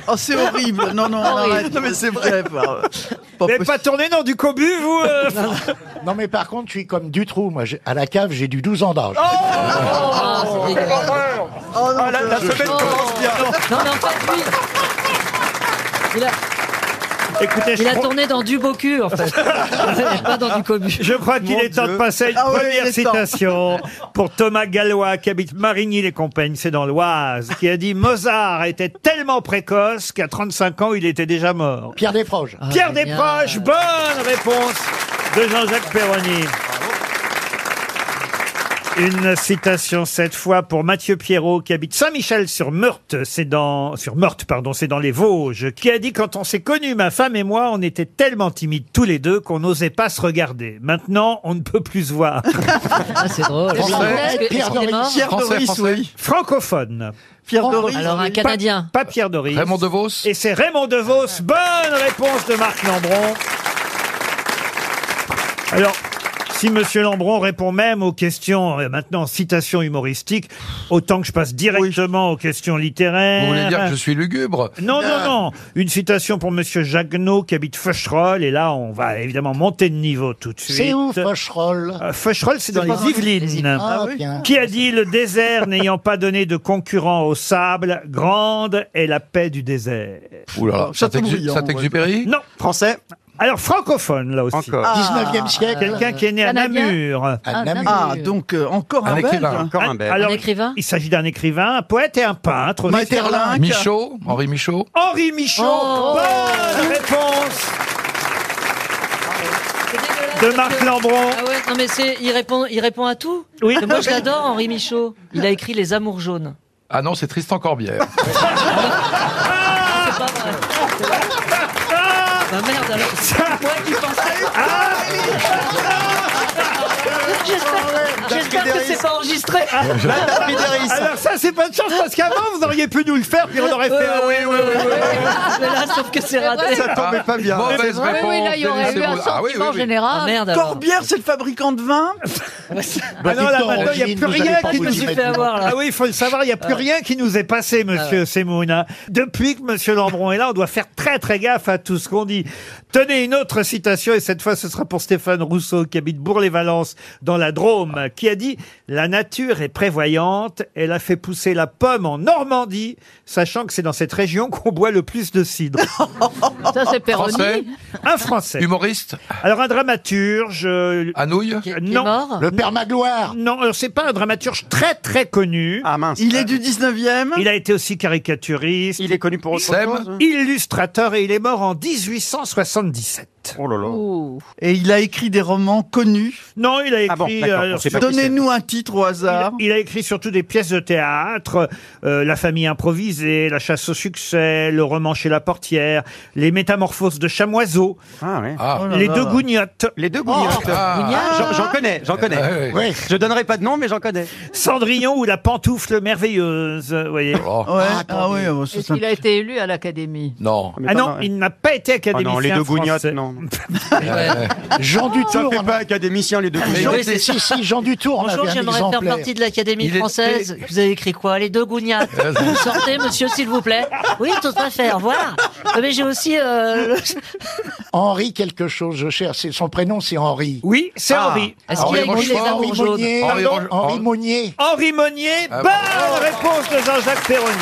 Speaker 1: Oh, c'est horrible. Non, non,
Speaker 12: arrête.
Speaker 1: non, mais c'est vrai. Vous n'avez pas tourné, non, du Cobu, vous euh
Speaker 28: Non, mais par contre, je suis comme Dutroux. Moi, j'ai- à la cave, j'ai du 12 ans d'âge.
Speaker 5: Oh
Speaker 6: Oh,
Speaker 12: non, la, la semaine commence bien.
Speaker 6: Non, mais enfin, lui, il a,
Speaker 1: Écoutez, je
Speaker 6: il a
Speaker 1: crois-
Speaker 6: tourné dans du beau cul, en fait. Et pas dans du Cobu.
Speaker 1: Je crois qu'il est temps de passer à une première citation pour Thomas Gallois, qui habite Marigny-les-Compagnes, c'est dans l'Oise, qui a dit Mozart était tellement précoce qu'à 35 ans, il était déjà mort.
Speaker 28: Pierre Desproges.
Speaker 1: Pierre
Speaker 6: Ah,
Speaker 1: Desproges, bonne réponse de Jean-Jacques Perroni. Une citation cette fois pour Mathieu Pierrot qui habite Saint-Michel sur Meurthe, c'est dans sur Meurthe pardon, c'est dans les Vosges, qui a dit quand on s'est connus ma femme et moi, on était tellement timides tous les deux qu'on n'osait pas se regarder. Maintenant, on ne peut plus se voir.
Speaker 6: Ah, c'est drôle.
Speaker 1: Français.
Speaker 6: Est-ce que- est-ce qu'il est mort
Speaker 1: Francophone.
Speaker 6: Pierre Doris. Alors, un Canadien.
Speaker 1: Pas, pas Pierre Doris. Raymond
Speaker 22: DeVos.
Speaker 1: Et c'est Raymond DeVos. Bonne réponse de Marc Lambron. Alors, si Monsieur Lambron répond même aux questions, euh, maintenant, citations humoristiques, autant que je passe directement aux questions littéraires.
Speaker 22: Vous voulez dire que je suis lugubre
Speaker 1: Non, non, non. Une citation pour Monsieur Jagneau qui habite Feucherolles. Et là, on va évidemment monter de niveau tout de suite.
Speaker 28: C'est où, Faucherolles
Speaker 1: Euh, Feucherolles, c'est dans
Speaker 28: C'est pas dans
Speaker 1: les Yvelines.
Speaker 28: les Yvelines. Ah, Ah oui. tiens.
Speaker 1: Qui a dit le désert n'ayant pas donné de concurrent au sable, grande est la paix du désert.
Speaker 22: Ouh là là, Châteaubriand, Saint-Exu- Saint-Exupéry ouais.
Speaker 1: Non. Français Alors francophone là aussi.
Speaker 22: Encore. Ah,
Speaker 28: 19e siècle.
Speaker 1: Quelqu'un qui est né à
Speaker 28: Canadien
Speaker 1: Namur.
Speaker 28: Ah, Namur. Ah,
Speaker 1: donc euh, encore
Speaker 28: un Un Belge. écrivain. Encore un Belge.
Speaker 1: Alors,
Speaker 28: Un
Speaker 1: écrivain. Il s'agit d'un écrivain, un poète et un peintre. Oh,
Speaker 22: Maeterlinck. Michaud, Henri Michaud.
Speaker 1: Henri Michaud.
Speaker 6: Oh.
Speaker 1: Bonne réponse. De Marc Lambron.
Speaker 6: Ah ouais, non mais c'est, il répond, il répond à tout.
Speaker 1: Oui.
Speaker 6: Mais moi je l'adore, Henri Michaud. Il a écrit Les Amours jaunes.
Speaker 22: Ah non, c'est Tristan Corbière.
Speaker 6: Bah merde alors. Moi qui pensais. J'espère, j'espère que c'est pas
Speaker 1: enregistré Ah,
Speaker 12: Madame Médéris.
Speaker 1: Alors ça, c'est pas de chance, parce qu'avant, vous auriez pu nous le faire, puis on aurait fait...
Speaker 6: Ouais,
Speaker 1: ah
Speaker 6: ouais, ouais, ouais, ouais. Euh, Mais là, sauf que c'est raté.
Speaker 1: Ça tombait pas bien.
Speaker 6: Mauvaise
Speaker 1: C'est vrai.
Speaker 6: réponse, Oui, oui, là, il y aurait Denis eu un Semoun. Ah oui, sentiment oui, oui. général. Ah, merde, alors.
Speaker 4: Corbière, c'est le fabricant de vin Bah,
Speaker 1: Ah non,
Speaker 6: Bah,
Speaker 1: là, maintenant, il n'y a
Speaker 4: Gilles,
Speaker 1: plus
Speaker 4: vous
Speaker 1: rien
Speaker 4: avez pas
Speaker 1: qui
Speaker 4: voulu
Speaker 1: nous
Speaker 4: y mettre.
Speaker 1: Ah oui, il faut le savoir, il n'y a plus
Speaker 4: Ah.
Speaker 1: rien qui nous est passé, monsieur Semoun. hein. Depuis que monsieur Lambron est là, on doit faire très très gaffe à tout ce qu'on dit. Tenez une autre citation, et cette fois, ce sera pour Stéphane Rousseau, qui habite Bourg-les-Valences, dans la Drôme, qui a dit « La nature est prévoyante, elle a fait pousser la pomme en Normandie, sachant que c'est dans cette région qu'on boit le plus de cidre. »
Speaker 33: Ça, c'est Péroni.
Speaker 1: Un Français. Humoriste. Alors un dramaturge. Anouille. Non.
Speaker 33: mort Le
Speaker 1: père Magloire. Non, alors, c'est pas un dramaturge très très connu. Ah mince. Il est du 19e. Il a été aussi caricaturiste. Il est connu pour
Speaker 4: autre Sem. chose
Speaker 1: Illustrateur et il est mort en 1877. Oh là là.
Speaker 4: Et il a écrit des romans connus.
Speaker 1: Non, il a
Speaker 12: Ah
Speaker 1: écrit.
Speaker 4: bon, d'accord,
Speaker 1: euh,
Speaker 4: on sait
Speaker 1: sur-
Speaker 4: pas qui Donnez-nous un titre au hasard.
Speaker 1: Il, il a écrit surtout des pièces de théâtre, euh, La famille improvisée, La chasse au succès, Le roman chez la portière, Les métamorphoses de chamoiseau,
Speaker 12: Oh là
Speaker 1: Les
Speaker 12: là.
Speaker 1: deux gougnottes.
Speaker 12: Les deux gougnottes. Ah, J'en- J'en connais, j'en connais.
Speaker 1: Ah, oui. Oui.
Speaker 12: Je donnerai pas de nom, mais j'en connais.
Speaker 1: Cendrillon ou la pantoufle merveilleuse, vous voyez.
Speaker 14: Oh.
Speaker 12: Ah,
Speaker 14: Ah,
Speaker 1: ah
Speaker 4: Ah oh,
Speaker 33: Est-ce qu'il a été élu à l'Académie
Speaker 1: Non.
Speaker 12: Mais
Speaker 1: oh, Ah
Speaker 12: pas
Speaker 1: non,
Speaker 12: mal.
Speaker 1: il n'a pas été académicien.
Speaker 12: Oh non, les deux
Speaker 1: français.
Speaker 12: gougnottes, non.
Speaker 28: Jean
Speaker 12: Ça
Speaker 28: Dutour,
Speaker 12: fait
Speaker 28: on
Speaker 12: pas académicien, les deux
Speaker 28: Jean,
Speaker 12: gougnottes.
Speaker 28: si, si, si, Jean Dutour, on
Speaker 33: Bonjour,
Speaker 28: avait un
Speaker 33: j'aimerais faire
Speaker 28: exemplaire.
Speaker 33: partie de l'Académie
Speaker 28: Il est-
Speaker 33: française. Vous avez écrit quoi Les deux gougnates. Vous sortez, monsieur, s'il vous plaît. Oui, tout à fait, au revoir. Euh, Mais j'ai aussi... euh,
Speaker 28: Henri quelque chose, je cherche. c'est- Son prénom, c'est Henri.
Speaker 1: Oui, c'est
Speaker 28: Ah.
Speaker 1: Henri.
Speaker 28: Henri. Rochefort, Henri Monnier.
Speaker 1: Henri,
Speaker 28: Pardon, Henri Ah. Monnier.
Speaker 1: Henri Monnier.
Speaker 28: Ah,
Speaker 1: bonne
Speaker 28: bravo.
Speaker 1: réponse de Jean-Jacques Perroni.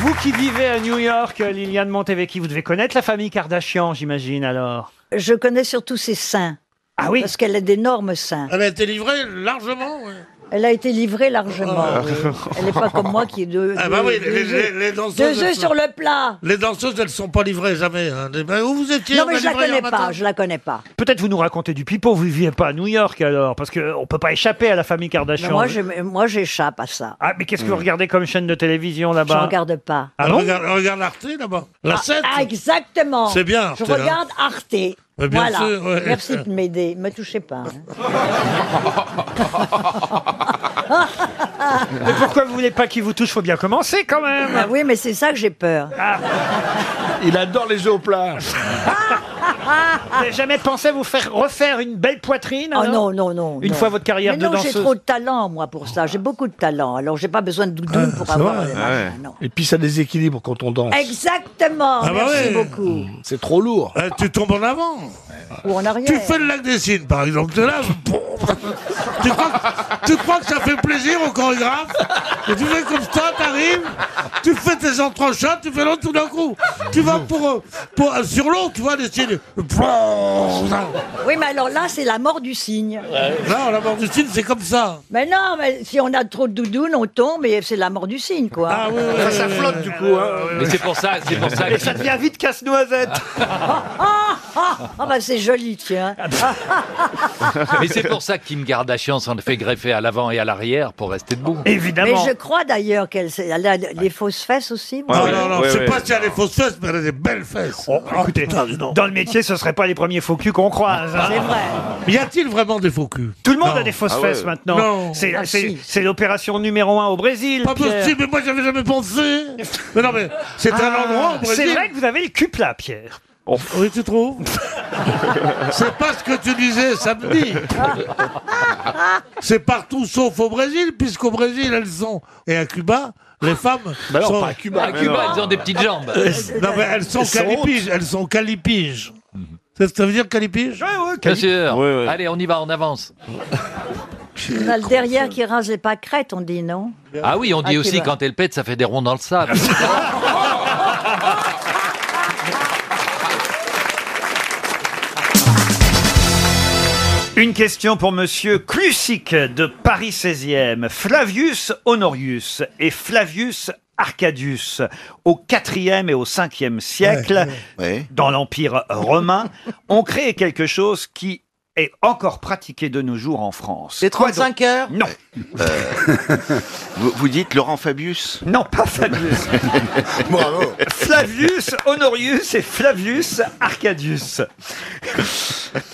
Speaker 1: Vous qui vivez à New York, Liliane Montevecchi, vous devez connaître la famille Kardashian, j'imagine alors.
Speaker 9: Je connais surtout ses seins.
Speaker 1: Ah oui
Speaker 9: Parce qu'elle a d'énormes seins.
Speaker 21: Ah, Elle a été livrée largement. ouais.
Speaker 9: Elle a été livrée largement.
Speaker 21: Ah.
Speaker 9: oui. Elle n'est pas comme moi qui ai deux,
Speaker 21: Ah
Speaker 9: deux-
Speaker 21: bah oui,
Speaker 9: deux
Speaker 21: les, les-
Speaker 9: œufs-
Speaker 21: les danseuses.
Speaker 9: deux
Speaker 21: elles
Speaker 9: œufs
Speaker 21: sont-
Speaker 9: sur le plat.
Speaker 21: Les danseuses, elles ne sont pas livrées jamais. hein. Eh ben, où vous étiez
Speaker 9: non
Speaker 21: on
Speaker 9: mais
Speaker 21: a
Speaker 9: je la
Speaker 21: livré hier
Speaker 9: connais
Speaker 21: matin.
Speaker 9: pas, je la connais pas.
Speaker 1: Peut-être vous nous racontez du pipeau, vous ne vivez pas à New York alors, parce qu'on ne peut pas échapper à la famille
Speaker 9: Mais
Speaker 1: Kardashian.
Speaker 9: moi, je- moi, j'échappe à ça.
Speaker 1: Ah, mais qu'est-ce que vous regardez comme chaîne de télévision
Speaker 9: Je
Speaker 1: là-bas
Speaker 9: regarde pas.
Speaker 1: Ah bon
Speaker 21: regarde, regarde Arte là-bas. La
Speaker 9: Ah,
Speaker 21: 7.
Speaker 9: ah, exactement.
Speaker 21: C'est bien, Arte,
Speaker 9: Je
Speaker 21: hein.
Speaker 9: regarde Arte.
Speaker 21: Mais bien
Speaker 9: voilà.
Speaker 21: sûr, ouais.
Speaker 9: Merci de m'aider. Me touchez pas. hein.
Speaker 1: Ah. Mais pourquoi vous voulez pas qu'il vous touche Faut bien commencer quand même. Ah.
Speaker 9: Ah oui, mais c'est ça que j'ai peur.
Speaker 1: Il adore les œufs au plat.
Speaker 9: hein. Ah.
Speaker 1: vous n'avez jamais pensé à vous faire refaire une belle poitrine
Speaker 9: Oh
Speaker 1: alors
Speaker 9: non, non, non.
Speaker 1: Une
Speaker 9: non.
Speaker 1: fois votre carrière
Speaker 9: Mais
Speaker 1: de
Speaker 9: non, j'ai
Speaker 1: danseuse.
Speaker 9: trop de talent, moi, pour ça. J'ai beaucoup de talent. Alors, j'ai pas besoin de doudoune
Speaker 1: Ah,
Speaker 21: Ah.
Speaker 9: pour avoir. euh,
Speaker 26: Et puis ça déséquilibre quand on danse.
Speaker 9: Exactement.
Speaker 21: Ah bah
Speaker 9: Merci
Speaker 21: ouais.
Speaker 9: beaucoup.
Speaker 26: C'est trop lourd.
Speaker 21: Euh, tu tombes en avant.
Speaker 9: Ou en arrière.
Speaker 21: Tu fais le lac des signes, par exemple. T'es là, boum. tu, crois, tu crois que ça fait plaisir au chorégraphe Et tu fais comme ça, t'arrives, tu fais tes entrechats, tu fais l'autre tout d'un coup. Tu vas pour, euh, pour, euh, sur l'autre, tu vois, les signes. Non,
Speaker 9: Oui, mais alors là, c'est la mort du cygne.
Speaker 21: la mort du signe, c'est comme ça.
Speaker 9: Mais non, mais si on a trop de doudoune, on tombe et c'est la mort du cygne, quoi.
Speaker 21: Ah, oui, oui, oui, oui.
Speaker 1: du coup. hein.
Speaker 3: Mais c'est pour ça, c'est pour ça
Speaker 1: Et
Speaker 3: que-
Speaker 1: ça devient vite casse-noisette.
Speaker 9: Ah, ah, ah, bah c'est joli, tiens.
Speaker 3: Ah, bah. Mais c'est pour ça que Kim Kardashian s'en fait greffer à l'avant et à l'arrière pour rester debout.
Speaker 9: Mais je crois d'ailleurs qu'elle s'est- elle a les fausses fesses aussi.
Speaker 3: Ah
Speaker 9: moi.
Speaker 21: non, non, non, je sais pas si elle a des fausses fesses, mais elle a des belles fesses.
Speaker 1: Oh,
Speaker 21: Ah,
Speaker 1: Écoutez, dans le métier, ce ne seraient pas les premiers faux culs qu'on croise. hein.
Speaker 21: Y a-t-il vraiment des faux culs
Speaker 1: Tout le monde
Speaker 21: Non.
Speaker 1: a des fausses
Speaker 21: Ah ouais.
Speaker 1: fesses maintenant.
Speaker 21: Non.
Speaker 1: C'est
Speaker 21: Ah,
Speaker 1: c'est-
Speaker 21: si.
Speaker 1: c'est l'opération numéro un au Brésil.
Speaker 21: Pas
Speaker 1: Pierre.
Speaker 21: possible, mais moi j'avais jamais pensé. Mais non, mais c'est un
Speaker 1: Ah,
Speaker 21: endroit au Brésil.
Speaker 1: C'est vrai que vous avez le cul plat, Pierre.
Speaker 3: Oh.
Speaker 21: Oui, tu trouves C'est pas ce que tu disais samedi. C'est partout sauf au Brésil, puisqu'au Brésil, elles sont. Et à Cuba, les femmes.
Speaker 3: Bah non,
Speaker 21: sont...
Speaker 3: pas à Cuba. À Mais Cuba, non. elles ont des petites jambes.
Speaker 21: Euh, non, mais elles sont
Speaker 3: Elles sont Mhm.
Speaker 21: calipiges. Elles sont calipiges. Ça, ça veut dire calipiges
Speaker 1: Oui,
Speaker 3: Bien sûr. Allez, on y va, on avance.
Speaker 9: On a le derrière qui rase les pâquerettes, on dit, non
Speaker 3: Ah oui, on dit
Speaker 9: Ah, tu
Speaker 3: aussi
Speaker 9: vois.
Speaker 3: quand elle pète, ça fait des ronds dans le sable.
Speaker 1: Une question pour Monsieur Clusic de Paris 16e. Flavius Honorius et Flavius Arcadius, au 4e et au 5e siècle, dans l'Empire romain, ont créé quelque chose qui est encore pratiquée de nos jours en France.
Speaker 7: Les
Speaker 1: Quoi donc
Speaker 7: 35 heures
Speaker 1: Non.
Speaker 5: Euh, vous, vous dites Laurent Fabius
Speaker 1: Non, pas Fabius.
Speaker 5: Bravo.
Speaker 1: Flavius Honorius et Flavius Arcadius. Euh,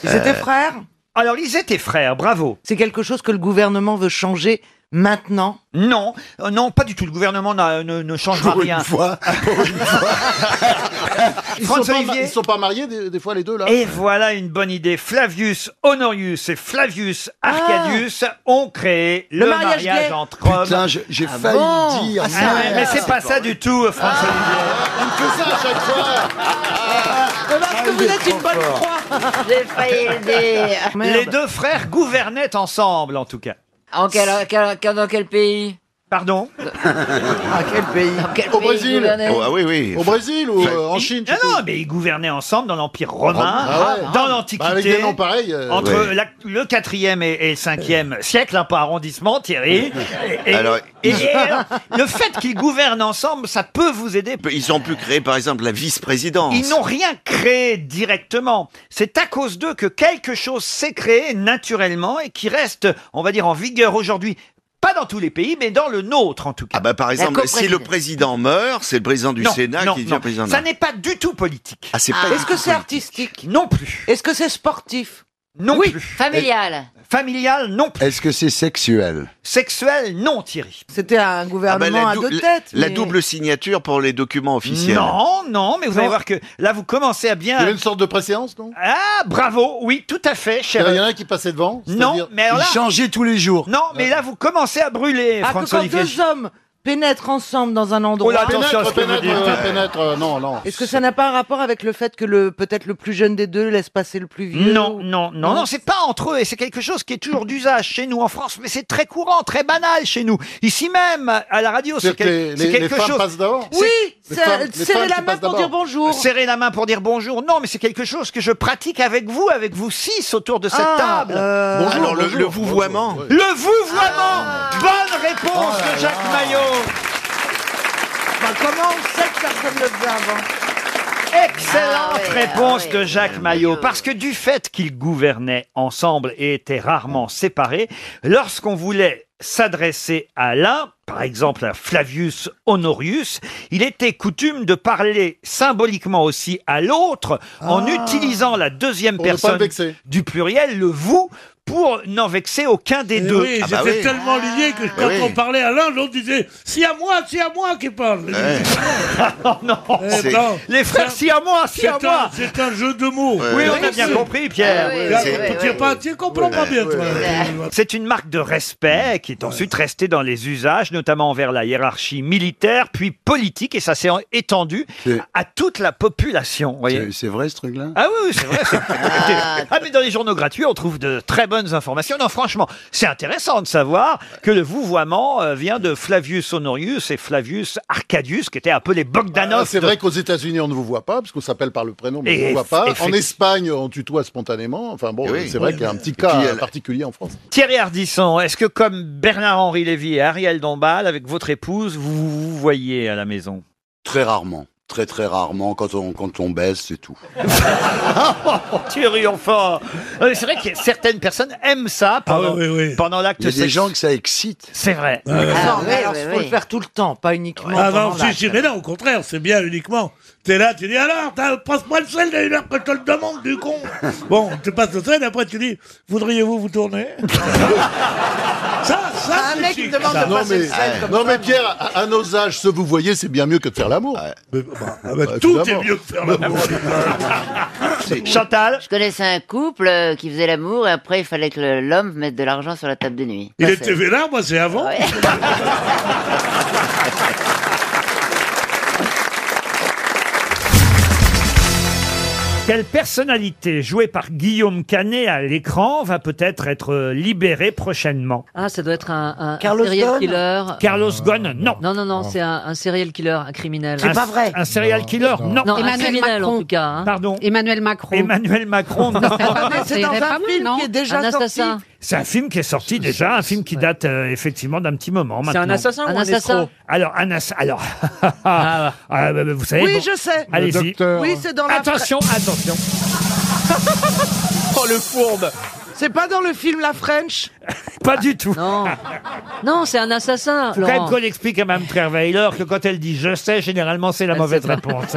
Speaker 7: Ils étaient frères
Speaker 1: Alors, ils étaient frères, bravo.
Speaker 7: C'est quelque chose que le gouvernement veut changer maintenant
Speaker 1: Non, euh, non, pas du tout. Le gouvernement n'a- ne, ne changera
Speaker 7: Pour une
Speaker 1: rien.
Speaker 7: fois,
Speaker 28: Ils sont,
Speaker 1: Franz
Speaker 28: pas,
Speaker 1: Olivier.
Speaker 28: ils sont pas mariés des, des fois les deux là
Speaker 1: Et voilà une bonne idée. Flavius Honorius et Flavius Arcadius ont créé le,
Speaker 28: Le mariage gay.
Speaker 1: entre hommes.
Speaker 28: Putain, j'ai- j'ai failli
Speaker 1: bon
Speaker 28: dire
Speaker 1: Ah,
Speaker 28: ça.
Speaker 1: ouais, mais c'est pas ça du tout, François
Speaker 28: Il me fait ça à chaque fois
Speaker 7: Ah, que vous êtes une bonne
Speaker 1: croix.
Speaker 7: ah.
Speaker 10: J'ai failli aider.
Speaker 1: Les deux frères gouvernaient ensemble, en tout cas.
Speaker 10: En quel, quel- quel- dans quel pays
Speaker 1: Pardon
Speaker 28: À
Speaker 10: quel pays quel
Speaker 28: Au
Speaker 10: pays
Speaker 28: Brésil
Speaker 10: gouvernait
Speaker 28: Oh, ah oui, oui. Au Brésil ou, euh, en Chine,
Speaker 1: Non, non, mais ils gouvernaient ensemble dans l'Empire romain,
Speaker 28: Ah ouais.
Speaker 1: dans
Speaker 28: Bah, avec des
Speaker 1: l'Antiquité,
Speaker 28: noms pareils, euh,
Speaker 1: entre
Speaker 28: ouais.
Speaker 1: la- le 4e et, et le 5e siècle, hein, par arrondissement, Thierry. Et, et-
Speaker 5: Alors,
Speaker 1: et-
Speaker 5: ils-
Speaker 1: et alors, le fait qu'ils gouvernent ensemble, ça peut vous aider.
Speaker 5: Ils ont pu créer, par exemple, la vice-présidence.
Speaker 1: Ils n'ont rien créé directement. C'est à cause d'eux que quelque chose s'est créé naturellement et qui reste, on va dire, en vigueur aujourd'hui. Pas dans tous les pays, mais dans le nôtre en tout cas.
Speaker 5: Ah bah, par exemple, si le président meurt, c'est le président du
Speaker 1: Non,
Speaker 5: Sénat
Speaker 1: non,
Speaker 5: qui devient
Speaker 1: non.
Speaker 5: président. de
Speaker 1: Ça
Speaker 5: la-
Speaker 1: n'est pas du tout politique.
Speaker 5: Ah, c'est pas du
Speaker 7: Est-ce que
Speaker 5: tout
Speaker 7: c'est
Speaker 5: politique.
Speaker 7: artistique
Speaker 1: Non plus.
Speaker 7: Est-ce que c'est sportif
Speaker 1: Non plus.
Speaker 10: Familial.
Speaker 1: Familial, non plus.
Speaker 11: Est-ce que c'est sexuel
Speaker 1: Sexuel, non, Thierry.
Speaker 7: C'était un
Speaker 5: Ah bah,
Speaker 7: gouvernement
Speaker 5: la, dou- la- la double signature pour les documents officiels.
Speaker 1: Non, non, mais vous allez voir que là, vous commencez à bien.
Speaker 28: Il y avait une sorte de préséance, non
Speaker 1: Ah, bravo, oui, tout à fait,
Speaker 28: Il y
Speaker 1: cher.
Speaker 28: en a qui passaient devant
Speaker 1: Non, mais alors là.
Speaker 28: tous les jours.
Speaker 1: Non, mais là, vous commencez à brûler,
Speaker 7: Ah, que
Speaker 1: François
Speaker 7: quand
Speaker 1: Olivier.
Speaker 7: deux hommes pénètrent ensemble dans un endroit.
Speaker 1: Oh là, attention à ce que vous
Speaker 28: Pénètre,
Speaker 1: dites.
Speaker 28: euh, pénètre, euh, non, non.
Speaker 7: Est-ce que ça n'a pas un rapport avec le fait que le peut-être le plus jeune des deux laisse passer le plus vieux
Speaker 1: Non, non, non, non, c'est pas entre eux et c'est quelque chose qui est toujours d'usage chez nous en France, mais c'est très courant, très banal chez nous. Ici même, à la radio, c'est
Speaker 28: C'est-à-dire que
Speaker 1: quel-
Speaker 28: les-
Speaker 1: c'est
Speaker 28: les- les
Speaker 1: quelque
Speaker 28: femmes
Speaker 1: chose.
Speaker 28: passent d'abord
Speaker 1: C'est-
Speaker 7: Oui, c'est-
Speaker 28: Les femmes- les femmes
Speaker 7: serrer
Speaker 28: qui
Speaker 7: la main
Speaker 28: passent
Speaker 7: pour
Speaker 28: d'abord.
Speaker 7: dire bonjour.
Speaker 1: Serrer la main pour dire bonjour. Non, mais c'est quelque chose que je pratique avec vous, avec vous six autour de cette
Speaker 7: Ah,
Speaker 1: table.
Speaker 7: euh, Bonjour,
Speaker 5: Alors, le- bonjour, le vouvoiement. bonjour,
Speaker 1: Le vouvoiement Bonne réponse
Speaker 7: Ah. Oh là
Speaker 1: de Jacques
Speaker 7: là.
Speaker 1: Maillot.
Speaker 7: Bah, comment on sait que personne ne le faisait avant
Speaker 1: Ah
Speaker 7: Ah
Speaker 1: Excellente réponse de Jacques Maillot. Parce que du fait qu'ils gouvernaient ensemble et étaient rarement séparés, lorsqu'on voulait s'adresser à l'un, par exemple à Flavius Honorius, il était coutume de parler symboliquement aussi à l'autre
Speaker 21: Ah.
Speaker 1: en utilisant la deuxième
Speaker 28: Pour ne pas
Speaker 1: personne
Speaker 28: le vexer.
Speaker 1: du pluriel, le vous, pour n'en vexer aucun des deux.
Speaker 21: Eh
Speaker 1: Ah bah
Speaker 21: Oui, j'étais tellement lié que quand
Speaker 1: oui.
Speaker 21: on parlait à l'un, l'autre disait Si à moi, c'est à moi qui parle.
Speaker 1: Oh non,
Speaker 21: Eh ben,
Speaker 1: les frères, si à moi, si
Speaker 21: c'est
Speaker 1: à
Speaker 21: un-
Speaker 1: moi.
Speaker 21: C'est un jeu de mots.
Speaker 1: Oui, on a bien
Speaker 21: C'est-
Speaker 1: compris, Pierre.
Speaker 21: Ah,
Speaker 1: Oui,
Speaker 21: là,
Speaker 1: oui,
Speaker 21: tu-
Speaker 1: oui,
Speaker 21: tu
Speaker 1: oui.
Speaker 21: pas- tu comprends pas bien, toi.
Speaker 1: C'est une marque de respect qui est ensuite restée dans les usages, notamment envers la hiérarchie militaire, puis politique, et ça s'est en- étendu à toute la population. vous voyez.
Speaker 11: C'est vrai ce truc-là
Speaker 1: Ah oui, oui, c'est vrai. c'est- Écoutez, ah, mais dans les journaux gratuits, on trouve de très bonnes informations. Non, franchement, c'est intéressant de savoir que le vouvoiement euh, vient de Flavius Honorius et Flavius Arcadius, qui étaient un peu les Bogdanov.
Speaker 28: Ah, c'est vrai
Speaker 1: de-
Speaker 28: qu'aux États-Unis, on ne vous voit pas, parce qu'on s'appelle par le prénom, mais
Speaker 1: Et
Speaker 28: on ne vous voit pas. En
Speaker 1: effectivement.
Speaker 28: Espagne, on tutoie spontanément. Enfin bon,
Speaker 5: Et oui.
Speaker 28: c'est vrai
Speaker 5: Oui.
Speaker 28: qu'il y a un petit
Speaker 5: Et
Speaker 28: cas
Speaker 5: puis, elle-
Speaker 28: particulier en France.
Speaker 1: Thierry Ardisson, est-ce que comme Bernard-Henri Lévy et Ariel Dombal, avec votre épouse, vous vous voyez à la maison
Speaker 11: Très rarement. Très très rarement. Quand on, quand on baisse, c'est tout.
Speaker 1: Thierry, enfin Euh, C'est vrai que certaines personnes aiment ça pendant, pendant l'acte
Speaker 11: Il y a des
Speaker 1: sex-
Speaker 11: gens que ça excite.
Speaker 1: C'est vrai.
Speaker 7: Ah, mais alors, faut le faire tout le temps, pas uniquement.
Speaker 21: Ah
Speaker 7: pendant
Speaker 21: non, si,
Speaker 7: l'acte.
Speaker 21: si, mais non, au contraire, c'est bien uniquement. T'es là, tu dis alors, t'as- passe-moi le sel d'une heure que je te le demande, du con. Bon, tu passes le sel, après tu dis, voudriez-vous vous tourner Ça, ça,
Speaker 28: Un
Speaker 20: Ah,
Speaker 21: c'est
Speaker 28: mec
Speaker 21: chic,
Speaker 28: qui demande
Speaker 21: ça.
Speaker 28: de Ah, Non, passer mais- le sel comme non, ça, mais Pierre, à, à nos âges, se vous voyez, c'est bien mieux que de faire l'amour. bah, ah,
Speaker 21: tout est mieux que faire l'amour.
Speaker 1: Chantal
Speaker 10: Je connaissais un couple euh, qui faisait l'amour et après il fallait que le- l'homme mette de l'argent sur la table de nuit.
Speaker 21: Il
Speaker 10: Ça,
Speaker 21: était
Speaker 10: c'est-
Speaker 21: vénard, moi, c'est avant.
Speaker 1: Quelle personnalité jouée par Guillaume Canet à l'écran va peut-être être euh, libérée prochainement
Speaker 6: Ah, ça doit être un, un- un
Speaker 1: Carlos
Speaker 6: serial
Speaker 1: Ghosn
Speaker 6: killer. Euh,
Speaker 1: Carlos Ghosn, non.
Speaker 6: Non, non, non,
Speaker 10: Oh.
Speaker 6: c'est un, un serial killer, un criminel.
Speaker 1: Un- Un serial killer, non.
Speaker 6: Non, un
Speaker 8: Emmanuel
Speaker 6: criminel en
Speaker 8: Macron.
Speaker 6: tout cas. hein.
Speaker 1: Pardon.
Speaker 8: Emmanuel Macron.
Speaker 1: Emmanuel Macron, non.
Speaker 7: Ah,
Speaker 8: C'est dans un film qui est
Speaker 6: déjà Un sorti. assassin.
Speaker 1: C'est un film qui est sorti déjà, un film qui date euh, effectivement d'un petit moment
Speaker 6: C'est
Speaker 1: maintenant.
Speaker 6: un assassin ou Un un assassin escroc
Speaker 1: Alors, un ass- Alors, ah, bah, bah, vous savez.
Speaker 6: Oui,
Speaker 1: bon.
Speaker 6: je sais. Le
Speaker 1: Allez-y.
Speaker 6: docteur. Oui,
Speaker 1: c'est dans Attention, attention.
Speaker 2: Oh le fourbe
Speaker 30: C'est pas dans le film La French
Speaker 1: Pas du tout. Non.
Speaker 6: Non, c'est un assassin.
Speaker 1: Faut quand même
Speaker 6: Florent.
Speaker 1: qu'on explique à Mme Trerweiler que quand elle dit je sais, généralement c'est la mauvaise réponse.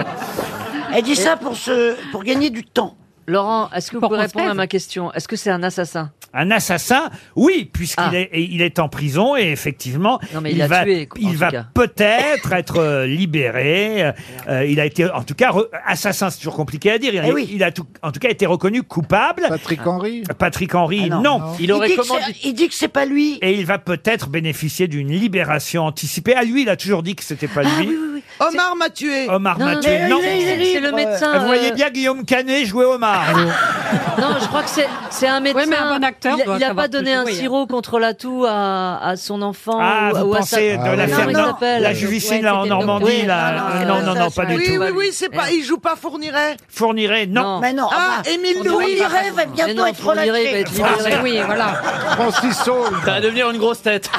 Speaker 20: Elle dit ça pour, se, pour gagner du temps.
Speaker 6: Laurent, est-ce que vous
Speaker 20: Pour
Speaker 6: pouvez
Speaker 20: qu'on se
Speaker 6: répondre à
Speaker 20: taise.
Speaker 6: ma question Est-ce que c'est un assassin
Speaker 1: Un assassin, oui, puisqu'il est, il est en prison et effectivement,
Speaker 6: Non, mais il a
Speaker 1: va,
Speaker 6: tué, quoi, en
Speaker 1: il
Speaker 6: tout
Speaker 1: va
Speaker 6: cas.
Speaker 1: peut-être être euh, libéré. Euh, euh, il a été, en tout cas, re- assassin, c'est toujours compliqué à dire. Il,
Speaker 20: Eh oui.
Speaker 1: il a tout- en tout cas été reconnu coupable. Patrick Henry. Patrick Henry, non.
Speaker 20: dit que c'est- Il dit que c'est pas lui.
Speaker 1: Et il va peut-être bénéficier d'une libération anticipée. À lui, il a toujours dit que c'était pas lui.
Speaker 30: Omar m'a tué.
Speaker 1: Omar m'a tué.
Speaker 30: Mais
Speaker 1: non.
Speaker 30: il est- il est
Speaker 6: C'est le
Speaker 30: libre.
Speaker 6: médecin.
Speaker 1: Vous voyez bien Guillaume Canet jouer Omar. vous.
Speaker 6: Non, je crois que c'est c'est un médecin.
Speaker 8: mais un bon acteur
Speaker 6: Il a-
Speaker 8: doit
Speaker 6: Il n'a
Speaker 8: savoir
Speaker 6: pas donné
Speaker 8: se
Speaker 6: un
Speaker 8: jouer, hein.
Speaker 6: sirop contre la toux à, à son enfant.
Speaker 1: Ah,
Speaker 6: ou,
Speaker 1: vous
Speaker 6: ou à
Speaker 1: pensez
Speaker 6: sa... Ah
Speaker 1: de l'affaire
Speaker 6: Comment il
Speaker 1: Nor-
Speaker 6: s'appelle euh,
Speaker 1: la Juvicine, là, en
Speaker 6: c'était le
Speaker 1: Normandie,
Speaker 6: docteur.
Speaker 1: là.
Speaker 6: Oui,
Speaker 1: Non,
Speaker 6: euh,
Speaker 1: non,
Speaker 6: ça,
Speaker 1: non,
Speaker 6: je
Speaker 1: pas du
Speaker 30: oui,
Speaker 1: tout.
Speaker 30: oui, oui, c'est pas. Il joue pas Fourniret.
Speaker 1: Fournirait, non.
Speaker 20: Mais non.
Speaker 30: Ah, Émile Louis.
Speaker 20: Fourniret va bientôt
Speaker 30: Mais non,
Speaker 20: être
Speaker 30: Fourniret
Speaker 20: relâché.
Speaker 30: va être libéré.
Speaker 20: Ah, oui, voilà.
Speaker 2: Francis Saul. Ça va devenir une grosse tête.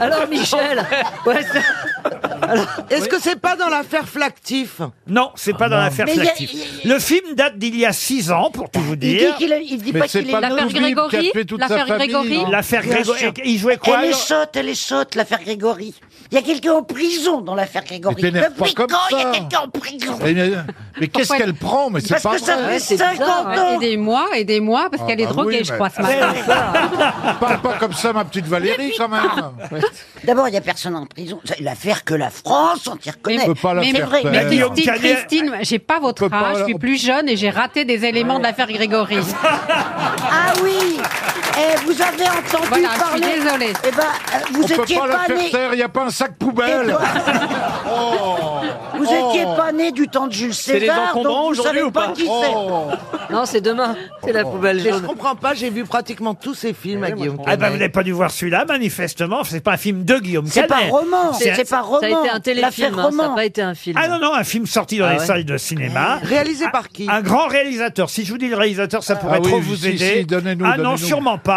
Speaker 30: Alors Michel. Est-ce que c'est pas dans l'affaire Flactif
Speaker 1: Non, c'est pas dans l'affaire
Speaker 30: Mais il y a-
Speaker 1: Flactif. Le film date d'il y a six ans, pour tout vous
Speaker 20: Il
Speaker 1: dire.
Speaker 20: dit qu'il est- il dit pas qu'il est
Speaker 8: L'affaire Grégory L'affaire Grégory
Speaker 1: L'affaire
Speaker 20: hein. Bien
Speaker 1: Grégory.
Speaker 20: sûr.
Speaker 1: Il jouait quoi
Speaker 20: Elle est
Speaker 1: alors
Speaker 20: sotte, elle est sotte, l'affaire Grégory. Il y a quelqu'un en prison dans l'affaire Grégory.
Speaker 2: Mais t'énerve pas
Speaker 20: Depuis
Speaker 2: comme
Speaker 20: quand il y
Speaker 2: ça.
Speaker 20: a quelqu'un en prison
Speaker 2: Mais, Eh, mais- mais qu'est-ce
Speaker 20: Pourquoi
Speaker 2: qu'elle
Speaker 20: elle-
Speaker 2: prend Mais c'est
Speaker 20: Parce
Speaker 2: pas
Speaker 20: que ça
Speaker 2: vrai.
Speaker 20: fait 50
Speaker 8: Et
Speaker 20: ans.
Speaker 8: des mois, et des mois, parce
Speaker 2: Ah,
Speaker 8: qu'elle est
Speaker 2: bah
Speaker 8: droguée,
Speaker 2: oui,
Speaker 8: je
Speaker 2: mais-
Speaker 8: crois,
Speaker 1: Eh,
Speaker 8: ce matin.
Speaker 2: Parle pas comme ça, ma petite Valérie, quand même.
Speaker 20: D'abord, il n'y a personne en prison. C'est L'affaire que la France entière connaît.
Speaker 2: peut pas la
Speaker 20: C'est
Speaker 2: faire
Speaker 20: vrai.
Speaker 2: taire.
Speaker 20: Mais
Speaker 2: Guillaume
Speaker 20: Christine-
Speaker 8: Christine,
Speaker 20: Christine-
Speaker 8: Christine, j'ai pas votre
Speaker 2: pas,
Speaker 8: âge, je suis
Speaker 2: on-
Speaker 8: plus jeune et j'ai raté des éléments de l'affaire Grégory.
Speaker 20: Ah oui Eh, Vous avez entendu
Speaker 8: Voilà, je suis
Speaker 20: parler
Speaker 8: désolée.
Speaker 20: Eh ben, euh, vous
Speaker 2: On peut
Speaker 20: étiez
Speaker 2: pas la
Speaker 20: pas,
Speaker 2: faire
Speaker 20: né...
Speaker 2: taire, il n'y a pas un sac poubelle.
Speaker 20: Vous étiez pas né du temps de Jules
Speaker 30: les
Speaker 20: César,
Speaker 30: encombrants
Speaker 20: donc vous
Speaker 30: aujourd'hui
Speaker 20: savez
Speaker 30: ou
Speaker 20: pas,
Speaker 30: pas
Speaker 20: qui
Speaker 30: Oh.
Speaker 6: Non, c'est demain. C'est la poubelle
Speaker 30: Mais je
Speaker 6: jaune.
Speaker 30: comprends pas, j'ai vu pratiquement tous ces films à
Speaker 2: Eh
Speaker 30: Guillaume.
Speaker 1: Ah ben vous n'avez pas dû voir celui-là, manifestement. C'est pas un film de Guillaume
Speaker 20: C'est pas
Speaker 1: Canet.
Speaker 20: roman, c'est pas roman.
Speaker 6: Ça a été un
Speaker 20: L'affaire
Speaker 6: téléfilm, hein, ça
Speaker 20: roman.
Speaker 6: n'a pas été un film.
Speaker 1: Ah non, non, un film sorti dans
Speaker 6: Ah
Speaker 1: les
Speaker 6: ouais.
Speaker 1: salles de cinéma.
Speaker 30: Réalisé par qui
Speaker 1: Un grand réalisateur. Si je vous dis le réalisateur, ça pourrait
Speaker 2: Ah oui,
Speaker 1: trop
Speaker 2: oui,
Speaker 1: vous
Speaker 2: si,
Speaker 1: aider.
Speaker 2: si, donnez-nous,
Speaker 1: ah non,
Speaker 2: donnez-nous.
Speaker 1: sûrement pas.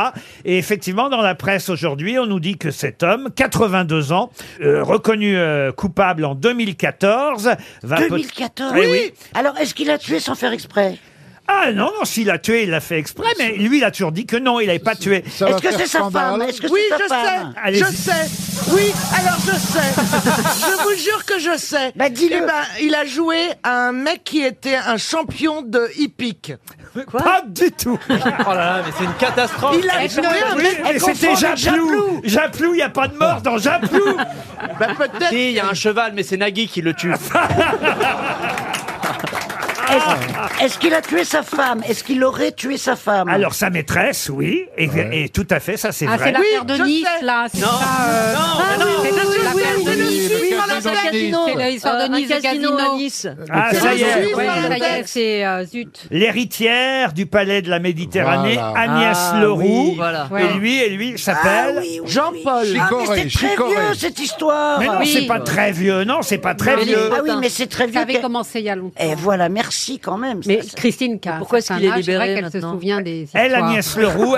Speaker 1: Et effectivement, dans la presse aujourd'hui, on nous dit que cet homme, 82 ans, euh, reconnu euh, coupable en 2014, va peut-
Speaker 20: 2014
Speaker 1: Eh oui.
Speaker 20: Alors, est-ce qu'il a tué sans faire exprès
Speaker 1: Ah non, non, s'il a tué, il l'a fait exprès, mais lui, il a toujours dit que non, il n'avait pas tué.
Speaker 2: Ça va
Speaker 20: Est-ce que
Speaker 2: faire
Speaker 20: c'est sa
Speaker 2: scandale.
Speaker 20: femme Est-ce que
Speaker 30: Oui,
Speaker 20: c'est sa
Speaker 30: je
Speaker 20: femme
Speaker 30: sais,
Speaker 1: Allez-y.
Speaker 30: je sais. Oui, alors je sais. je vous jure que je sais.
Speaker 20: Bah, dis-le.
Speaker 30: Eh ben, il a joué à un mec qui était un champion de hippique.
Speaker 1: Pas du tout.
Speaker 13: Oh là là, mais c'est une catastrophe.
Speaker 30: Il a
Speaker 20: Eh
Speaker 30: joué
Speaker 20: ben,
Speaker 30: à un
Speaker 1: Oui,
Speaker 30: mec.
Speaker 1: mais c'était Japlou. Japlou, il n'y a pas de mort dans Japlou.
Speaker 30: Bah, peut-être.
Speaker 13: Si, il y a un cheval, mais c'est Nagui qui le tue.
Speaker 20: Est-ce est-ce qu'il a tué sa femme Est-ce qu'il aurait tué sa femme
Speaker 1: Alors sa maîtresse, oui, et, et tout à fait, ça c'est
Speaker 8: Ah, c'est
Speaker 1: vrai.
Speaker 8: l'affaire de
Speaker 30: je
Speaker 8: Nice,
Speaker 30: sais.
Speaker 8: là. c'est ça, euh,
Speaker 30: Ah oui, oui, oui,
Speaker 8: la
Speaker 30: oui,
Speaker 8: perte
Speaker 30: oui,
Speaker 8: de
Speaker 30: oui,
Speaker 8: Nice.
Speaker 30: oui,
Speaker 2: Le
Speaker 30: dans
Speaker 2: casino
Speaker 30: l'affaire
Speaker 2: de Nice.
Speaker 8: C'est l'histoire de
Speaker 6: Euh, un
Speaker 8: Nice, le casino.
Speaker 6: à Nice.
Speaker 1: Ah, ça y est.
Speaker 30: Suisse,
Speaker 8: Ouais,
Speaker 30: voilà,
Speaker 8: ça y est,
Speaker 30: peut-être.
Speaker 8: c'est euh, zut.
Speaker 1: L'héritière du palais de la Méditerranée,
Speaker 2: Voilà.
Speaker 1: Agnès
Speaker 6: Ah,
Speaker 1: Leroux.
Speaker 6: oui, voilà.
Speaker 1: Et
Speaker 8: Ouais.
Speaker 1: lui, et lui, il s'appelle.
Speaker 20: Ah oui, oui,
Speaker 30: Jean-Paul.
Speaker 20: oui. Ah, mais
Speaker 2: Chicorée,
Speaker 20: c'est très
Speaker 2: Chicorée.
Speaker 20: vieux cette histoire.
Speaker 1: Mais non,
Speaker 8: Oui.
Speaker 1: c'est pas très vieux. Non, c'est pas très
Speaker 6: Non, mais-
Speaker 1: vieux.
Speaker 20: Ah oui, mais c'est très
Speaker 8: Ça
Speaker 20: vieux.
Speaker 8: avait
Speaker 20: que-
Speaker 8: commencé il y a longtemps.
Speaker 20: Eh voilà, merci quand même.
Speaker 8: Mais
Speaker 20: Ça, ça-
Speaker 8: Christine, qui a un
Speaker 6: Pourquoi est-ce
Speaker 8: certain
Speaker 6: qu'il est
Speaker 8: âge, c'est vrai
Speaker 6: libéré
Speaker 8: qu'elle se
Speaker 6: maintenant
Speaker 8: souvient des.
Speaker 1: Elle,
Speaker 8: histoires.
Speaker 1: Agnès Leroux.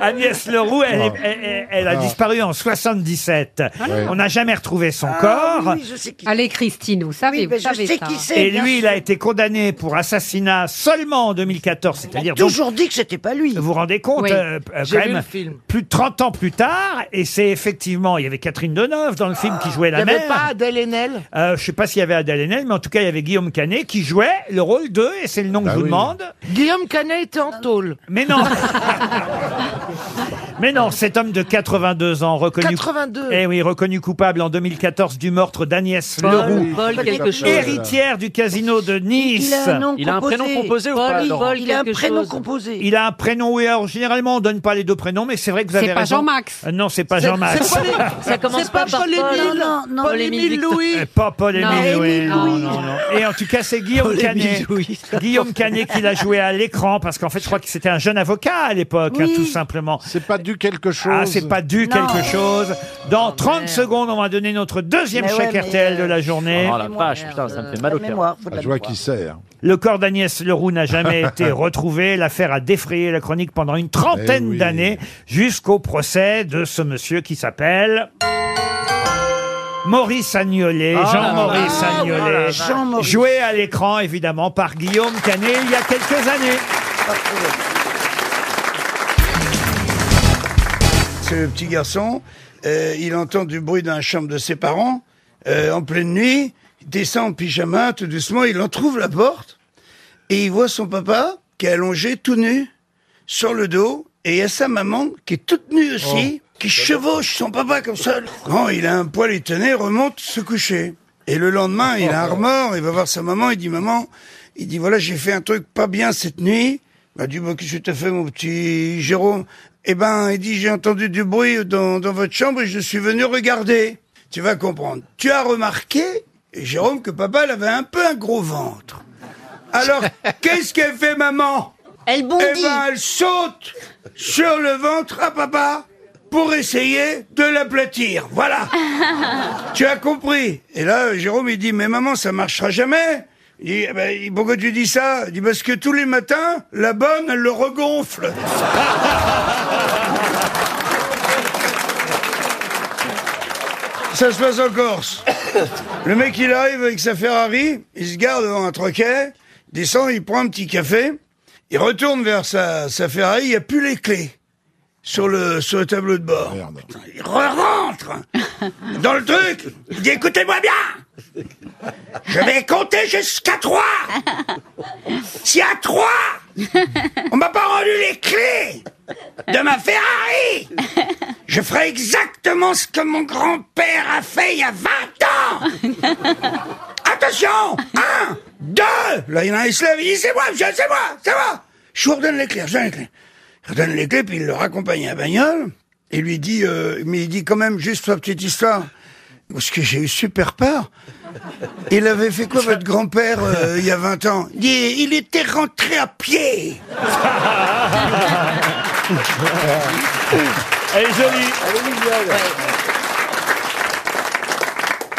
Speaker 1: Agnès Leroux, elle, est-
Speaker 2: Ah.
Speaker 1: elle- elle- elle a
Speaker 2: Ah.
Speaker 1: disparu en 77.
Speaker 2: Ouais.
Speaker 1: On n'a jamais retrouvé son
Speaker 20: Ah
Speaker 1: corps.
Speaker 20: oui, oui, je sais qui
Speaker 8: Allez, Christine, vous savez,
Speaker 20: Oui, mais
Speaker 8: vous
Speaker 20: je
Speaker 8: savez
Speaker 20: sais
Speaker 8: ça. hein.
Speaker 20: qui c'est.
Speaker 1: Et
Speaker 20: bien
Speaker 1: lui, il
Speaker 20: sûr.
Speaker 1: a été condamné pour assassinat seulement en 2014, c'est-à-dire donc,
Speaker 20: Toujours dit que c'était pas lui.
Speaker 1: Vous vous rendez compte,
Speaker 8: Oui.
Speaker 1: euh, euh,
Speaker 30: J'ai
Speaker 1: quand
Speaker 30: vu
Speaker 1: même,
Speaker 30: le film.
Speaker 1: plus de 30 ans plus tard, et c'est effectivement, il y avait Catherine Deneuve dans le film qui jouait
Speaker 30: Il
Speaker 1: la
Speaker 30: n'y
Speaker 1: mère.
Speaker 30: avait pas Adèle Haenel
Speaker 1: Euh, je sais pas s'il y avait Adèle Haenel, mais en tout cas, il y avait Guillaume Canet qui jouait le rôle de, et c'est le nom que
Speaker 2: Bah
Speaker 1: je vous
Speaker 2: oui.
Speaker 1: demande.
Speaker 30: Guillaume Canet était en tôle.
Speaker 1: Mais non Mais non, cet homme de 82 ans, reconnu...
Speaker 30: 82.
Speaker 1: Eh oui, reconnu coupable en 2014 du meurtre d'Agnès Leroux,
Speaker 6: Paul, Paul quelque chose.
Speaker 1: héritière du casino de Nice.
Speaker 20: Il a un nom
Speaker 13: Il a un
Speaker 20: composé.
Speaker 13: prénom composé ou
Speaker 6: Paul,
Speaker 13: pas
Speaker 6: il
Speaker 13: Laurent
Speaker 6: vole
Speaker 20: Il a un
Speaker 6: quelque
Speaker 20: prénom
Speaker 6: chose.
Speaker 20: composé.
Speaker 1: Il a un prénom, oui, alors généralement on donne pas les deux prénoms, mais c'est vrai que vous
Speaker 8: C'est
Speaker 1: avez
Speaker 8: pas
Speaker 1: raison.
Speaker 8: Jean-Max.
Speaker 1: Euh, Non, c'est pas
Speaker 30: C'est-
Speaker 1: Jean-Max.
Speaker 30: C'est pas les-
Speaker 6: Ça commence
Speaker 30: c'est pas
Speaker 6: pas par
Speaker 30: Paul
Speaker 6: Paul.
Speaker 30: Émile.
Speaker 20: Non, non,
Speaker 30: Paul
Speaker 6: non.
Speaker 30: Émile Louis.
Speaker 1: Eh, Pas Paul
Speaker 8: Non,
Speaker 1: Émile Louis.
Speaker 20: Émile
Speaker 1: Non,
Speaker 20: Louis.
Speaker 1: non, non. Et en tout cas, c'est Guillaume Canet. Guillaume Canet qui l'a joué à l'écran parce qu'en fait, je crois que c'était un jeune avocat à l'époque, hein,
Speaker 20: Oui.
Speaker 1: tout simplement.
Speaker 2: C'est pas du quelque chose.
Speaker 1: Ah, c'est pas dû
Speaker 20: Non.
Speaker 1: quelque chose. Dans 30
Speaker 6: merde.
Speaker 1: secondes, on va donner notre deuxième
Speaker 20: Mais euh, ouais,
Speaker 1: chèque
Speaker 20: mais,
Speaker 1: RTL de la journée.
Speaker 13: Oh la vache, putain, ça me fait mal
Speaker 20: La
Speaker 13: au cœur.
Speaker 20: mémoire, faut de
Speaker 2: Ah,
Speaker 20: la
Speaker 2: je vois
Speaker 20: mémoire.
Speaker 2: qui c'est. hein.
Speaker 1: Le corps d'Agnès Leroux n'a jamais été retrouvé. L'affaire a défrayé la chronique pendant une trentaine
Speaker 2: Eh oui.
Speaker 1: d'années jusqu'au procès de ce monsieur qui s'appelle Maurice Agnolet,
Speaker 19: Oh là
Speaker 1: Jean-Maurice
Speaker 19: là. Ah,
Speaker 1: Agnolet,
Speaker 19: oh la vache. Jean-Maurice.
Speaker 1: joué à l'écran évidemment par Guillaume Canet il y a quelques années.
Speaker 19: Ce petit garçon, euh, il entend du bruit dans la chambre de ses parents euh, en pleine nuit. Il descend en pyjama, tout doucement, il en trouve la porte et il voit son papa qui est allongé tout nu sur le dos et il y a sa maman qui est toute nue aussi, qui chevauche son papa comme ça. Quand il a un poil étonné, remonte se coucher. Et le lendemain, il a un remords, il va voir sa maman, il dit maman, il dit voilà j'ai fait un truc pas bien cette nuit. Elle dit bah, qu'est-ce que t'as fait mon petit Jérôme Eh ben il dit j'ai entendu du bruit dans, dans votre chambre et je suis venu regarder. Tu vas comprendre. Tu as remarqué Jérôme que papa il avait un peu un gros ventre. Alors, qu'est-ce qu'elle fait, maman Elle bondit. Eh ben, elle saute sur le ventre à papa pour essayer de l'aplatir. Voilà.
Speaker 14: Ah
Speaker 19: tu as compris. Et là, Jérôme, il dit, mais maman, ça marchera jamais. Il dit, Eh ben, pourquoi tu dis ça Il dit, parce que tous les matins, la bonne, elle le regonfle. Ça se passe en Corse. Le mec, il arrive avec sa Ferrari, il se gare devant un troquet, il descend, il prend un petit café, il retourne vers sa, sa Ferrari, il n'y a plus les clés sur le, sur le tableau de bord. Putain, Il re-rentre dans le truc. Il dit, écoutez-moi bien. Je vais compter jusqu'à trois. Si à trois, on m'a pas rendu les clés de ma Ferrari, je ferai exactement ce que mon grand-père a fait il y a 20 ans. Attention Un, deux Là, il y en a un, il se lève, il dit, c'est moi, monsieur, c'est moi, c'est moi Je vous redonne les clés, je vous donne les clés. Il redonne les clés, puis il le raccompagne à la bagnole, et lui dit, euh, mais il dit quand même, juste pour la petite histoire, parce que j'ai eu super peur. Il avait fait quoi votre grand-père euh, il y a 20 ans Il dit, il était rentré à pied
Speaker 1: Elle est jolie.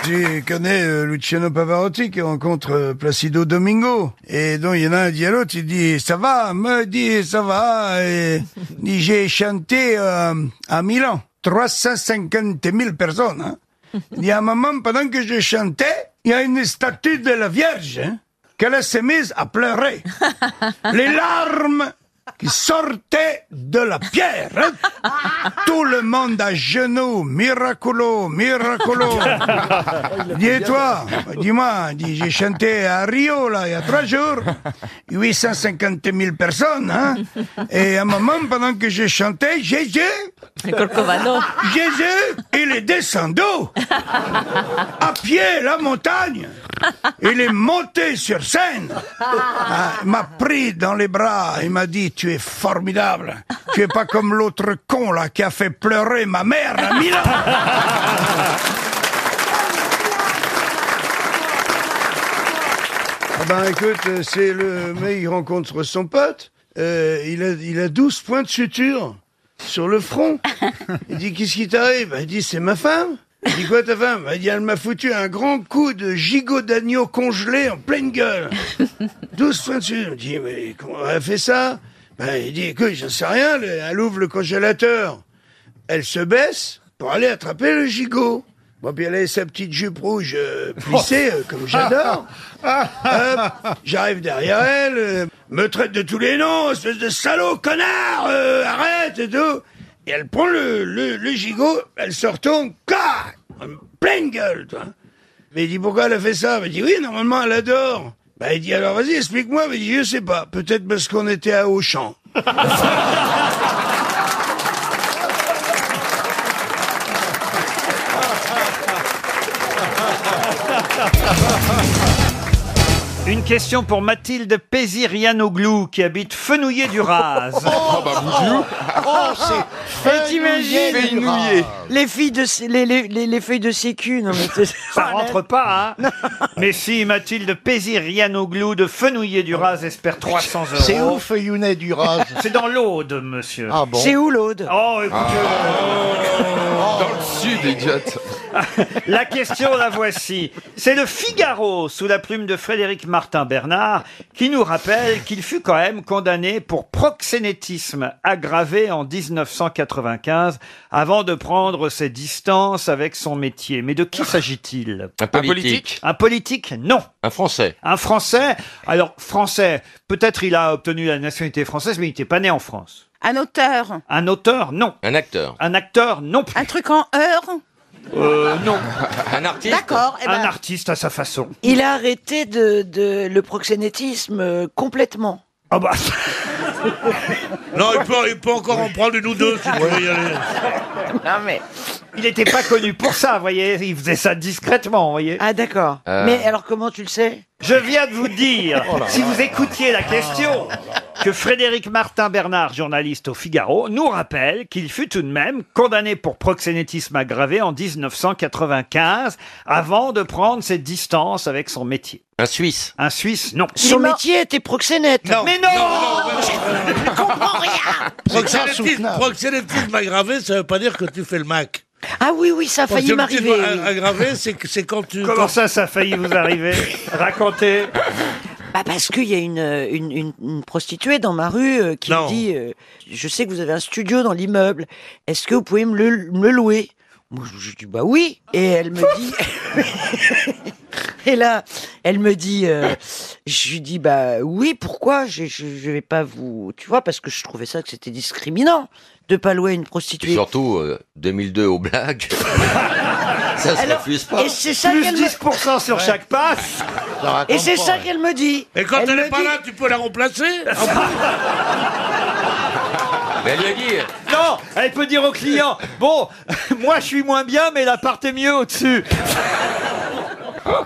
Speaker 19: Tu connais euh, Luciano Pavarotti qui rencontre euh, Placido Domingo. Et donc, il y en a un dit à l'autre, il dit, ça va, me dit, ça va. Et, il dit, j'ai chanté euh, à Milan. 350 000 personnes. hein. Il dit, à un moment, pendant que je chantais, il y a une statue de la Vierge hein, qu'elle s'est mise à pleurer. Les larmes qui sortaient de la pierre. hein. Tout le monde à genoux, miracolo, miracolo. Dis et toi, dis-moi, dis, j'ai chanté à Rio là il y a trois jours, 850 000 personnes. Hein. Et à un moment, pendant que je chantais, Jésus,
Speaker 6: Corcovado.
Speaker 19: Jésus, il est descendu à pied la montagne. Il est monté sur scène. Ah, il m'a pris dans les bras. Il m'a dit, tu es formidable. Tu es pas comme l'autre con, là, qui a fait pleurer ma mère à Milan. Ah ben, écoute, euh, c'est le mec, il rencontre son pote. Euh, il, a, il a 12 points de suture sur le front. Il dit, qu'est-ce qui t'arrive Ben, Il dit, c'est ma femme. Il dit, quoi ta femme Ben, Il dit, elle m'a foutu un grand coup de gigot d'agneau congelé en pleine gueule. 12 points de suture. Il dit, mais comment elle a fait ça Ben, Il dit, écoute, j'en sais rien, elle- elle ouvre le congélateur. Elle se baisse pour aller attraper le gigot. Bon, puis elle a sa petite jupe rouge euh, plissée, euh, comme j'adore. Hop, J'arrive derrière elle, euh, me traite de tous les noms, espèce de salaud, connard, euh, arrête et tout. Et elle prend le, le, le gigot, elle se retourne, clac, en pleine gueule, toi. Mais il dit pourquoi elle a fait ça Il dit oui, normalement elle adore. Bah, il dit alors vas-y, explique-moi. Mais il dit je sais pas, peut-être parce qu'on était à Auchan.
Speaker 1: Une question pour Mathilde Pézirianoglou qui habite Fenouillé du Raz.
Speaker 18: Oh, Et t'imagines les filles de sé- les, les, les, les feuilles de sécu non mais c'est-
Speaker 1: Ça rentre pas, hein Mais si, Mathilde Pézirianoglou de Fenouillé du Raz espère 300 euros.
Speaker 28: C'est où Feuillounet du Raz
Speaker 1: C'est dans l'Aude, monsieur.
Speaker 28: Ah bon
Speaker 18: C'est où l'Aude
Speaker 1: Oh, écoutez. Dans le sud, idiote. la question, la voici. C'est le Figaro, sous la plume de Frédéric Martin Bernard, qui nous rappelle qu'il fut quand même condamné pour proxénétisme aggravé en 1995 avant de prendre ses distances avec son métier. Mais de qui s'agit-il Un
Speaker 4: Ah. politique
Speaker 1: Un politique, non.
Speaker 4: Un Français.
Speaker 1: Un Français. Alors, Français, peut-être il a obtenu la nationalité française, mais il n'était pas né en France.
Speaker 14: Un auteur.
Speaker 1: Un auteur, non.
Speaker 4: Un acteur.
Speaker 1: Un acteur, non plus.
Speaker 14: Un truc en heure.
Speaker 1: Euh, non.
Speaker 4: Un artiste.
Speaker 14: D'accord, eh ben.
Speaker 1: Un artiste à sa façon.
Speaker 20: Il a arrêté de, de- le proxénétisme euh, complètement.
Speaker 1: Ah bah.
Speaker 21: Non, il peut, il peut encore en prendre une ou deux si tu veux y aller.
Speaker 20: Non mais.
Speaker 1: Il n'était pas connu pour ça, vous voyez. Il faisait ça discrètement, vous voyez.
Speaker 20: Ah d'accord.
Speaker 1: Euh.
Speaker 20: Mais alors comment tu le sais
Speaker 1: Je viens de vous dire,
Speaker 20: Oh là
Speaker 1: si
Speaker 20: là.
Speaker 1: vous écoutiez la question, que Frédéric Martin Bernard, journaliste au Figaro, nous rappelle qu'il fut tout de même condamné pour proxénétisme aggravé en 1995 avant de prendre ses distances avec son métier.
Speaker 4: Un Suisse.
Speaker 1: Un Suisse, non.
Speaker 20: Son métier était proxénète.
Speaker 1: Mais non,
Speaker 21: Proxénétisme, proxénétisme aggravé, ça veut pas dire que tu fais le Mac.
Speaker 20: Ah oui, oui, ça a failli
Speaker 21: Proxénétisme
Speaker 20: m'arriver.
Speaker 21: a- aggravé, c'est que- c'est quand tu.
Speaker 1: Comment ça, ça a failli vous arriver Racontez.
Speaker 20: Bah parce qu'il y a une, euh, une, une- une prostituée dans ma rue euh, qui me dit euh, Je sais que vous avez un studio dans l'immeuble, est-ce que vous pouvez me le, me le louer Moi je, je dis Bah oui Et elle me dit Et là, elle me dit euh, Je lui dis Bah oui, pourquoi je, je, je vais pas vous. Tu vois, parce que je trouvais ça que c'était discriminant de pas louer une prostituée.
Speaker 4: Surtout euh, 2002 au blague. ça se
Speaker 20: Alors,
Speaker 4: refuse pas.
Speaker 20: Et c'est ça
Speaker 1: Plus
Speaker 20: qu'elle me-
Speaker 1: 10% sur chaque passe.
Speaker 20: Et c'est ça qu'elle me dit.
Speaker 21: Et quand elle,
Speaker 20: me
Speaker 21: est pas
Speaker 20: dit-
Speaker 21: là, tu peux la remplacer
Speaker 4: Mais elle lui a dit. euh,
Speaker 1: Non, elle peut dire au client, bon, moi je suis moins bien, mais l'appart est mieux au-dessus.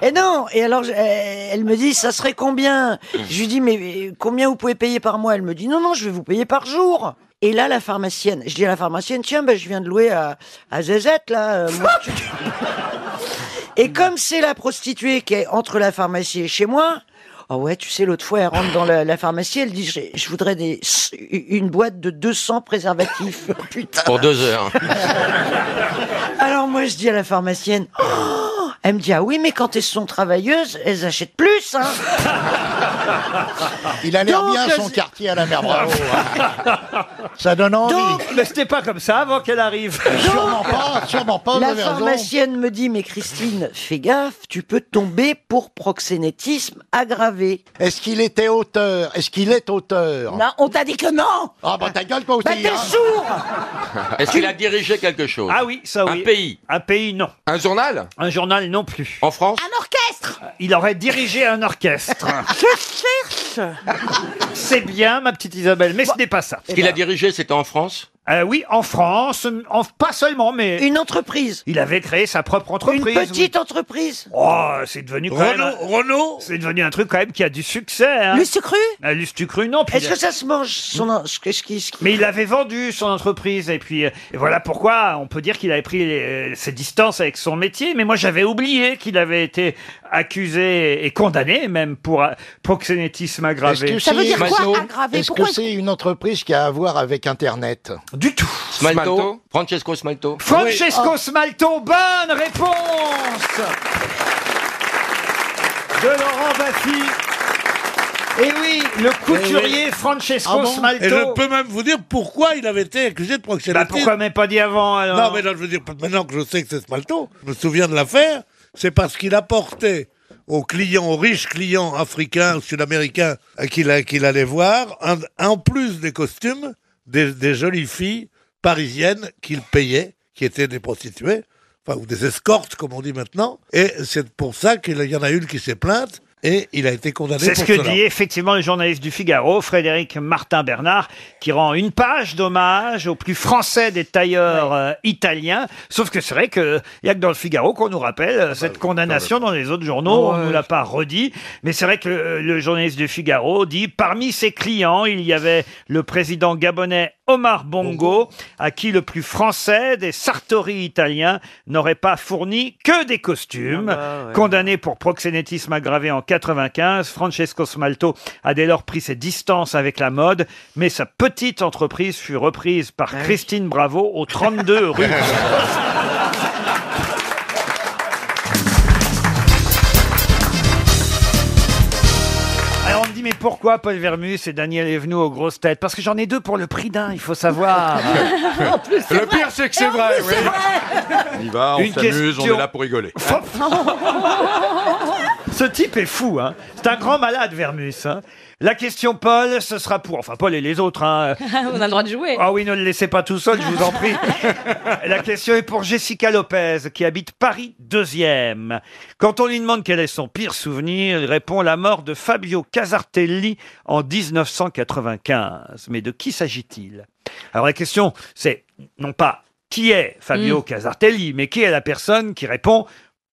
Speaker 20: Et non, et alors je- euh, elle me dit ça serait combien Je lui dis mais euh, combien vous pouvez payer par mois Elle me dit non non, je vais vous payer par jour. Et là la pharmacienne, je dis à la pharmacienne tiens ben, je viens de louer à à Zezette là. euh, moi, tu- et comme c'est la prostituée qui est entre la pharmacie et chez moi. Ah ouais, tu sais, l'autre fois, elle rentre dans la, la pharmacie, elle dit, je, je voudrais des, une boîte de 200 préservatifs. Putain.
Speaker 4: Pour deux heures.
Speaker 20: Alors moi je dis à la pharmacienne, Oh elle me dit ah oui mais quand elles sont travailleuses, elles achètent plus. Hein.
Speaker 28: Il a l'air
Speaker 20: Donc,
Speaker 28: bien
Speaker 20: euh,
Speaker 28: son
Speaker 20: c'est-
Speaker 28: quartier à la mer Bravo. hein. Ça donne envie.
Speaker 1: Mais c'était pas comme ça avant qu'elle arrive.
Speaker 28: sûrement pas, sûrement pas. vous
Speaker 20: la
Speaker 28: avez raison.
Speaker 20: pharmacienne me dit mais Christine, fais gaffe, tu peux tomber pour proxénétisme aggravé.
Speaker 28: Est-ce qu'il était auteur Est-ce qu'il est auteur
Speaker 14: Non, on t'a dit que non
Speaker 28: Ah bah ta gueule toi aussi.
Speaker 14: Bah t'es
Speaker 28: hein.
Speaker 14: sourd
Speaker 4: Est-ce qu'il a dirigé quelque chose
Speaker 1: Ah oui, ça oui.
Speaker 4: Un pays.
Speaker 1: Un pays, non.
Speaker 4: Un journal
Speaker 1: Un journal non plus.
Speaker 4: En France
Speaker 14: Un orchestre
Speaker 1: Il aurait dirigé un orchestre.
Speaker 14: Je cherche
Speaker 1: C'est bien, ma petite Isabelle, mais ce n'est pas ça.
Speaker 4: Est-ce qu'il a dirigé C'était en France
Speaker 1: Euh, oui, en France, en- pas seulement, mais
Speaker 20: Une entreprise,
Speaker 1: il avait créé sa propre entreprise.
Speaker 20: une
Speaker 1: oui.
Speaker 20: petite entreprise.
Speaker 1: Oh, c'est devenu quand même.
Speaker 21: Renault, Renault
Speaker 1: C'est devenu un truc quand même qui a du succès. Hein.
Speaker 20: Lucie Cru
Speaker 1: Ah, Lustucru, non. puis
Speaker 20: Est-ce
Speaker 1: il a- Hmm.
Speaker 20: que ça se mange son en- ce que- ce qui- ce qui-
Speaker 1: Mais il avait vendu son entreprise et puis euh, et voilà pourquoi on peut dire qu'il avait pris les- ses distances avec son métier. Mais moi j'avais oublié qu'il avait été accusé et condamné même pour euh, proxénétisme
Speaker 28: Est-ce
Speaker 1: aggravé.
Speaker 28: que
Speaker 14: Ça veut
Speaker 28: c'est-
Speaker 14: dire quoi,
Speaker 28: Masso,
Speaker 14: aggravé
Speaker 28: Est-ce que
Speaker 14: Pourquoi-
Speaker 28: c'est une entreprise qui a à voir avec Internet
Speaker 1: Du tout.
Speaker 4: Smalto, Francesco Smalto
Speaker 1: Francesco Smalto, bonne réponse de Laurent Baffy. Et Eh oui, le couturier Francesco
Speaker 21: Eh Ah bon
Speaker 1: Smalto.
Speaker 21: Et je peux même vous dire pourquoi il avait été accusé de proxénétisme.
Speaker 1: Bah, pourquoi même pas dit avant alors
Speaker 21: Non, mais là, je veux dire, maintenant que je sais que c'est Smalto, je me souviens de l'affaire, c'est parce qu'il apportait aux clients, aux riches clients africains ou sud-américains euh, qu'il a- qu'il allait voir, un- en plus des costumes, des, des jolies filles parisiennes qu'il payait, qui étaient des prostituées, enfin, ou des escortes, comme on dit maintenant. Et c'est pour ça qu'il y en a une qui s'est plainte, et il a été condamné
Speaker 1: C'est
Speaker 21: pour
Speaker 1: ce que
Speaker 21: cela.
Speaker 1: dit effectivement le journaliste du Figaro, Frédéric Martin Bernard, qui rend une page d'hommage au plus français des tailleurs euh, italiens. Sauf que c'est vrai qu'il n'y a que dans le Figaro qu'on nous rappelle euh,
Speaker 21: Ah
Speaker 1: cette condamnation. Dans les autres journaux, on ne nous l'a pas redit. Mais c'est vrai que euh, le journaliste du Figaro dit, parmi ses clients, il y avait le président gabonais Omar Bongo, à qui le plus français des Sartori italiens n'aurait pas fourni que des costumes. Condamné pour proxénétisme aggravé en 95, Francesco Smalto a dès lors pris ses distances avec la mode, mais sa petite entreprise fut reprise par Christine Bravo au 32 rue. Alors on me dit mais pourquoi Paul Vermus et Daniel Evenou aux grosses têtes Parce que j'en ai deux pour le prix d'un, il faut savoir.
Speaker 32: Le pire, c'est que c'est vrai, oui. On y va, on
Speaker 1: Une
Speaker 32: s'amuse, on
Speaker 1: question.
Speaker 32: est là pour rigoler.
Speaker 1: Ce type est fou, hein. C'est un grand malade, Vermus. hein. La question, Paul, ce sera pour. Enfin, Paul et les autres, hein.
Speaker 30: On a le droit de jouer.
Speaker 1: Ah oui, ne le laissez pas tout seul, je vous en prie. La question est pour Jessica Lopez, qui habite Paris 2e. Quand on lui demande quel est son pire souvenir, il répond la mort de Fabio Casartelli en 1995. Mais de qui s'agit-il Alors la question, c'est non pas qui est Fabio
Speaker 34: Mm.
Speaker 1: Casartelli, mais qui est la personne qui répond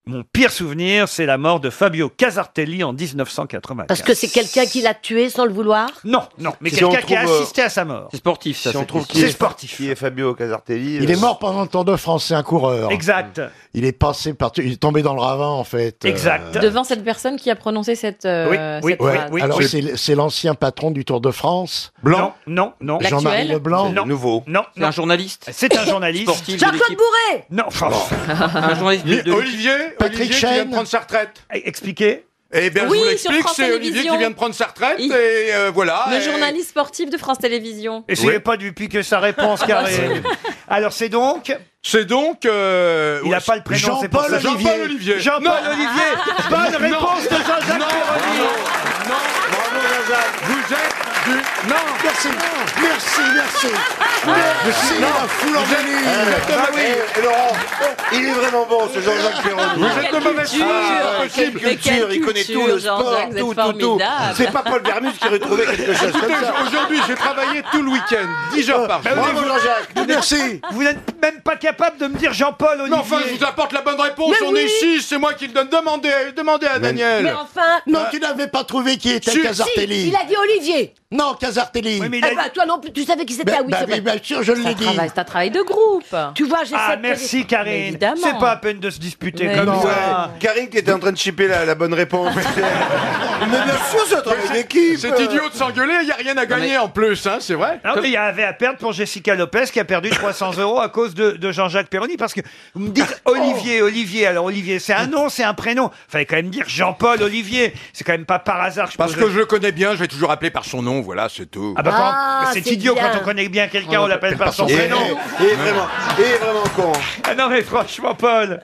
Speaker 1: mon pire souvenir, c'est la mort de Fabio Casartelli en 1995.
Speaker 34: Parce que c'est quelqu'un qui l'a tué sans le vouloir
Speaker 1: Non, non, mais
Speaker 34: Si
Speaker 1: quelqu'un
Speaker 34: on
Speaker 1: qui a
Speaker 34: trouve, euh,
Speaker 1: assisté à sa mort.
Speaker 13: C'est sportif, ça.
Speaker 1: Si on
Speaker 13: cette
Speaker 1: trouve
Speaker 13: question.
Speaker 1: qui est-
Speaker 13: Qui est Fabio Casartelli euh,
Speaker 28: Il est mort pendant le Tour de France, c'est un coureur.
Speaker 1: Exact.
Speaker 28: Il est passé par, il est tombé dans le ravin en fait.
Speaker 13: Ah bah,
Speaker 28: Euh,
Speaker 30: Devant cette personne qui a prononcé cette, euh, cette
Speaker 28: Ouais.
Speaker 30: phrase.
Speaker 28: Alors c'est c'est l'ancien patron du Tour de France.
Speaker 1: Blanc. Non, non,
Speaker 28: non. Jean-Marie
Speaker 30: L'actuel
Speaker 28: Leblanc.
Speaker 1: Non.
Speaker 13: Nouveau.
Speaker 1: Non.
Speaker 13: C'est un journaliste.
Speaker 1: C'est un journaliste.
Speaker 13: Sportif de
Speaker 14: Jean-Claude
Speaker 13: l'équipe.
Speaker 14: Bourré
Speaker 1: Non, enfin,
Speaker 16: Oh.
Speaker 13: Un journaliste de- de-
Speaker 16: Patrick
Speaker 13: Olivier qui vient de
Speaker 16: Chêne.
Speaker 13: prendre
Speaker 16: sa retraite.
Speaker 1: Expliquez.
Speaker 16: Eh bien,
Speaker 30: Oui,
Speaker 16: je vous
Speaker 30: sur
Speaker 16: l'explique,
Speaker 30: France
Speaker 16: c'est Olivier
Speaker 30: Télévisions.
Speaker 16: qui vient de prendre sa retraite
Speaker 30: Il-
Speaker 16: et euh,
Speaker 28: Ah,
Speaker 16: voilà.
Speaker 30: Le
Speaker 16: et-
Speaker 30: journaliste sportif de France Télévisions.
Speaker 1: Essayez pas du piquer sa réponse, car Alors, c'est donc.
Speaker 16: C'est donc. euh,
Speaker 1: Il n'a pas le prénom, c'est pour ça.
Speaker 16: Jean-Paul Olivier.
Speaker 1: Jean-Paul
Speaker 16: Non.
Speaker 1: Olivier. Bonne
Speaker 16: Non.
Speaker 1: réponse de Jean-Jacques
Speaker 16: Ah. Non,
Speaker 1: Perroni.
Speaker 16: non, non. Bravo, Jean-Jacques. Vous êtes du. Non.
Speaker 28: Merci.
Speaker 13: Eh,
Speaker 28: Merci, merci.
Speaker 16: Merci,
Speaker 13: Non.
Speaker 16: la foule en
Speaker 13: Vous êtes-
Speaker 16: venue.
Speaker 13: Euh,
Speaker 16: Bah
Speaker 13: Thomas-
Speaker 16: oui.
Speaker 13: bah Eh, eh, Laurent, il est vraiment bon ce Jean-Jacques Perroni.
Speaker 16: Vous êtes de mauvaise foi,
Speaker 13: Ah,
Speaker 16: c'est
Speaker 13: quelle
Speaker 16: impossible.
Speaker 13: culture, il connaît tout, le sport,
Speaker 16: Jean-Jacques, vous
Speaker 13: tout,
Speaker 16: êtes
Speaker 13: tout, tout.
Speaker 16: formidable.
Speaker 13: C'est pas Paul Vermus qui retrouvait quelque chose comme
Speaker 16: Écoutez,
Speaker 13: ça.
Speaker 16: Aujourd'hui, j'ai travaillé tout le week-end, 10
Speaker 1: Euh,
Speaker 16: heures par jour.
Speaker 13: Bravo, Jean-Jacques.
Speaker 1: Merci. ben Vous n'êtes même pas capable de me dire Jean-Paul Olivier.
Speaker 16: Mais enfin, je vous apporte la bonne réponse,
Speaker 1: Mais
Speaker 16: on est
Speaker 1: oui.
Speaker 16: 6, c'est moi qui le donne. Demandez, demandez à Daniel. Ah,
Speaker 28: Mais
Speaker 14: enfin.
Speaker 28: Non, tu n'avais pas trouvé qui était
Speaker 16: Si,
Speaker 28: Casartelli.
Speaker 14: si, il a dit Olivier.
Speaker 28: Non, Casartelli.
Speaker 14: Eh ben, toi non plus, tu savais qui c'était.
Speaker 28: Ben,
Speaker 14: ah oui,
Speaker 28: bah
Speaker 14: c'est
Speaker 28: oui,
Speaker 14: vrai.
Speaker 28: bien sûr, je
Speaker 30: C'est un
Speaker 28: l'ai dit.
Speaker 30: travail- C'est un travail de groupe.
Speaker 14: Tu vois, j'essaie
Speaker 1: Ah,
Speaker 14: de-
Speaker 1: merci,
Speaker 30: Mais
Speaker 1: Karine.
Speaker 30: évidemment.
Speaker 1: C'est pas à peine de se disputer
Speaker 13: Mais
Speaker 1: comme
Speaker 13: non.
Speaker 1: ça.
Speaker 13: Karine qui était en train de chipper la, la bonne réponse. Mais bien sûr, c'est un travail d'équipe.
Speaker 16: C'est idiot de s'engueuler, il n'y a rien à gagner en plus, hein, c'est vrai.
Speaker 1: Non, mais il y avait à perdre pour Jessica Lopez qui a perdu 300 euros à cause de, de Jean-Jacques Perroni parce que vous me dites Olivier, Olivier. Alors Olivier, c'est un nom, c'est un prénom. Fallait quand même dire Jean-Paul Olivier. C'est quand même pas par hasard. que Je
Speaker 16: Parce
Speaker 1: pose
Speaker 16: que
Speaker 1: le-
Speaker 16: je le connais bien, je vais toujours appeler par son nom, voilà, c'est tout.
Speaker 1: Ah bah quand-
Speaker 14: Ah,
Speaker 1: c'est
Speaker 14: c'est
Speaker 1: idiot
Speaker 14: bien.
Speaker 1: quand on connaît bien quelqu'un, on l'appelle par son
Speaker 16: Et-
Speaker 1: prénom.
Speaker 16: et- et vraiment-
Speaker 13: Et vraiment con.
Speaker 1: Ah non mais franchement Paul.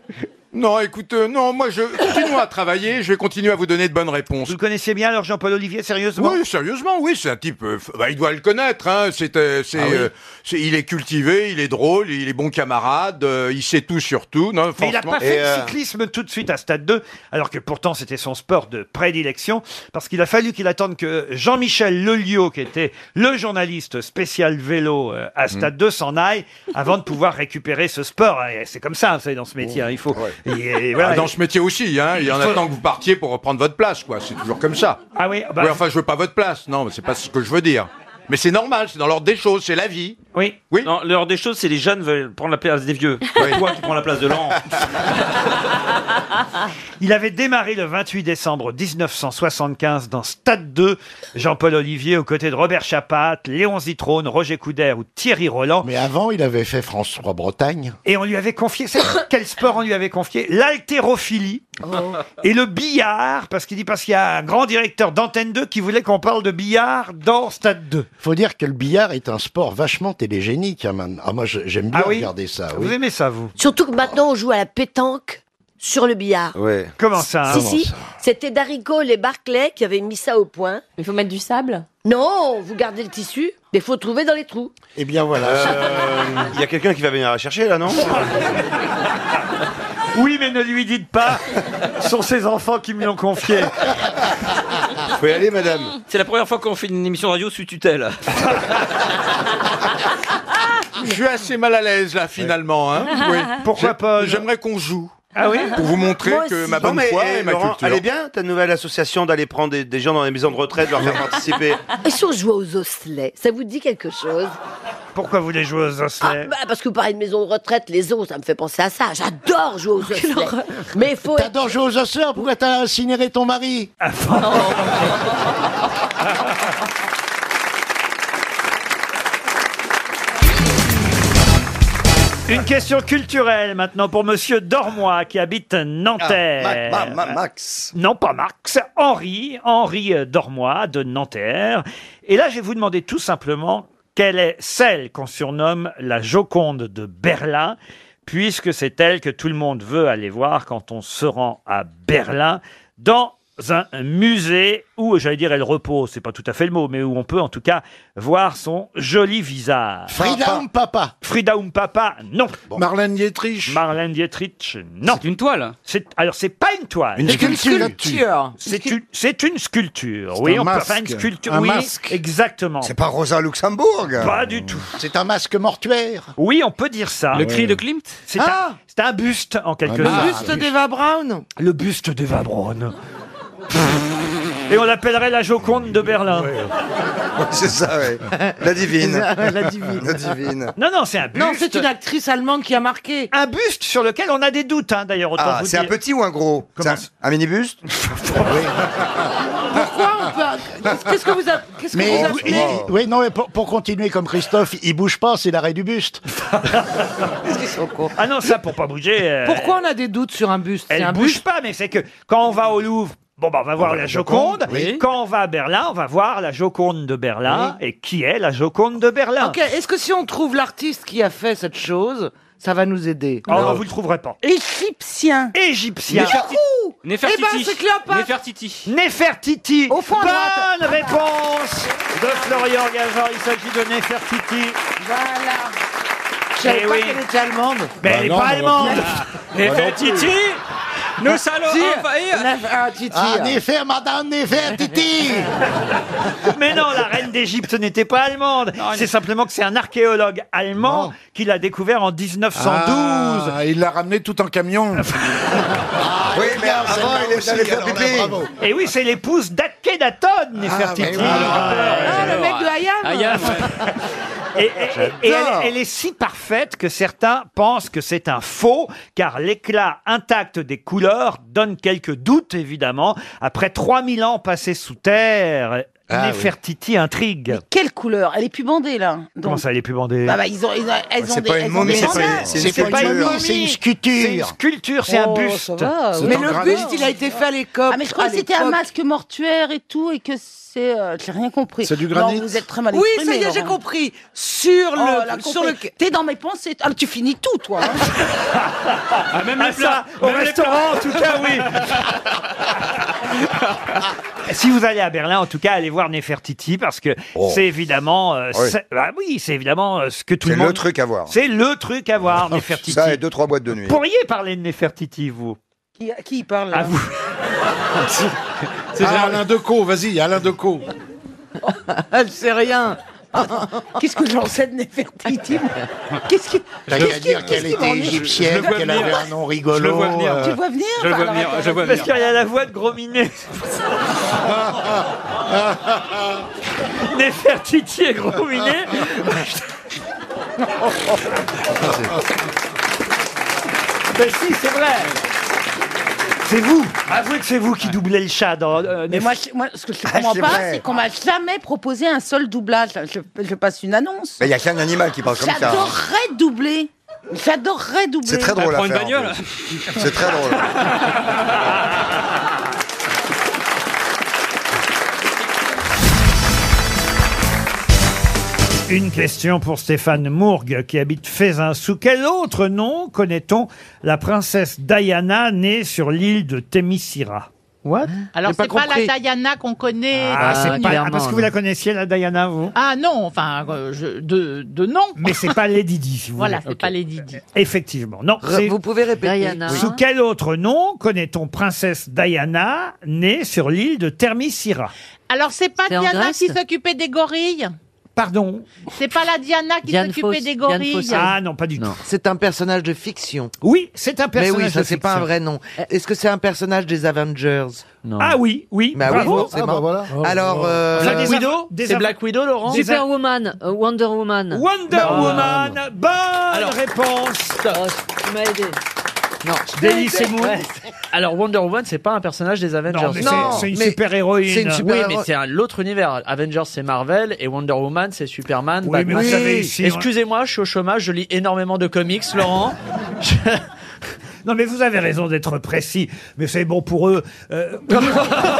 Speaker 16: Non, écoute, euh, non, moi je continue à travailler, je vais continuer à vous donner de bonnes réponses.
Speaker 1: Vous le connaissiez bien alors Jean-Paul Olivier, sérieusement
Speaker 16: Oui, sérieusement, oui, c'est un type. euh, f- bah, il doit le connaître. Hein, c'est, euh, c'est,
Speaker 1: Ah oui.
Speaker 16: euh, c'est- il est cultivé, il est drôle, il est bon camarade, euh, il sait tout sur tout. Non,
Speaker 1: Mais il n'a
Speaker 16: franchement.
Speaker 1: pas fait
Speaker 16: Et,
Speaker 1: de
Speaker 16: euh,
Speaker 1: cyclisme tout de suite à Stade 2, alors que pourtant c'était son sport de prédilection, parce qu'il a fallu qu'il attende que Jean-Michel Lelio, qui était le journaliste spécial vélo euh,
Speaker 16: Mm.
Speaker 1: à Stade 2, s'en aille avant de pouvoir récupérer ce sport. Et C'est comme ça, vous savez, dans ce métier, hein, il faut. et- et voilà.
Speaker 16: ah, dans ce métier aussi, hein, il y en
Speaker 1: faut-
Speaker 16: a tant que vous partiez pour reprendre votre place, quoi. C'est toujours comme ça.
Speaker 1: Ah oui, bah-
Speaker 16: Oui, enfin, je veux pas votre place. Non, mais c'est pas ce que je veux dire. Mais c'est normal, c'est dans l'ordre des choses, c'est la vie.
Speaker 1: Oui.
Speaker 16: Oui.
Speaker 13: Non, l'heure des choses, c'est les jeunes veulent prendre la place des vieux. C'est Toi qui prends la place de Laurent.
Speaker 1: Il avait démarré le 28 décembre 1975 dans Stade 2, Jean-Paul Olivier aux côtés de Robert Chapat, Léon Zitrone, Roger Coudert ou Thierry Roland.
Speaker 28: Mais avant, il avait fait France 3 Bretagne.
Speaker 1: Et on lui avait confié, savez quel sport on lui avait confié L'haltérophilie et le billard, parce qu'il dit, parce qu'il y a un grand directeur d'Antenne 2 qui voulait qu'on parle de billard dans Stade 2.
Speaker 28: Faut dire que le billard est un sport vachement télégénique. hein, man. Ah, moi, je- j'aime bien
Speaker 1: Ah oui
Speaker 28: regarder ça.
Speaker 1: Vous
Speaker 28: oui.
Speaker 1: aimez ça, vous
Speaker 14: Surtout que maintenant, on joue à la pétanque sur le billard.
Speaker 13: Ouais.
Speaker 1: Comment ça
Speaker 14: si,
Speaker 1: hein
Speaker 14: si, c'était Darico et Barclay qui avaient mis ça au point.
Speaker 30: Il faut mettre du sable.
Speaker 14: Non, vous gardez le tissu, mais faut trouver dans les trous.
Speaker 28: Eh bien, voilà.
Speaker 13: Euh, Ah, Il y a quelqu'un qui va venir la chercher, là, non
Speaker 1: Oui, mais ne lui dites pas, ce sont ses enfants qui me l'ont confié.
Speaker 13: Vous pouvez aller, madame. C'est la première fois qu'on fait une émission radio sous tutelle.
Speaker 16: Je suis assez mal à l'aise là, finalement. Hein. Oui.
Speaker 1: Pourquoi
Speaker 16: J'ai-
Speaker 1: pas
Speaker 16: J'aimerais qu'on joue.
Speaker 1: Ah oui
Speaker 16: Pour vous montrer
Speaker 35: Moi
Speaker 16: que
Speaker 35: aussi.
Speaker 16: ma bonne
Speaker 35: Non, mais,
Speaker 16: foi
Speaker 35: eh,
Speaker 16: et ma
Speaker 35: Laurent,
Speaker 16: culture.
Speaker 35: Elle est bien ta nouvelle association d'aller prendre des, des gens dans les maisons de retraite, leur faire participer.
Speaker 36: Et si on jouait aux osselets, ça vous dit quelque chose
Speaker 1: Pourquoi vous voulez jouer aux
Speaker 36: Ah,
Speaker 1: osselets
Speaker 36: bah, parce que vous parlez de maison de retraite, les os, ça me fait penser à ça. J'adore jouer aux osselets. Mais faut.
Speaker 28: T'adores jouer aux osselets, pourquoi t'as incinéré ton mari Ah,
Speaker 1: Une question culturelle maintenant pour Monsieur Dormois qui habite Nanterre.
Speaker 13: Ah, Ma- Ma- Ma-
Speaker 1: Max. Non, pas Max. Henri, Henri euh, Dormois de Nanterre. Et là, je vais vous demander tout simplement quelle est celle qu'on surnomme la Joconde de Berlin, puisque c'est elle que tout le monde veut aller voir quand on se rend à Berlin dans un musée où, j'allais dire, elle repose, c'est pas tout à fait le mot, mais où on peut en tout cas voir son joli visage.
Speaker 28: Frida Papa.
Speaker 1: Frida um Papa, non. Marlène Dietrich. Marlène Dietrich, non. C'est une toile. C'est alors c'est pas une toile.
Speaker 28: Une
Speaker 1: C'est
Speaker 28: sculpture. sculpture.
Speaker 1: C'est une c'est une sculpture.
Speaker 28: C'est
Speaker 1: Ah Oui,
Speaker 28: un
Speaker 1: on peut
Speaker 28: masque.
Speaker 1: faire une sculpture.
Speaker 28: Un
Speaker 1: oui,
Speaker 28: masque.
Speaker 1: exactement.
Speaker 28: C'est pas Rosa
Speaker 1: Luxembourg. Pas du tout.
Speaker 28: C'est un masque mortuaire.
Speaker 1: Oui, on peut dire ça.
Speaker 28: Le cri de
Speaker 1: Klimt. C'est
Speaker 28: Ah
Speaker 1: un c'est un buste en quelque
Speaker 28: Un
Speaker 1: sorte.
Speaker 28: buste. Ah, un buste.
Speaker 1: d'Eva Braun. Le buste d'Eva Braun. Et on l'appellerait la Joconde de Berlin.
Speaker 13: C'est ça, ouais. La divine.
Speaker 1: La divine.
Speaker 13: La divine.
Speaker 1: Non, non, c'est un buste.
Speaker 7: Non, c'est une actrice allemande qui a marqué.
Speaker 1: Un buste sur lequel on a des doutes, hein, d'ailleurs. autant
Speaker 13: Ah,
Speaker 1: vous
Speaker 13: c'est un
Speaker 1: dire.
Speaker 13: petit ou un gros C'est un, un minibuste
Speaker 7: Pourquoi on peut... Qu'est-ce que vous, a... qu'est-ce que vous appelez
Speaker 28: oui, non, mais pour, pour continuer comme Christophe, il bouge pas, c'est l'arrêt du buste.
Speaker 1: Ah non, ça pour pas bouger. euh,
Speaker 7: Pourquoi on a des doutes sur un buste
Speaker 1: Elle
Speaker 7: C'est un
Speaker 1: bouge pas, mais c'est que quand on va au Louvre, bon bah on va voir la Joconde.
Speaker 7: oui.
Speaker 1: Quand on va à Berlin, on va voir la Joconde de Berlin. Et qui est la Joconde de Berlin
Speaker 7: Ok, est-ce que si on trouve l'artiste qui a fait cette chose, ça va nous aider
Speaker 1: Ah, bah, vous le trouverez pas.
Speaker 7: Égyptien.
Speaker 1: Égyptien.
Speaker 7: Néfertiti. Néfertiti. Eh ben, c'est Cléopâtre.
Speaker 1: Néfertiti. Néfertiti. Au fond
Speaker 7: à
Speaker 1: Bonne
Speaker 7: droite.
Speaker 1: réponse de Florian Gazan. Il s'agit de Néfertiti.
Speaker 7: Voilà.
Speaker 1: Je savais Eh pas oui. qu'elle
Speaker 7: était allemande.
Speaker 1: Mais
Speaker 13: Bah,
Speaker 1: elle est pas allemande. Ah. Néfertiti.
Speaker 7: Nous allons Si, envahir-
Speaker 28: Ah, Néfer, madame Néfer, Titi
Speaker 1: Mais non, la reine d'Égypte n'était pas allemande. C'est simplement que c'est un archéologue allemand qui l'a découvert en 1912.
Speaker 21: Ah, il l'a ramené tout en camion.
Speaker 13: Oui, mais avant, il est allé faire pipi.
Speaker 1: Et Eh oui, c'est l'épouse d'Akhenaton, Néfertiti.
Speaker 13: oui. Ah,
Speaker 7: le mec de Hayam.
Speaker 1: Hayam. Et, et- et- et elle, elle est si parfaite que certains pensent que c'est un faux, car l'éclat intact des couleurs donne quelques doutes, évidemment. Après 3000 ans passés sous terre,
Speaker 14: Ah,
Speaker 1: Néfertiti intrigue.
Speaker 14: Quelle couleur Elle est plus bandée là. Donc-
Speaker 1: Comment ça, elle est plus bandée
Speaker 14: Bah, bah, ils ont, ils ont- elles ont des, elles ont des bandages.
Speaker 1: C'est pas une momie,
Speaker 28: c'est une
Speaker 1: C'est une
Speaker 28: sculpture.
Speaker 1: sculpture, c'est
Speaker 7: Oh,
Speaker 14: Oh,
Speaker 1: un buste.
Speaker 7: Mais le buste, il a été fait à l'école.
Speaker 14: Ah, mais je crois que c'était un masque mortuaire et tout, et que c'est. euh, J'ai rien compris.
Speaker 7: C'est du granit
Speaker 14: Non, vous êtes très mal
Speaker 7: Oui, ça
Speaker 14: exprimé,
Speaker 7: y est, j'ai
Speaker 14: Laurent.
Speaker 7: compris. Sur
Speaker 14: Oh,
Speaker 7: le-
Speaker 14: elle a
Speaker 7: sur
Speaker 14: compris. T'es dans mes pensées. Ah, tu finis tout, toi. hein.
Speaker 1: Ah,
Speaker 14: même les
Speaker 1: ça,
Speaker 14: plats,
Speaker 1: au
Speaker 14: même les
Speaker 1: restaurant,
Speaker 14: plats.
Speaker 1: en tout cas, oui. si vous allez à Berlin, en tout cas, allez voir Nefertiti parce que c'est évidemment, euh,
Speaker 13: Oh. Ah Oui.
Speaker 1: c'est- bah oui, c'est évidemment euh, ce que tout
Speaker 13: C'est
Speaker 1: le monde.
Speaker 13: le truc à voir.
Speaker 1: C'est le truc à voir, Nefertiti.
Speaker 13: Ça et deux, trois boîtes de nuit.
Speaker 1: Pourriez parler de Nefertiti, vous
Speaker 14: Qui, qui parle
Speaker 1: À vous.
Speaker 28: Ah,
Speaker 21: C'est Alain Decaux, vas-y, Alain Decaux.
Speaker 7: Elle sait rien.
Speaker 14: Qu'est-ce que j'en sais de Nefertiti moi Qu'est-ce qui.
Speaker 28: T'as
Speaker 14: qu'est-ce
Speaker 28: qu'à
Speaker 14: qui-
Speaker 28: dire qu'elle
Speaker 14: qu'est-ce qui
Speaker 28: était
Speaker 14: m'ennuie
Speaker 28: égyptienne, qu'elle avait un nom rigolo. euh,
Speaker 14: Tu le vois venir
Speaker 28: je le vois
Speaker 14: Enfin,
Speaker 28: venir,
Speaker 14: alors,
Speaker 28: Ah, je le vois
Speaker 14: attends.
Speaker 1: Parce qu'il y a la voix de Gros Minet. Nefertiti et Gros Minet. Mais si, c'est vrai. C'est vous. Avouez que c'est vous qui doublez le chat dans. euh,
Speaker 14: Mais
Speaker 1: Nef-
Speaker 14: moi, je- moi, ce que je
Speaker 1: Ah,
Speaker 14: comprends
Speaker 1: c'est
Speaker 14: pas,
Speaker 1: vrai.
Speaker 14: c'est qu'on m'a jamais proposé un seul doublage. Je, je passe une annonce.
Speaker 13: Mais il y a qu'un animal qui parle comme ça. hein.
Speaker 14: J'adorerais doubler. J'adorerais doubler.
Speaker 13: C'est
Speaker 1: Bah,
Speaker 13: très drôle à faire, en plus. C'est très drôle.
Speaker 1: Une question pour Stéphane Mourgue qui habite Faisin. Sous quel autre nom connaît-on la princesse Diana née sur l'île de Témissira What
Speaker 37: Alors, c'est pas, la Diana qu'on connaît.
Speaker 1: Ah,
Speaker 37: euh,
Speaker 1: c'est pas- ah, parce que vous la
Speaker 37: clairement,
Speaker 1: connaissiez la Diana vous
Speaker 37: Ah non, enfin, euh, je- de, de nom.
Speaker 1: Mais c'est pas Lady Di si vous
Speaker 37: Voilà,
Speaker 1: voulez.
Speaker 37: c'est pas Lady Di.
Speaker 1: Effectivement. Non,
Speaker 37: Re- vous pouvez répéter. Diana.
Speaker 1: Sous quel autre nom connaît-on princesse Diana née sur l'île de Termissira
Speaker 37: Alors, c'est pas
Speaker 1: C'est en
Speaker 37: Diana
Speaker 1: Grèce
Speaker 37: qui s'occupait des gorilles
Speaker 1: Pardon
Speaker 12: C'est pas la Diana qui
Speaker 1: Diane
Speaker 12: s'occupait
Speaker 1: Foss-
Speaker 12: des
Speaker 1: Diane
Speaker 12: gorilles.
Speaker 1: Fossel. Ah, non, pas du tout.
Speaker 7: C'est un personnage de fiction.
Speaker 1: Oui, c'est un
Speaker 7: Mais
Speaker 1: personnage
Speaker 7: oui, ça
Speaker 1: de
Speaker 7: c'est pas un
Speaker 1: fiction.
Speaker 7: vrai nom.
Speaker 13: Eh.
Speaker 7: Est-ce que c'est un personnage des Avengers
Speaker 1: Ah oui, oui.
Speaker 7: Bah oui,
Speaker 1: bravo. Ah
Speaker 7: forcément. Alors, euh,
Speaker 1: Oh. des av- des av-
Speaker 22: Superwoman, euh, Wonder Woman.
Speaker 1: Wonder
Speaker 13: Bah,
Speaker 1: Woman, bonne réponse.
Speaker 22: Oh, tu m'as aidé.
Speaker 7: Non,
Speaker 1: Daily Seymour.
Speaker 13: Alors Wonder Woman, c'est pas un personnage des Avengers.
Speaker 1: Non, mais Non, c'est- c'est une mais- super-héroïne.
Speaker 13: C'est une super oui, mais
Speaker 1: super-héroïne.
Speaker 13: c'est un l'autre univers. Avengers, c'est Marvel et Wonder Woman, c'est Superman.
Speaker 1: Oui, mais vous
Speaker 13: Batman.
Speaker 1: savez, ici,
Speaker 13: Excusez-moi, je suis au chômage, je lis énormément de comics, Laurent.
Speaker 1: Non, mais vous avez raison d'être précis. Mais c'est bon pour eux. euh,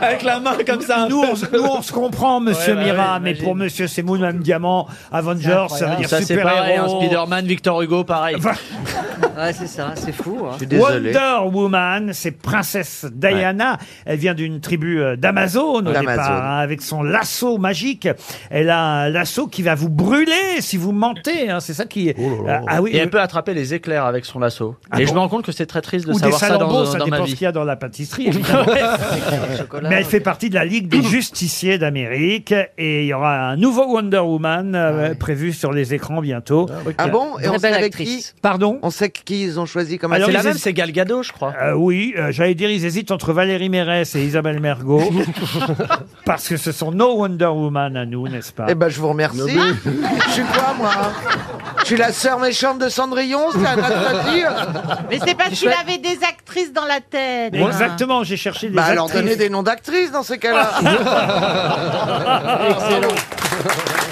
Speaker 1: Avec la main comme ça. Nous, on, se- nous, on se comprend, monsieur
Speaker 13: Ouais, bah
Speaker 1: Mira,
Speaker 13: oui,
Speaker 1: mais pour monsieur Semoun, même Diamant, Avengers, ça veut dire
Speaker 13: ça c'est pareil, un
Speaker 1: super-héros.
Speaker 13: Spider-Man, Victor Hugo, pareil.
Speaker 6: Ouais, c'est ça, c'est fou. hein.
Speaker 1: Wonder Woman, c'est princesse Diana. Elle vient d'une tribu euh, d'Amazone au
Speaker 7: D'Amazone.
Speaker 1: départ, hein, avec son lasso magique. Elle a un lasso qui va vous brûler si vous mentez. hein, c'est ça qui est. Ah, ah oui.
Speaker 13: Oh et elle
Speaker 1: le-
Speaker 13: peut attraper les éclairs avec son lasso.
Speaker 1: Ah
Speaker 13: et
Speaker 1: bon
Speaker 13: je me rends compte que c'est très triste de
Speaker 1: Ou des
Speaker 13: savoir ça dans,
Speaker 1: salambos,
Speaker 13: dans-
Speaker 1: ça
Speaker 13: dans ma
Speaker 1: dépend
Speaker 13: vie.
Speaker 1: ce qu'il y a dans la pâtisserie. évidemment. Mais elle fait partie de la Ligue des justiciers d'Amérique et il y aura un nouveau Wonder Woman euh, prévu sur les écrans bientôt.
Speaker 7: Ah bon Et on sait avec qui
Speaker 1: Pardon Ah,
Speaker 7: On sait qui ils ont choisi comme
Speaker 13: Ah
Speaker 1: Alors,
Speaker 13: c'est la
Speaker 1: ils
Speaker 13: même,
Speaker 1: aiment-
Speaker 13: c'est Gal Gadot, je crois.
Speaker 1: Euh, oui, euh, j'allais dire, ils hésitent entre Valérie Mérès et Isabelle Mergot, parce que ce sont nos Wonder Woman à nous, n'est-ce pas
Speaker 7: Eh ben, je vous remercie. je suis quoi, moi Je suis la sœur méchante de Cendrillon, c'est un autre
Speaker 12: Mais c'est parce qu'il avait des actrices dans la tête.
Speaker 1: Exactement, j'ai cherché des
Speaker 7: Bah, alors
Speaker 1: actrices.
Speaker 7: donnez des noms d'actrices dans ces cas-là.
Speaker 1: Excellent.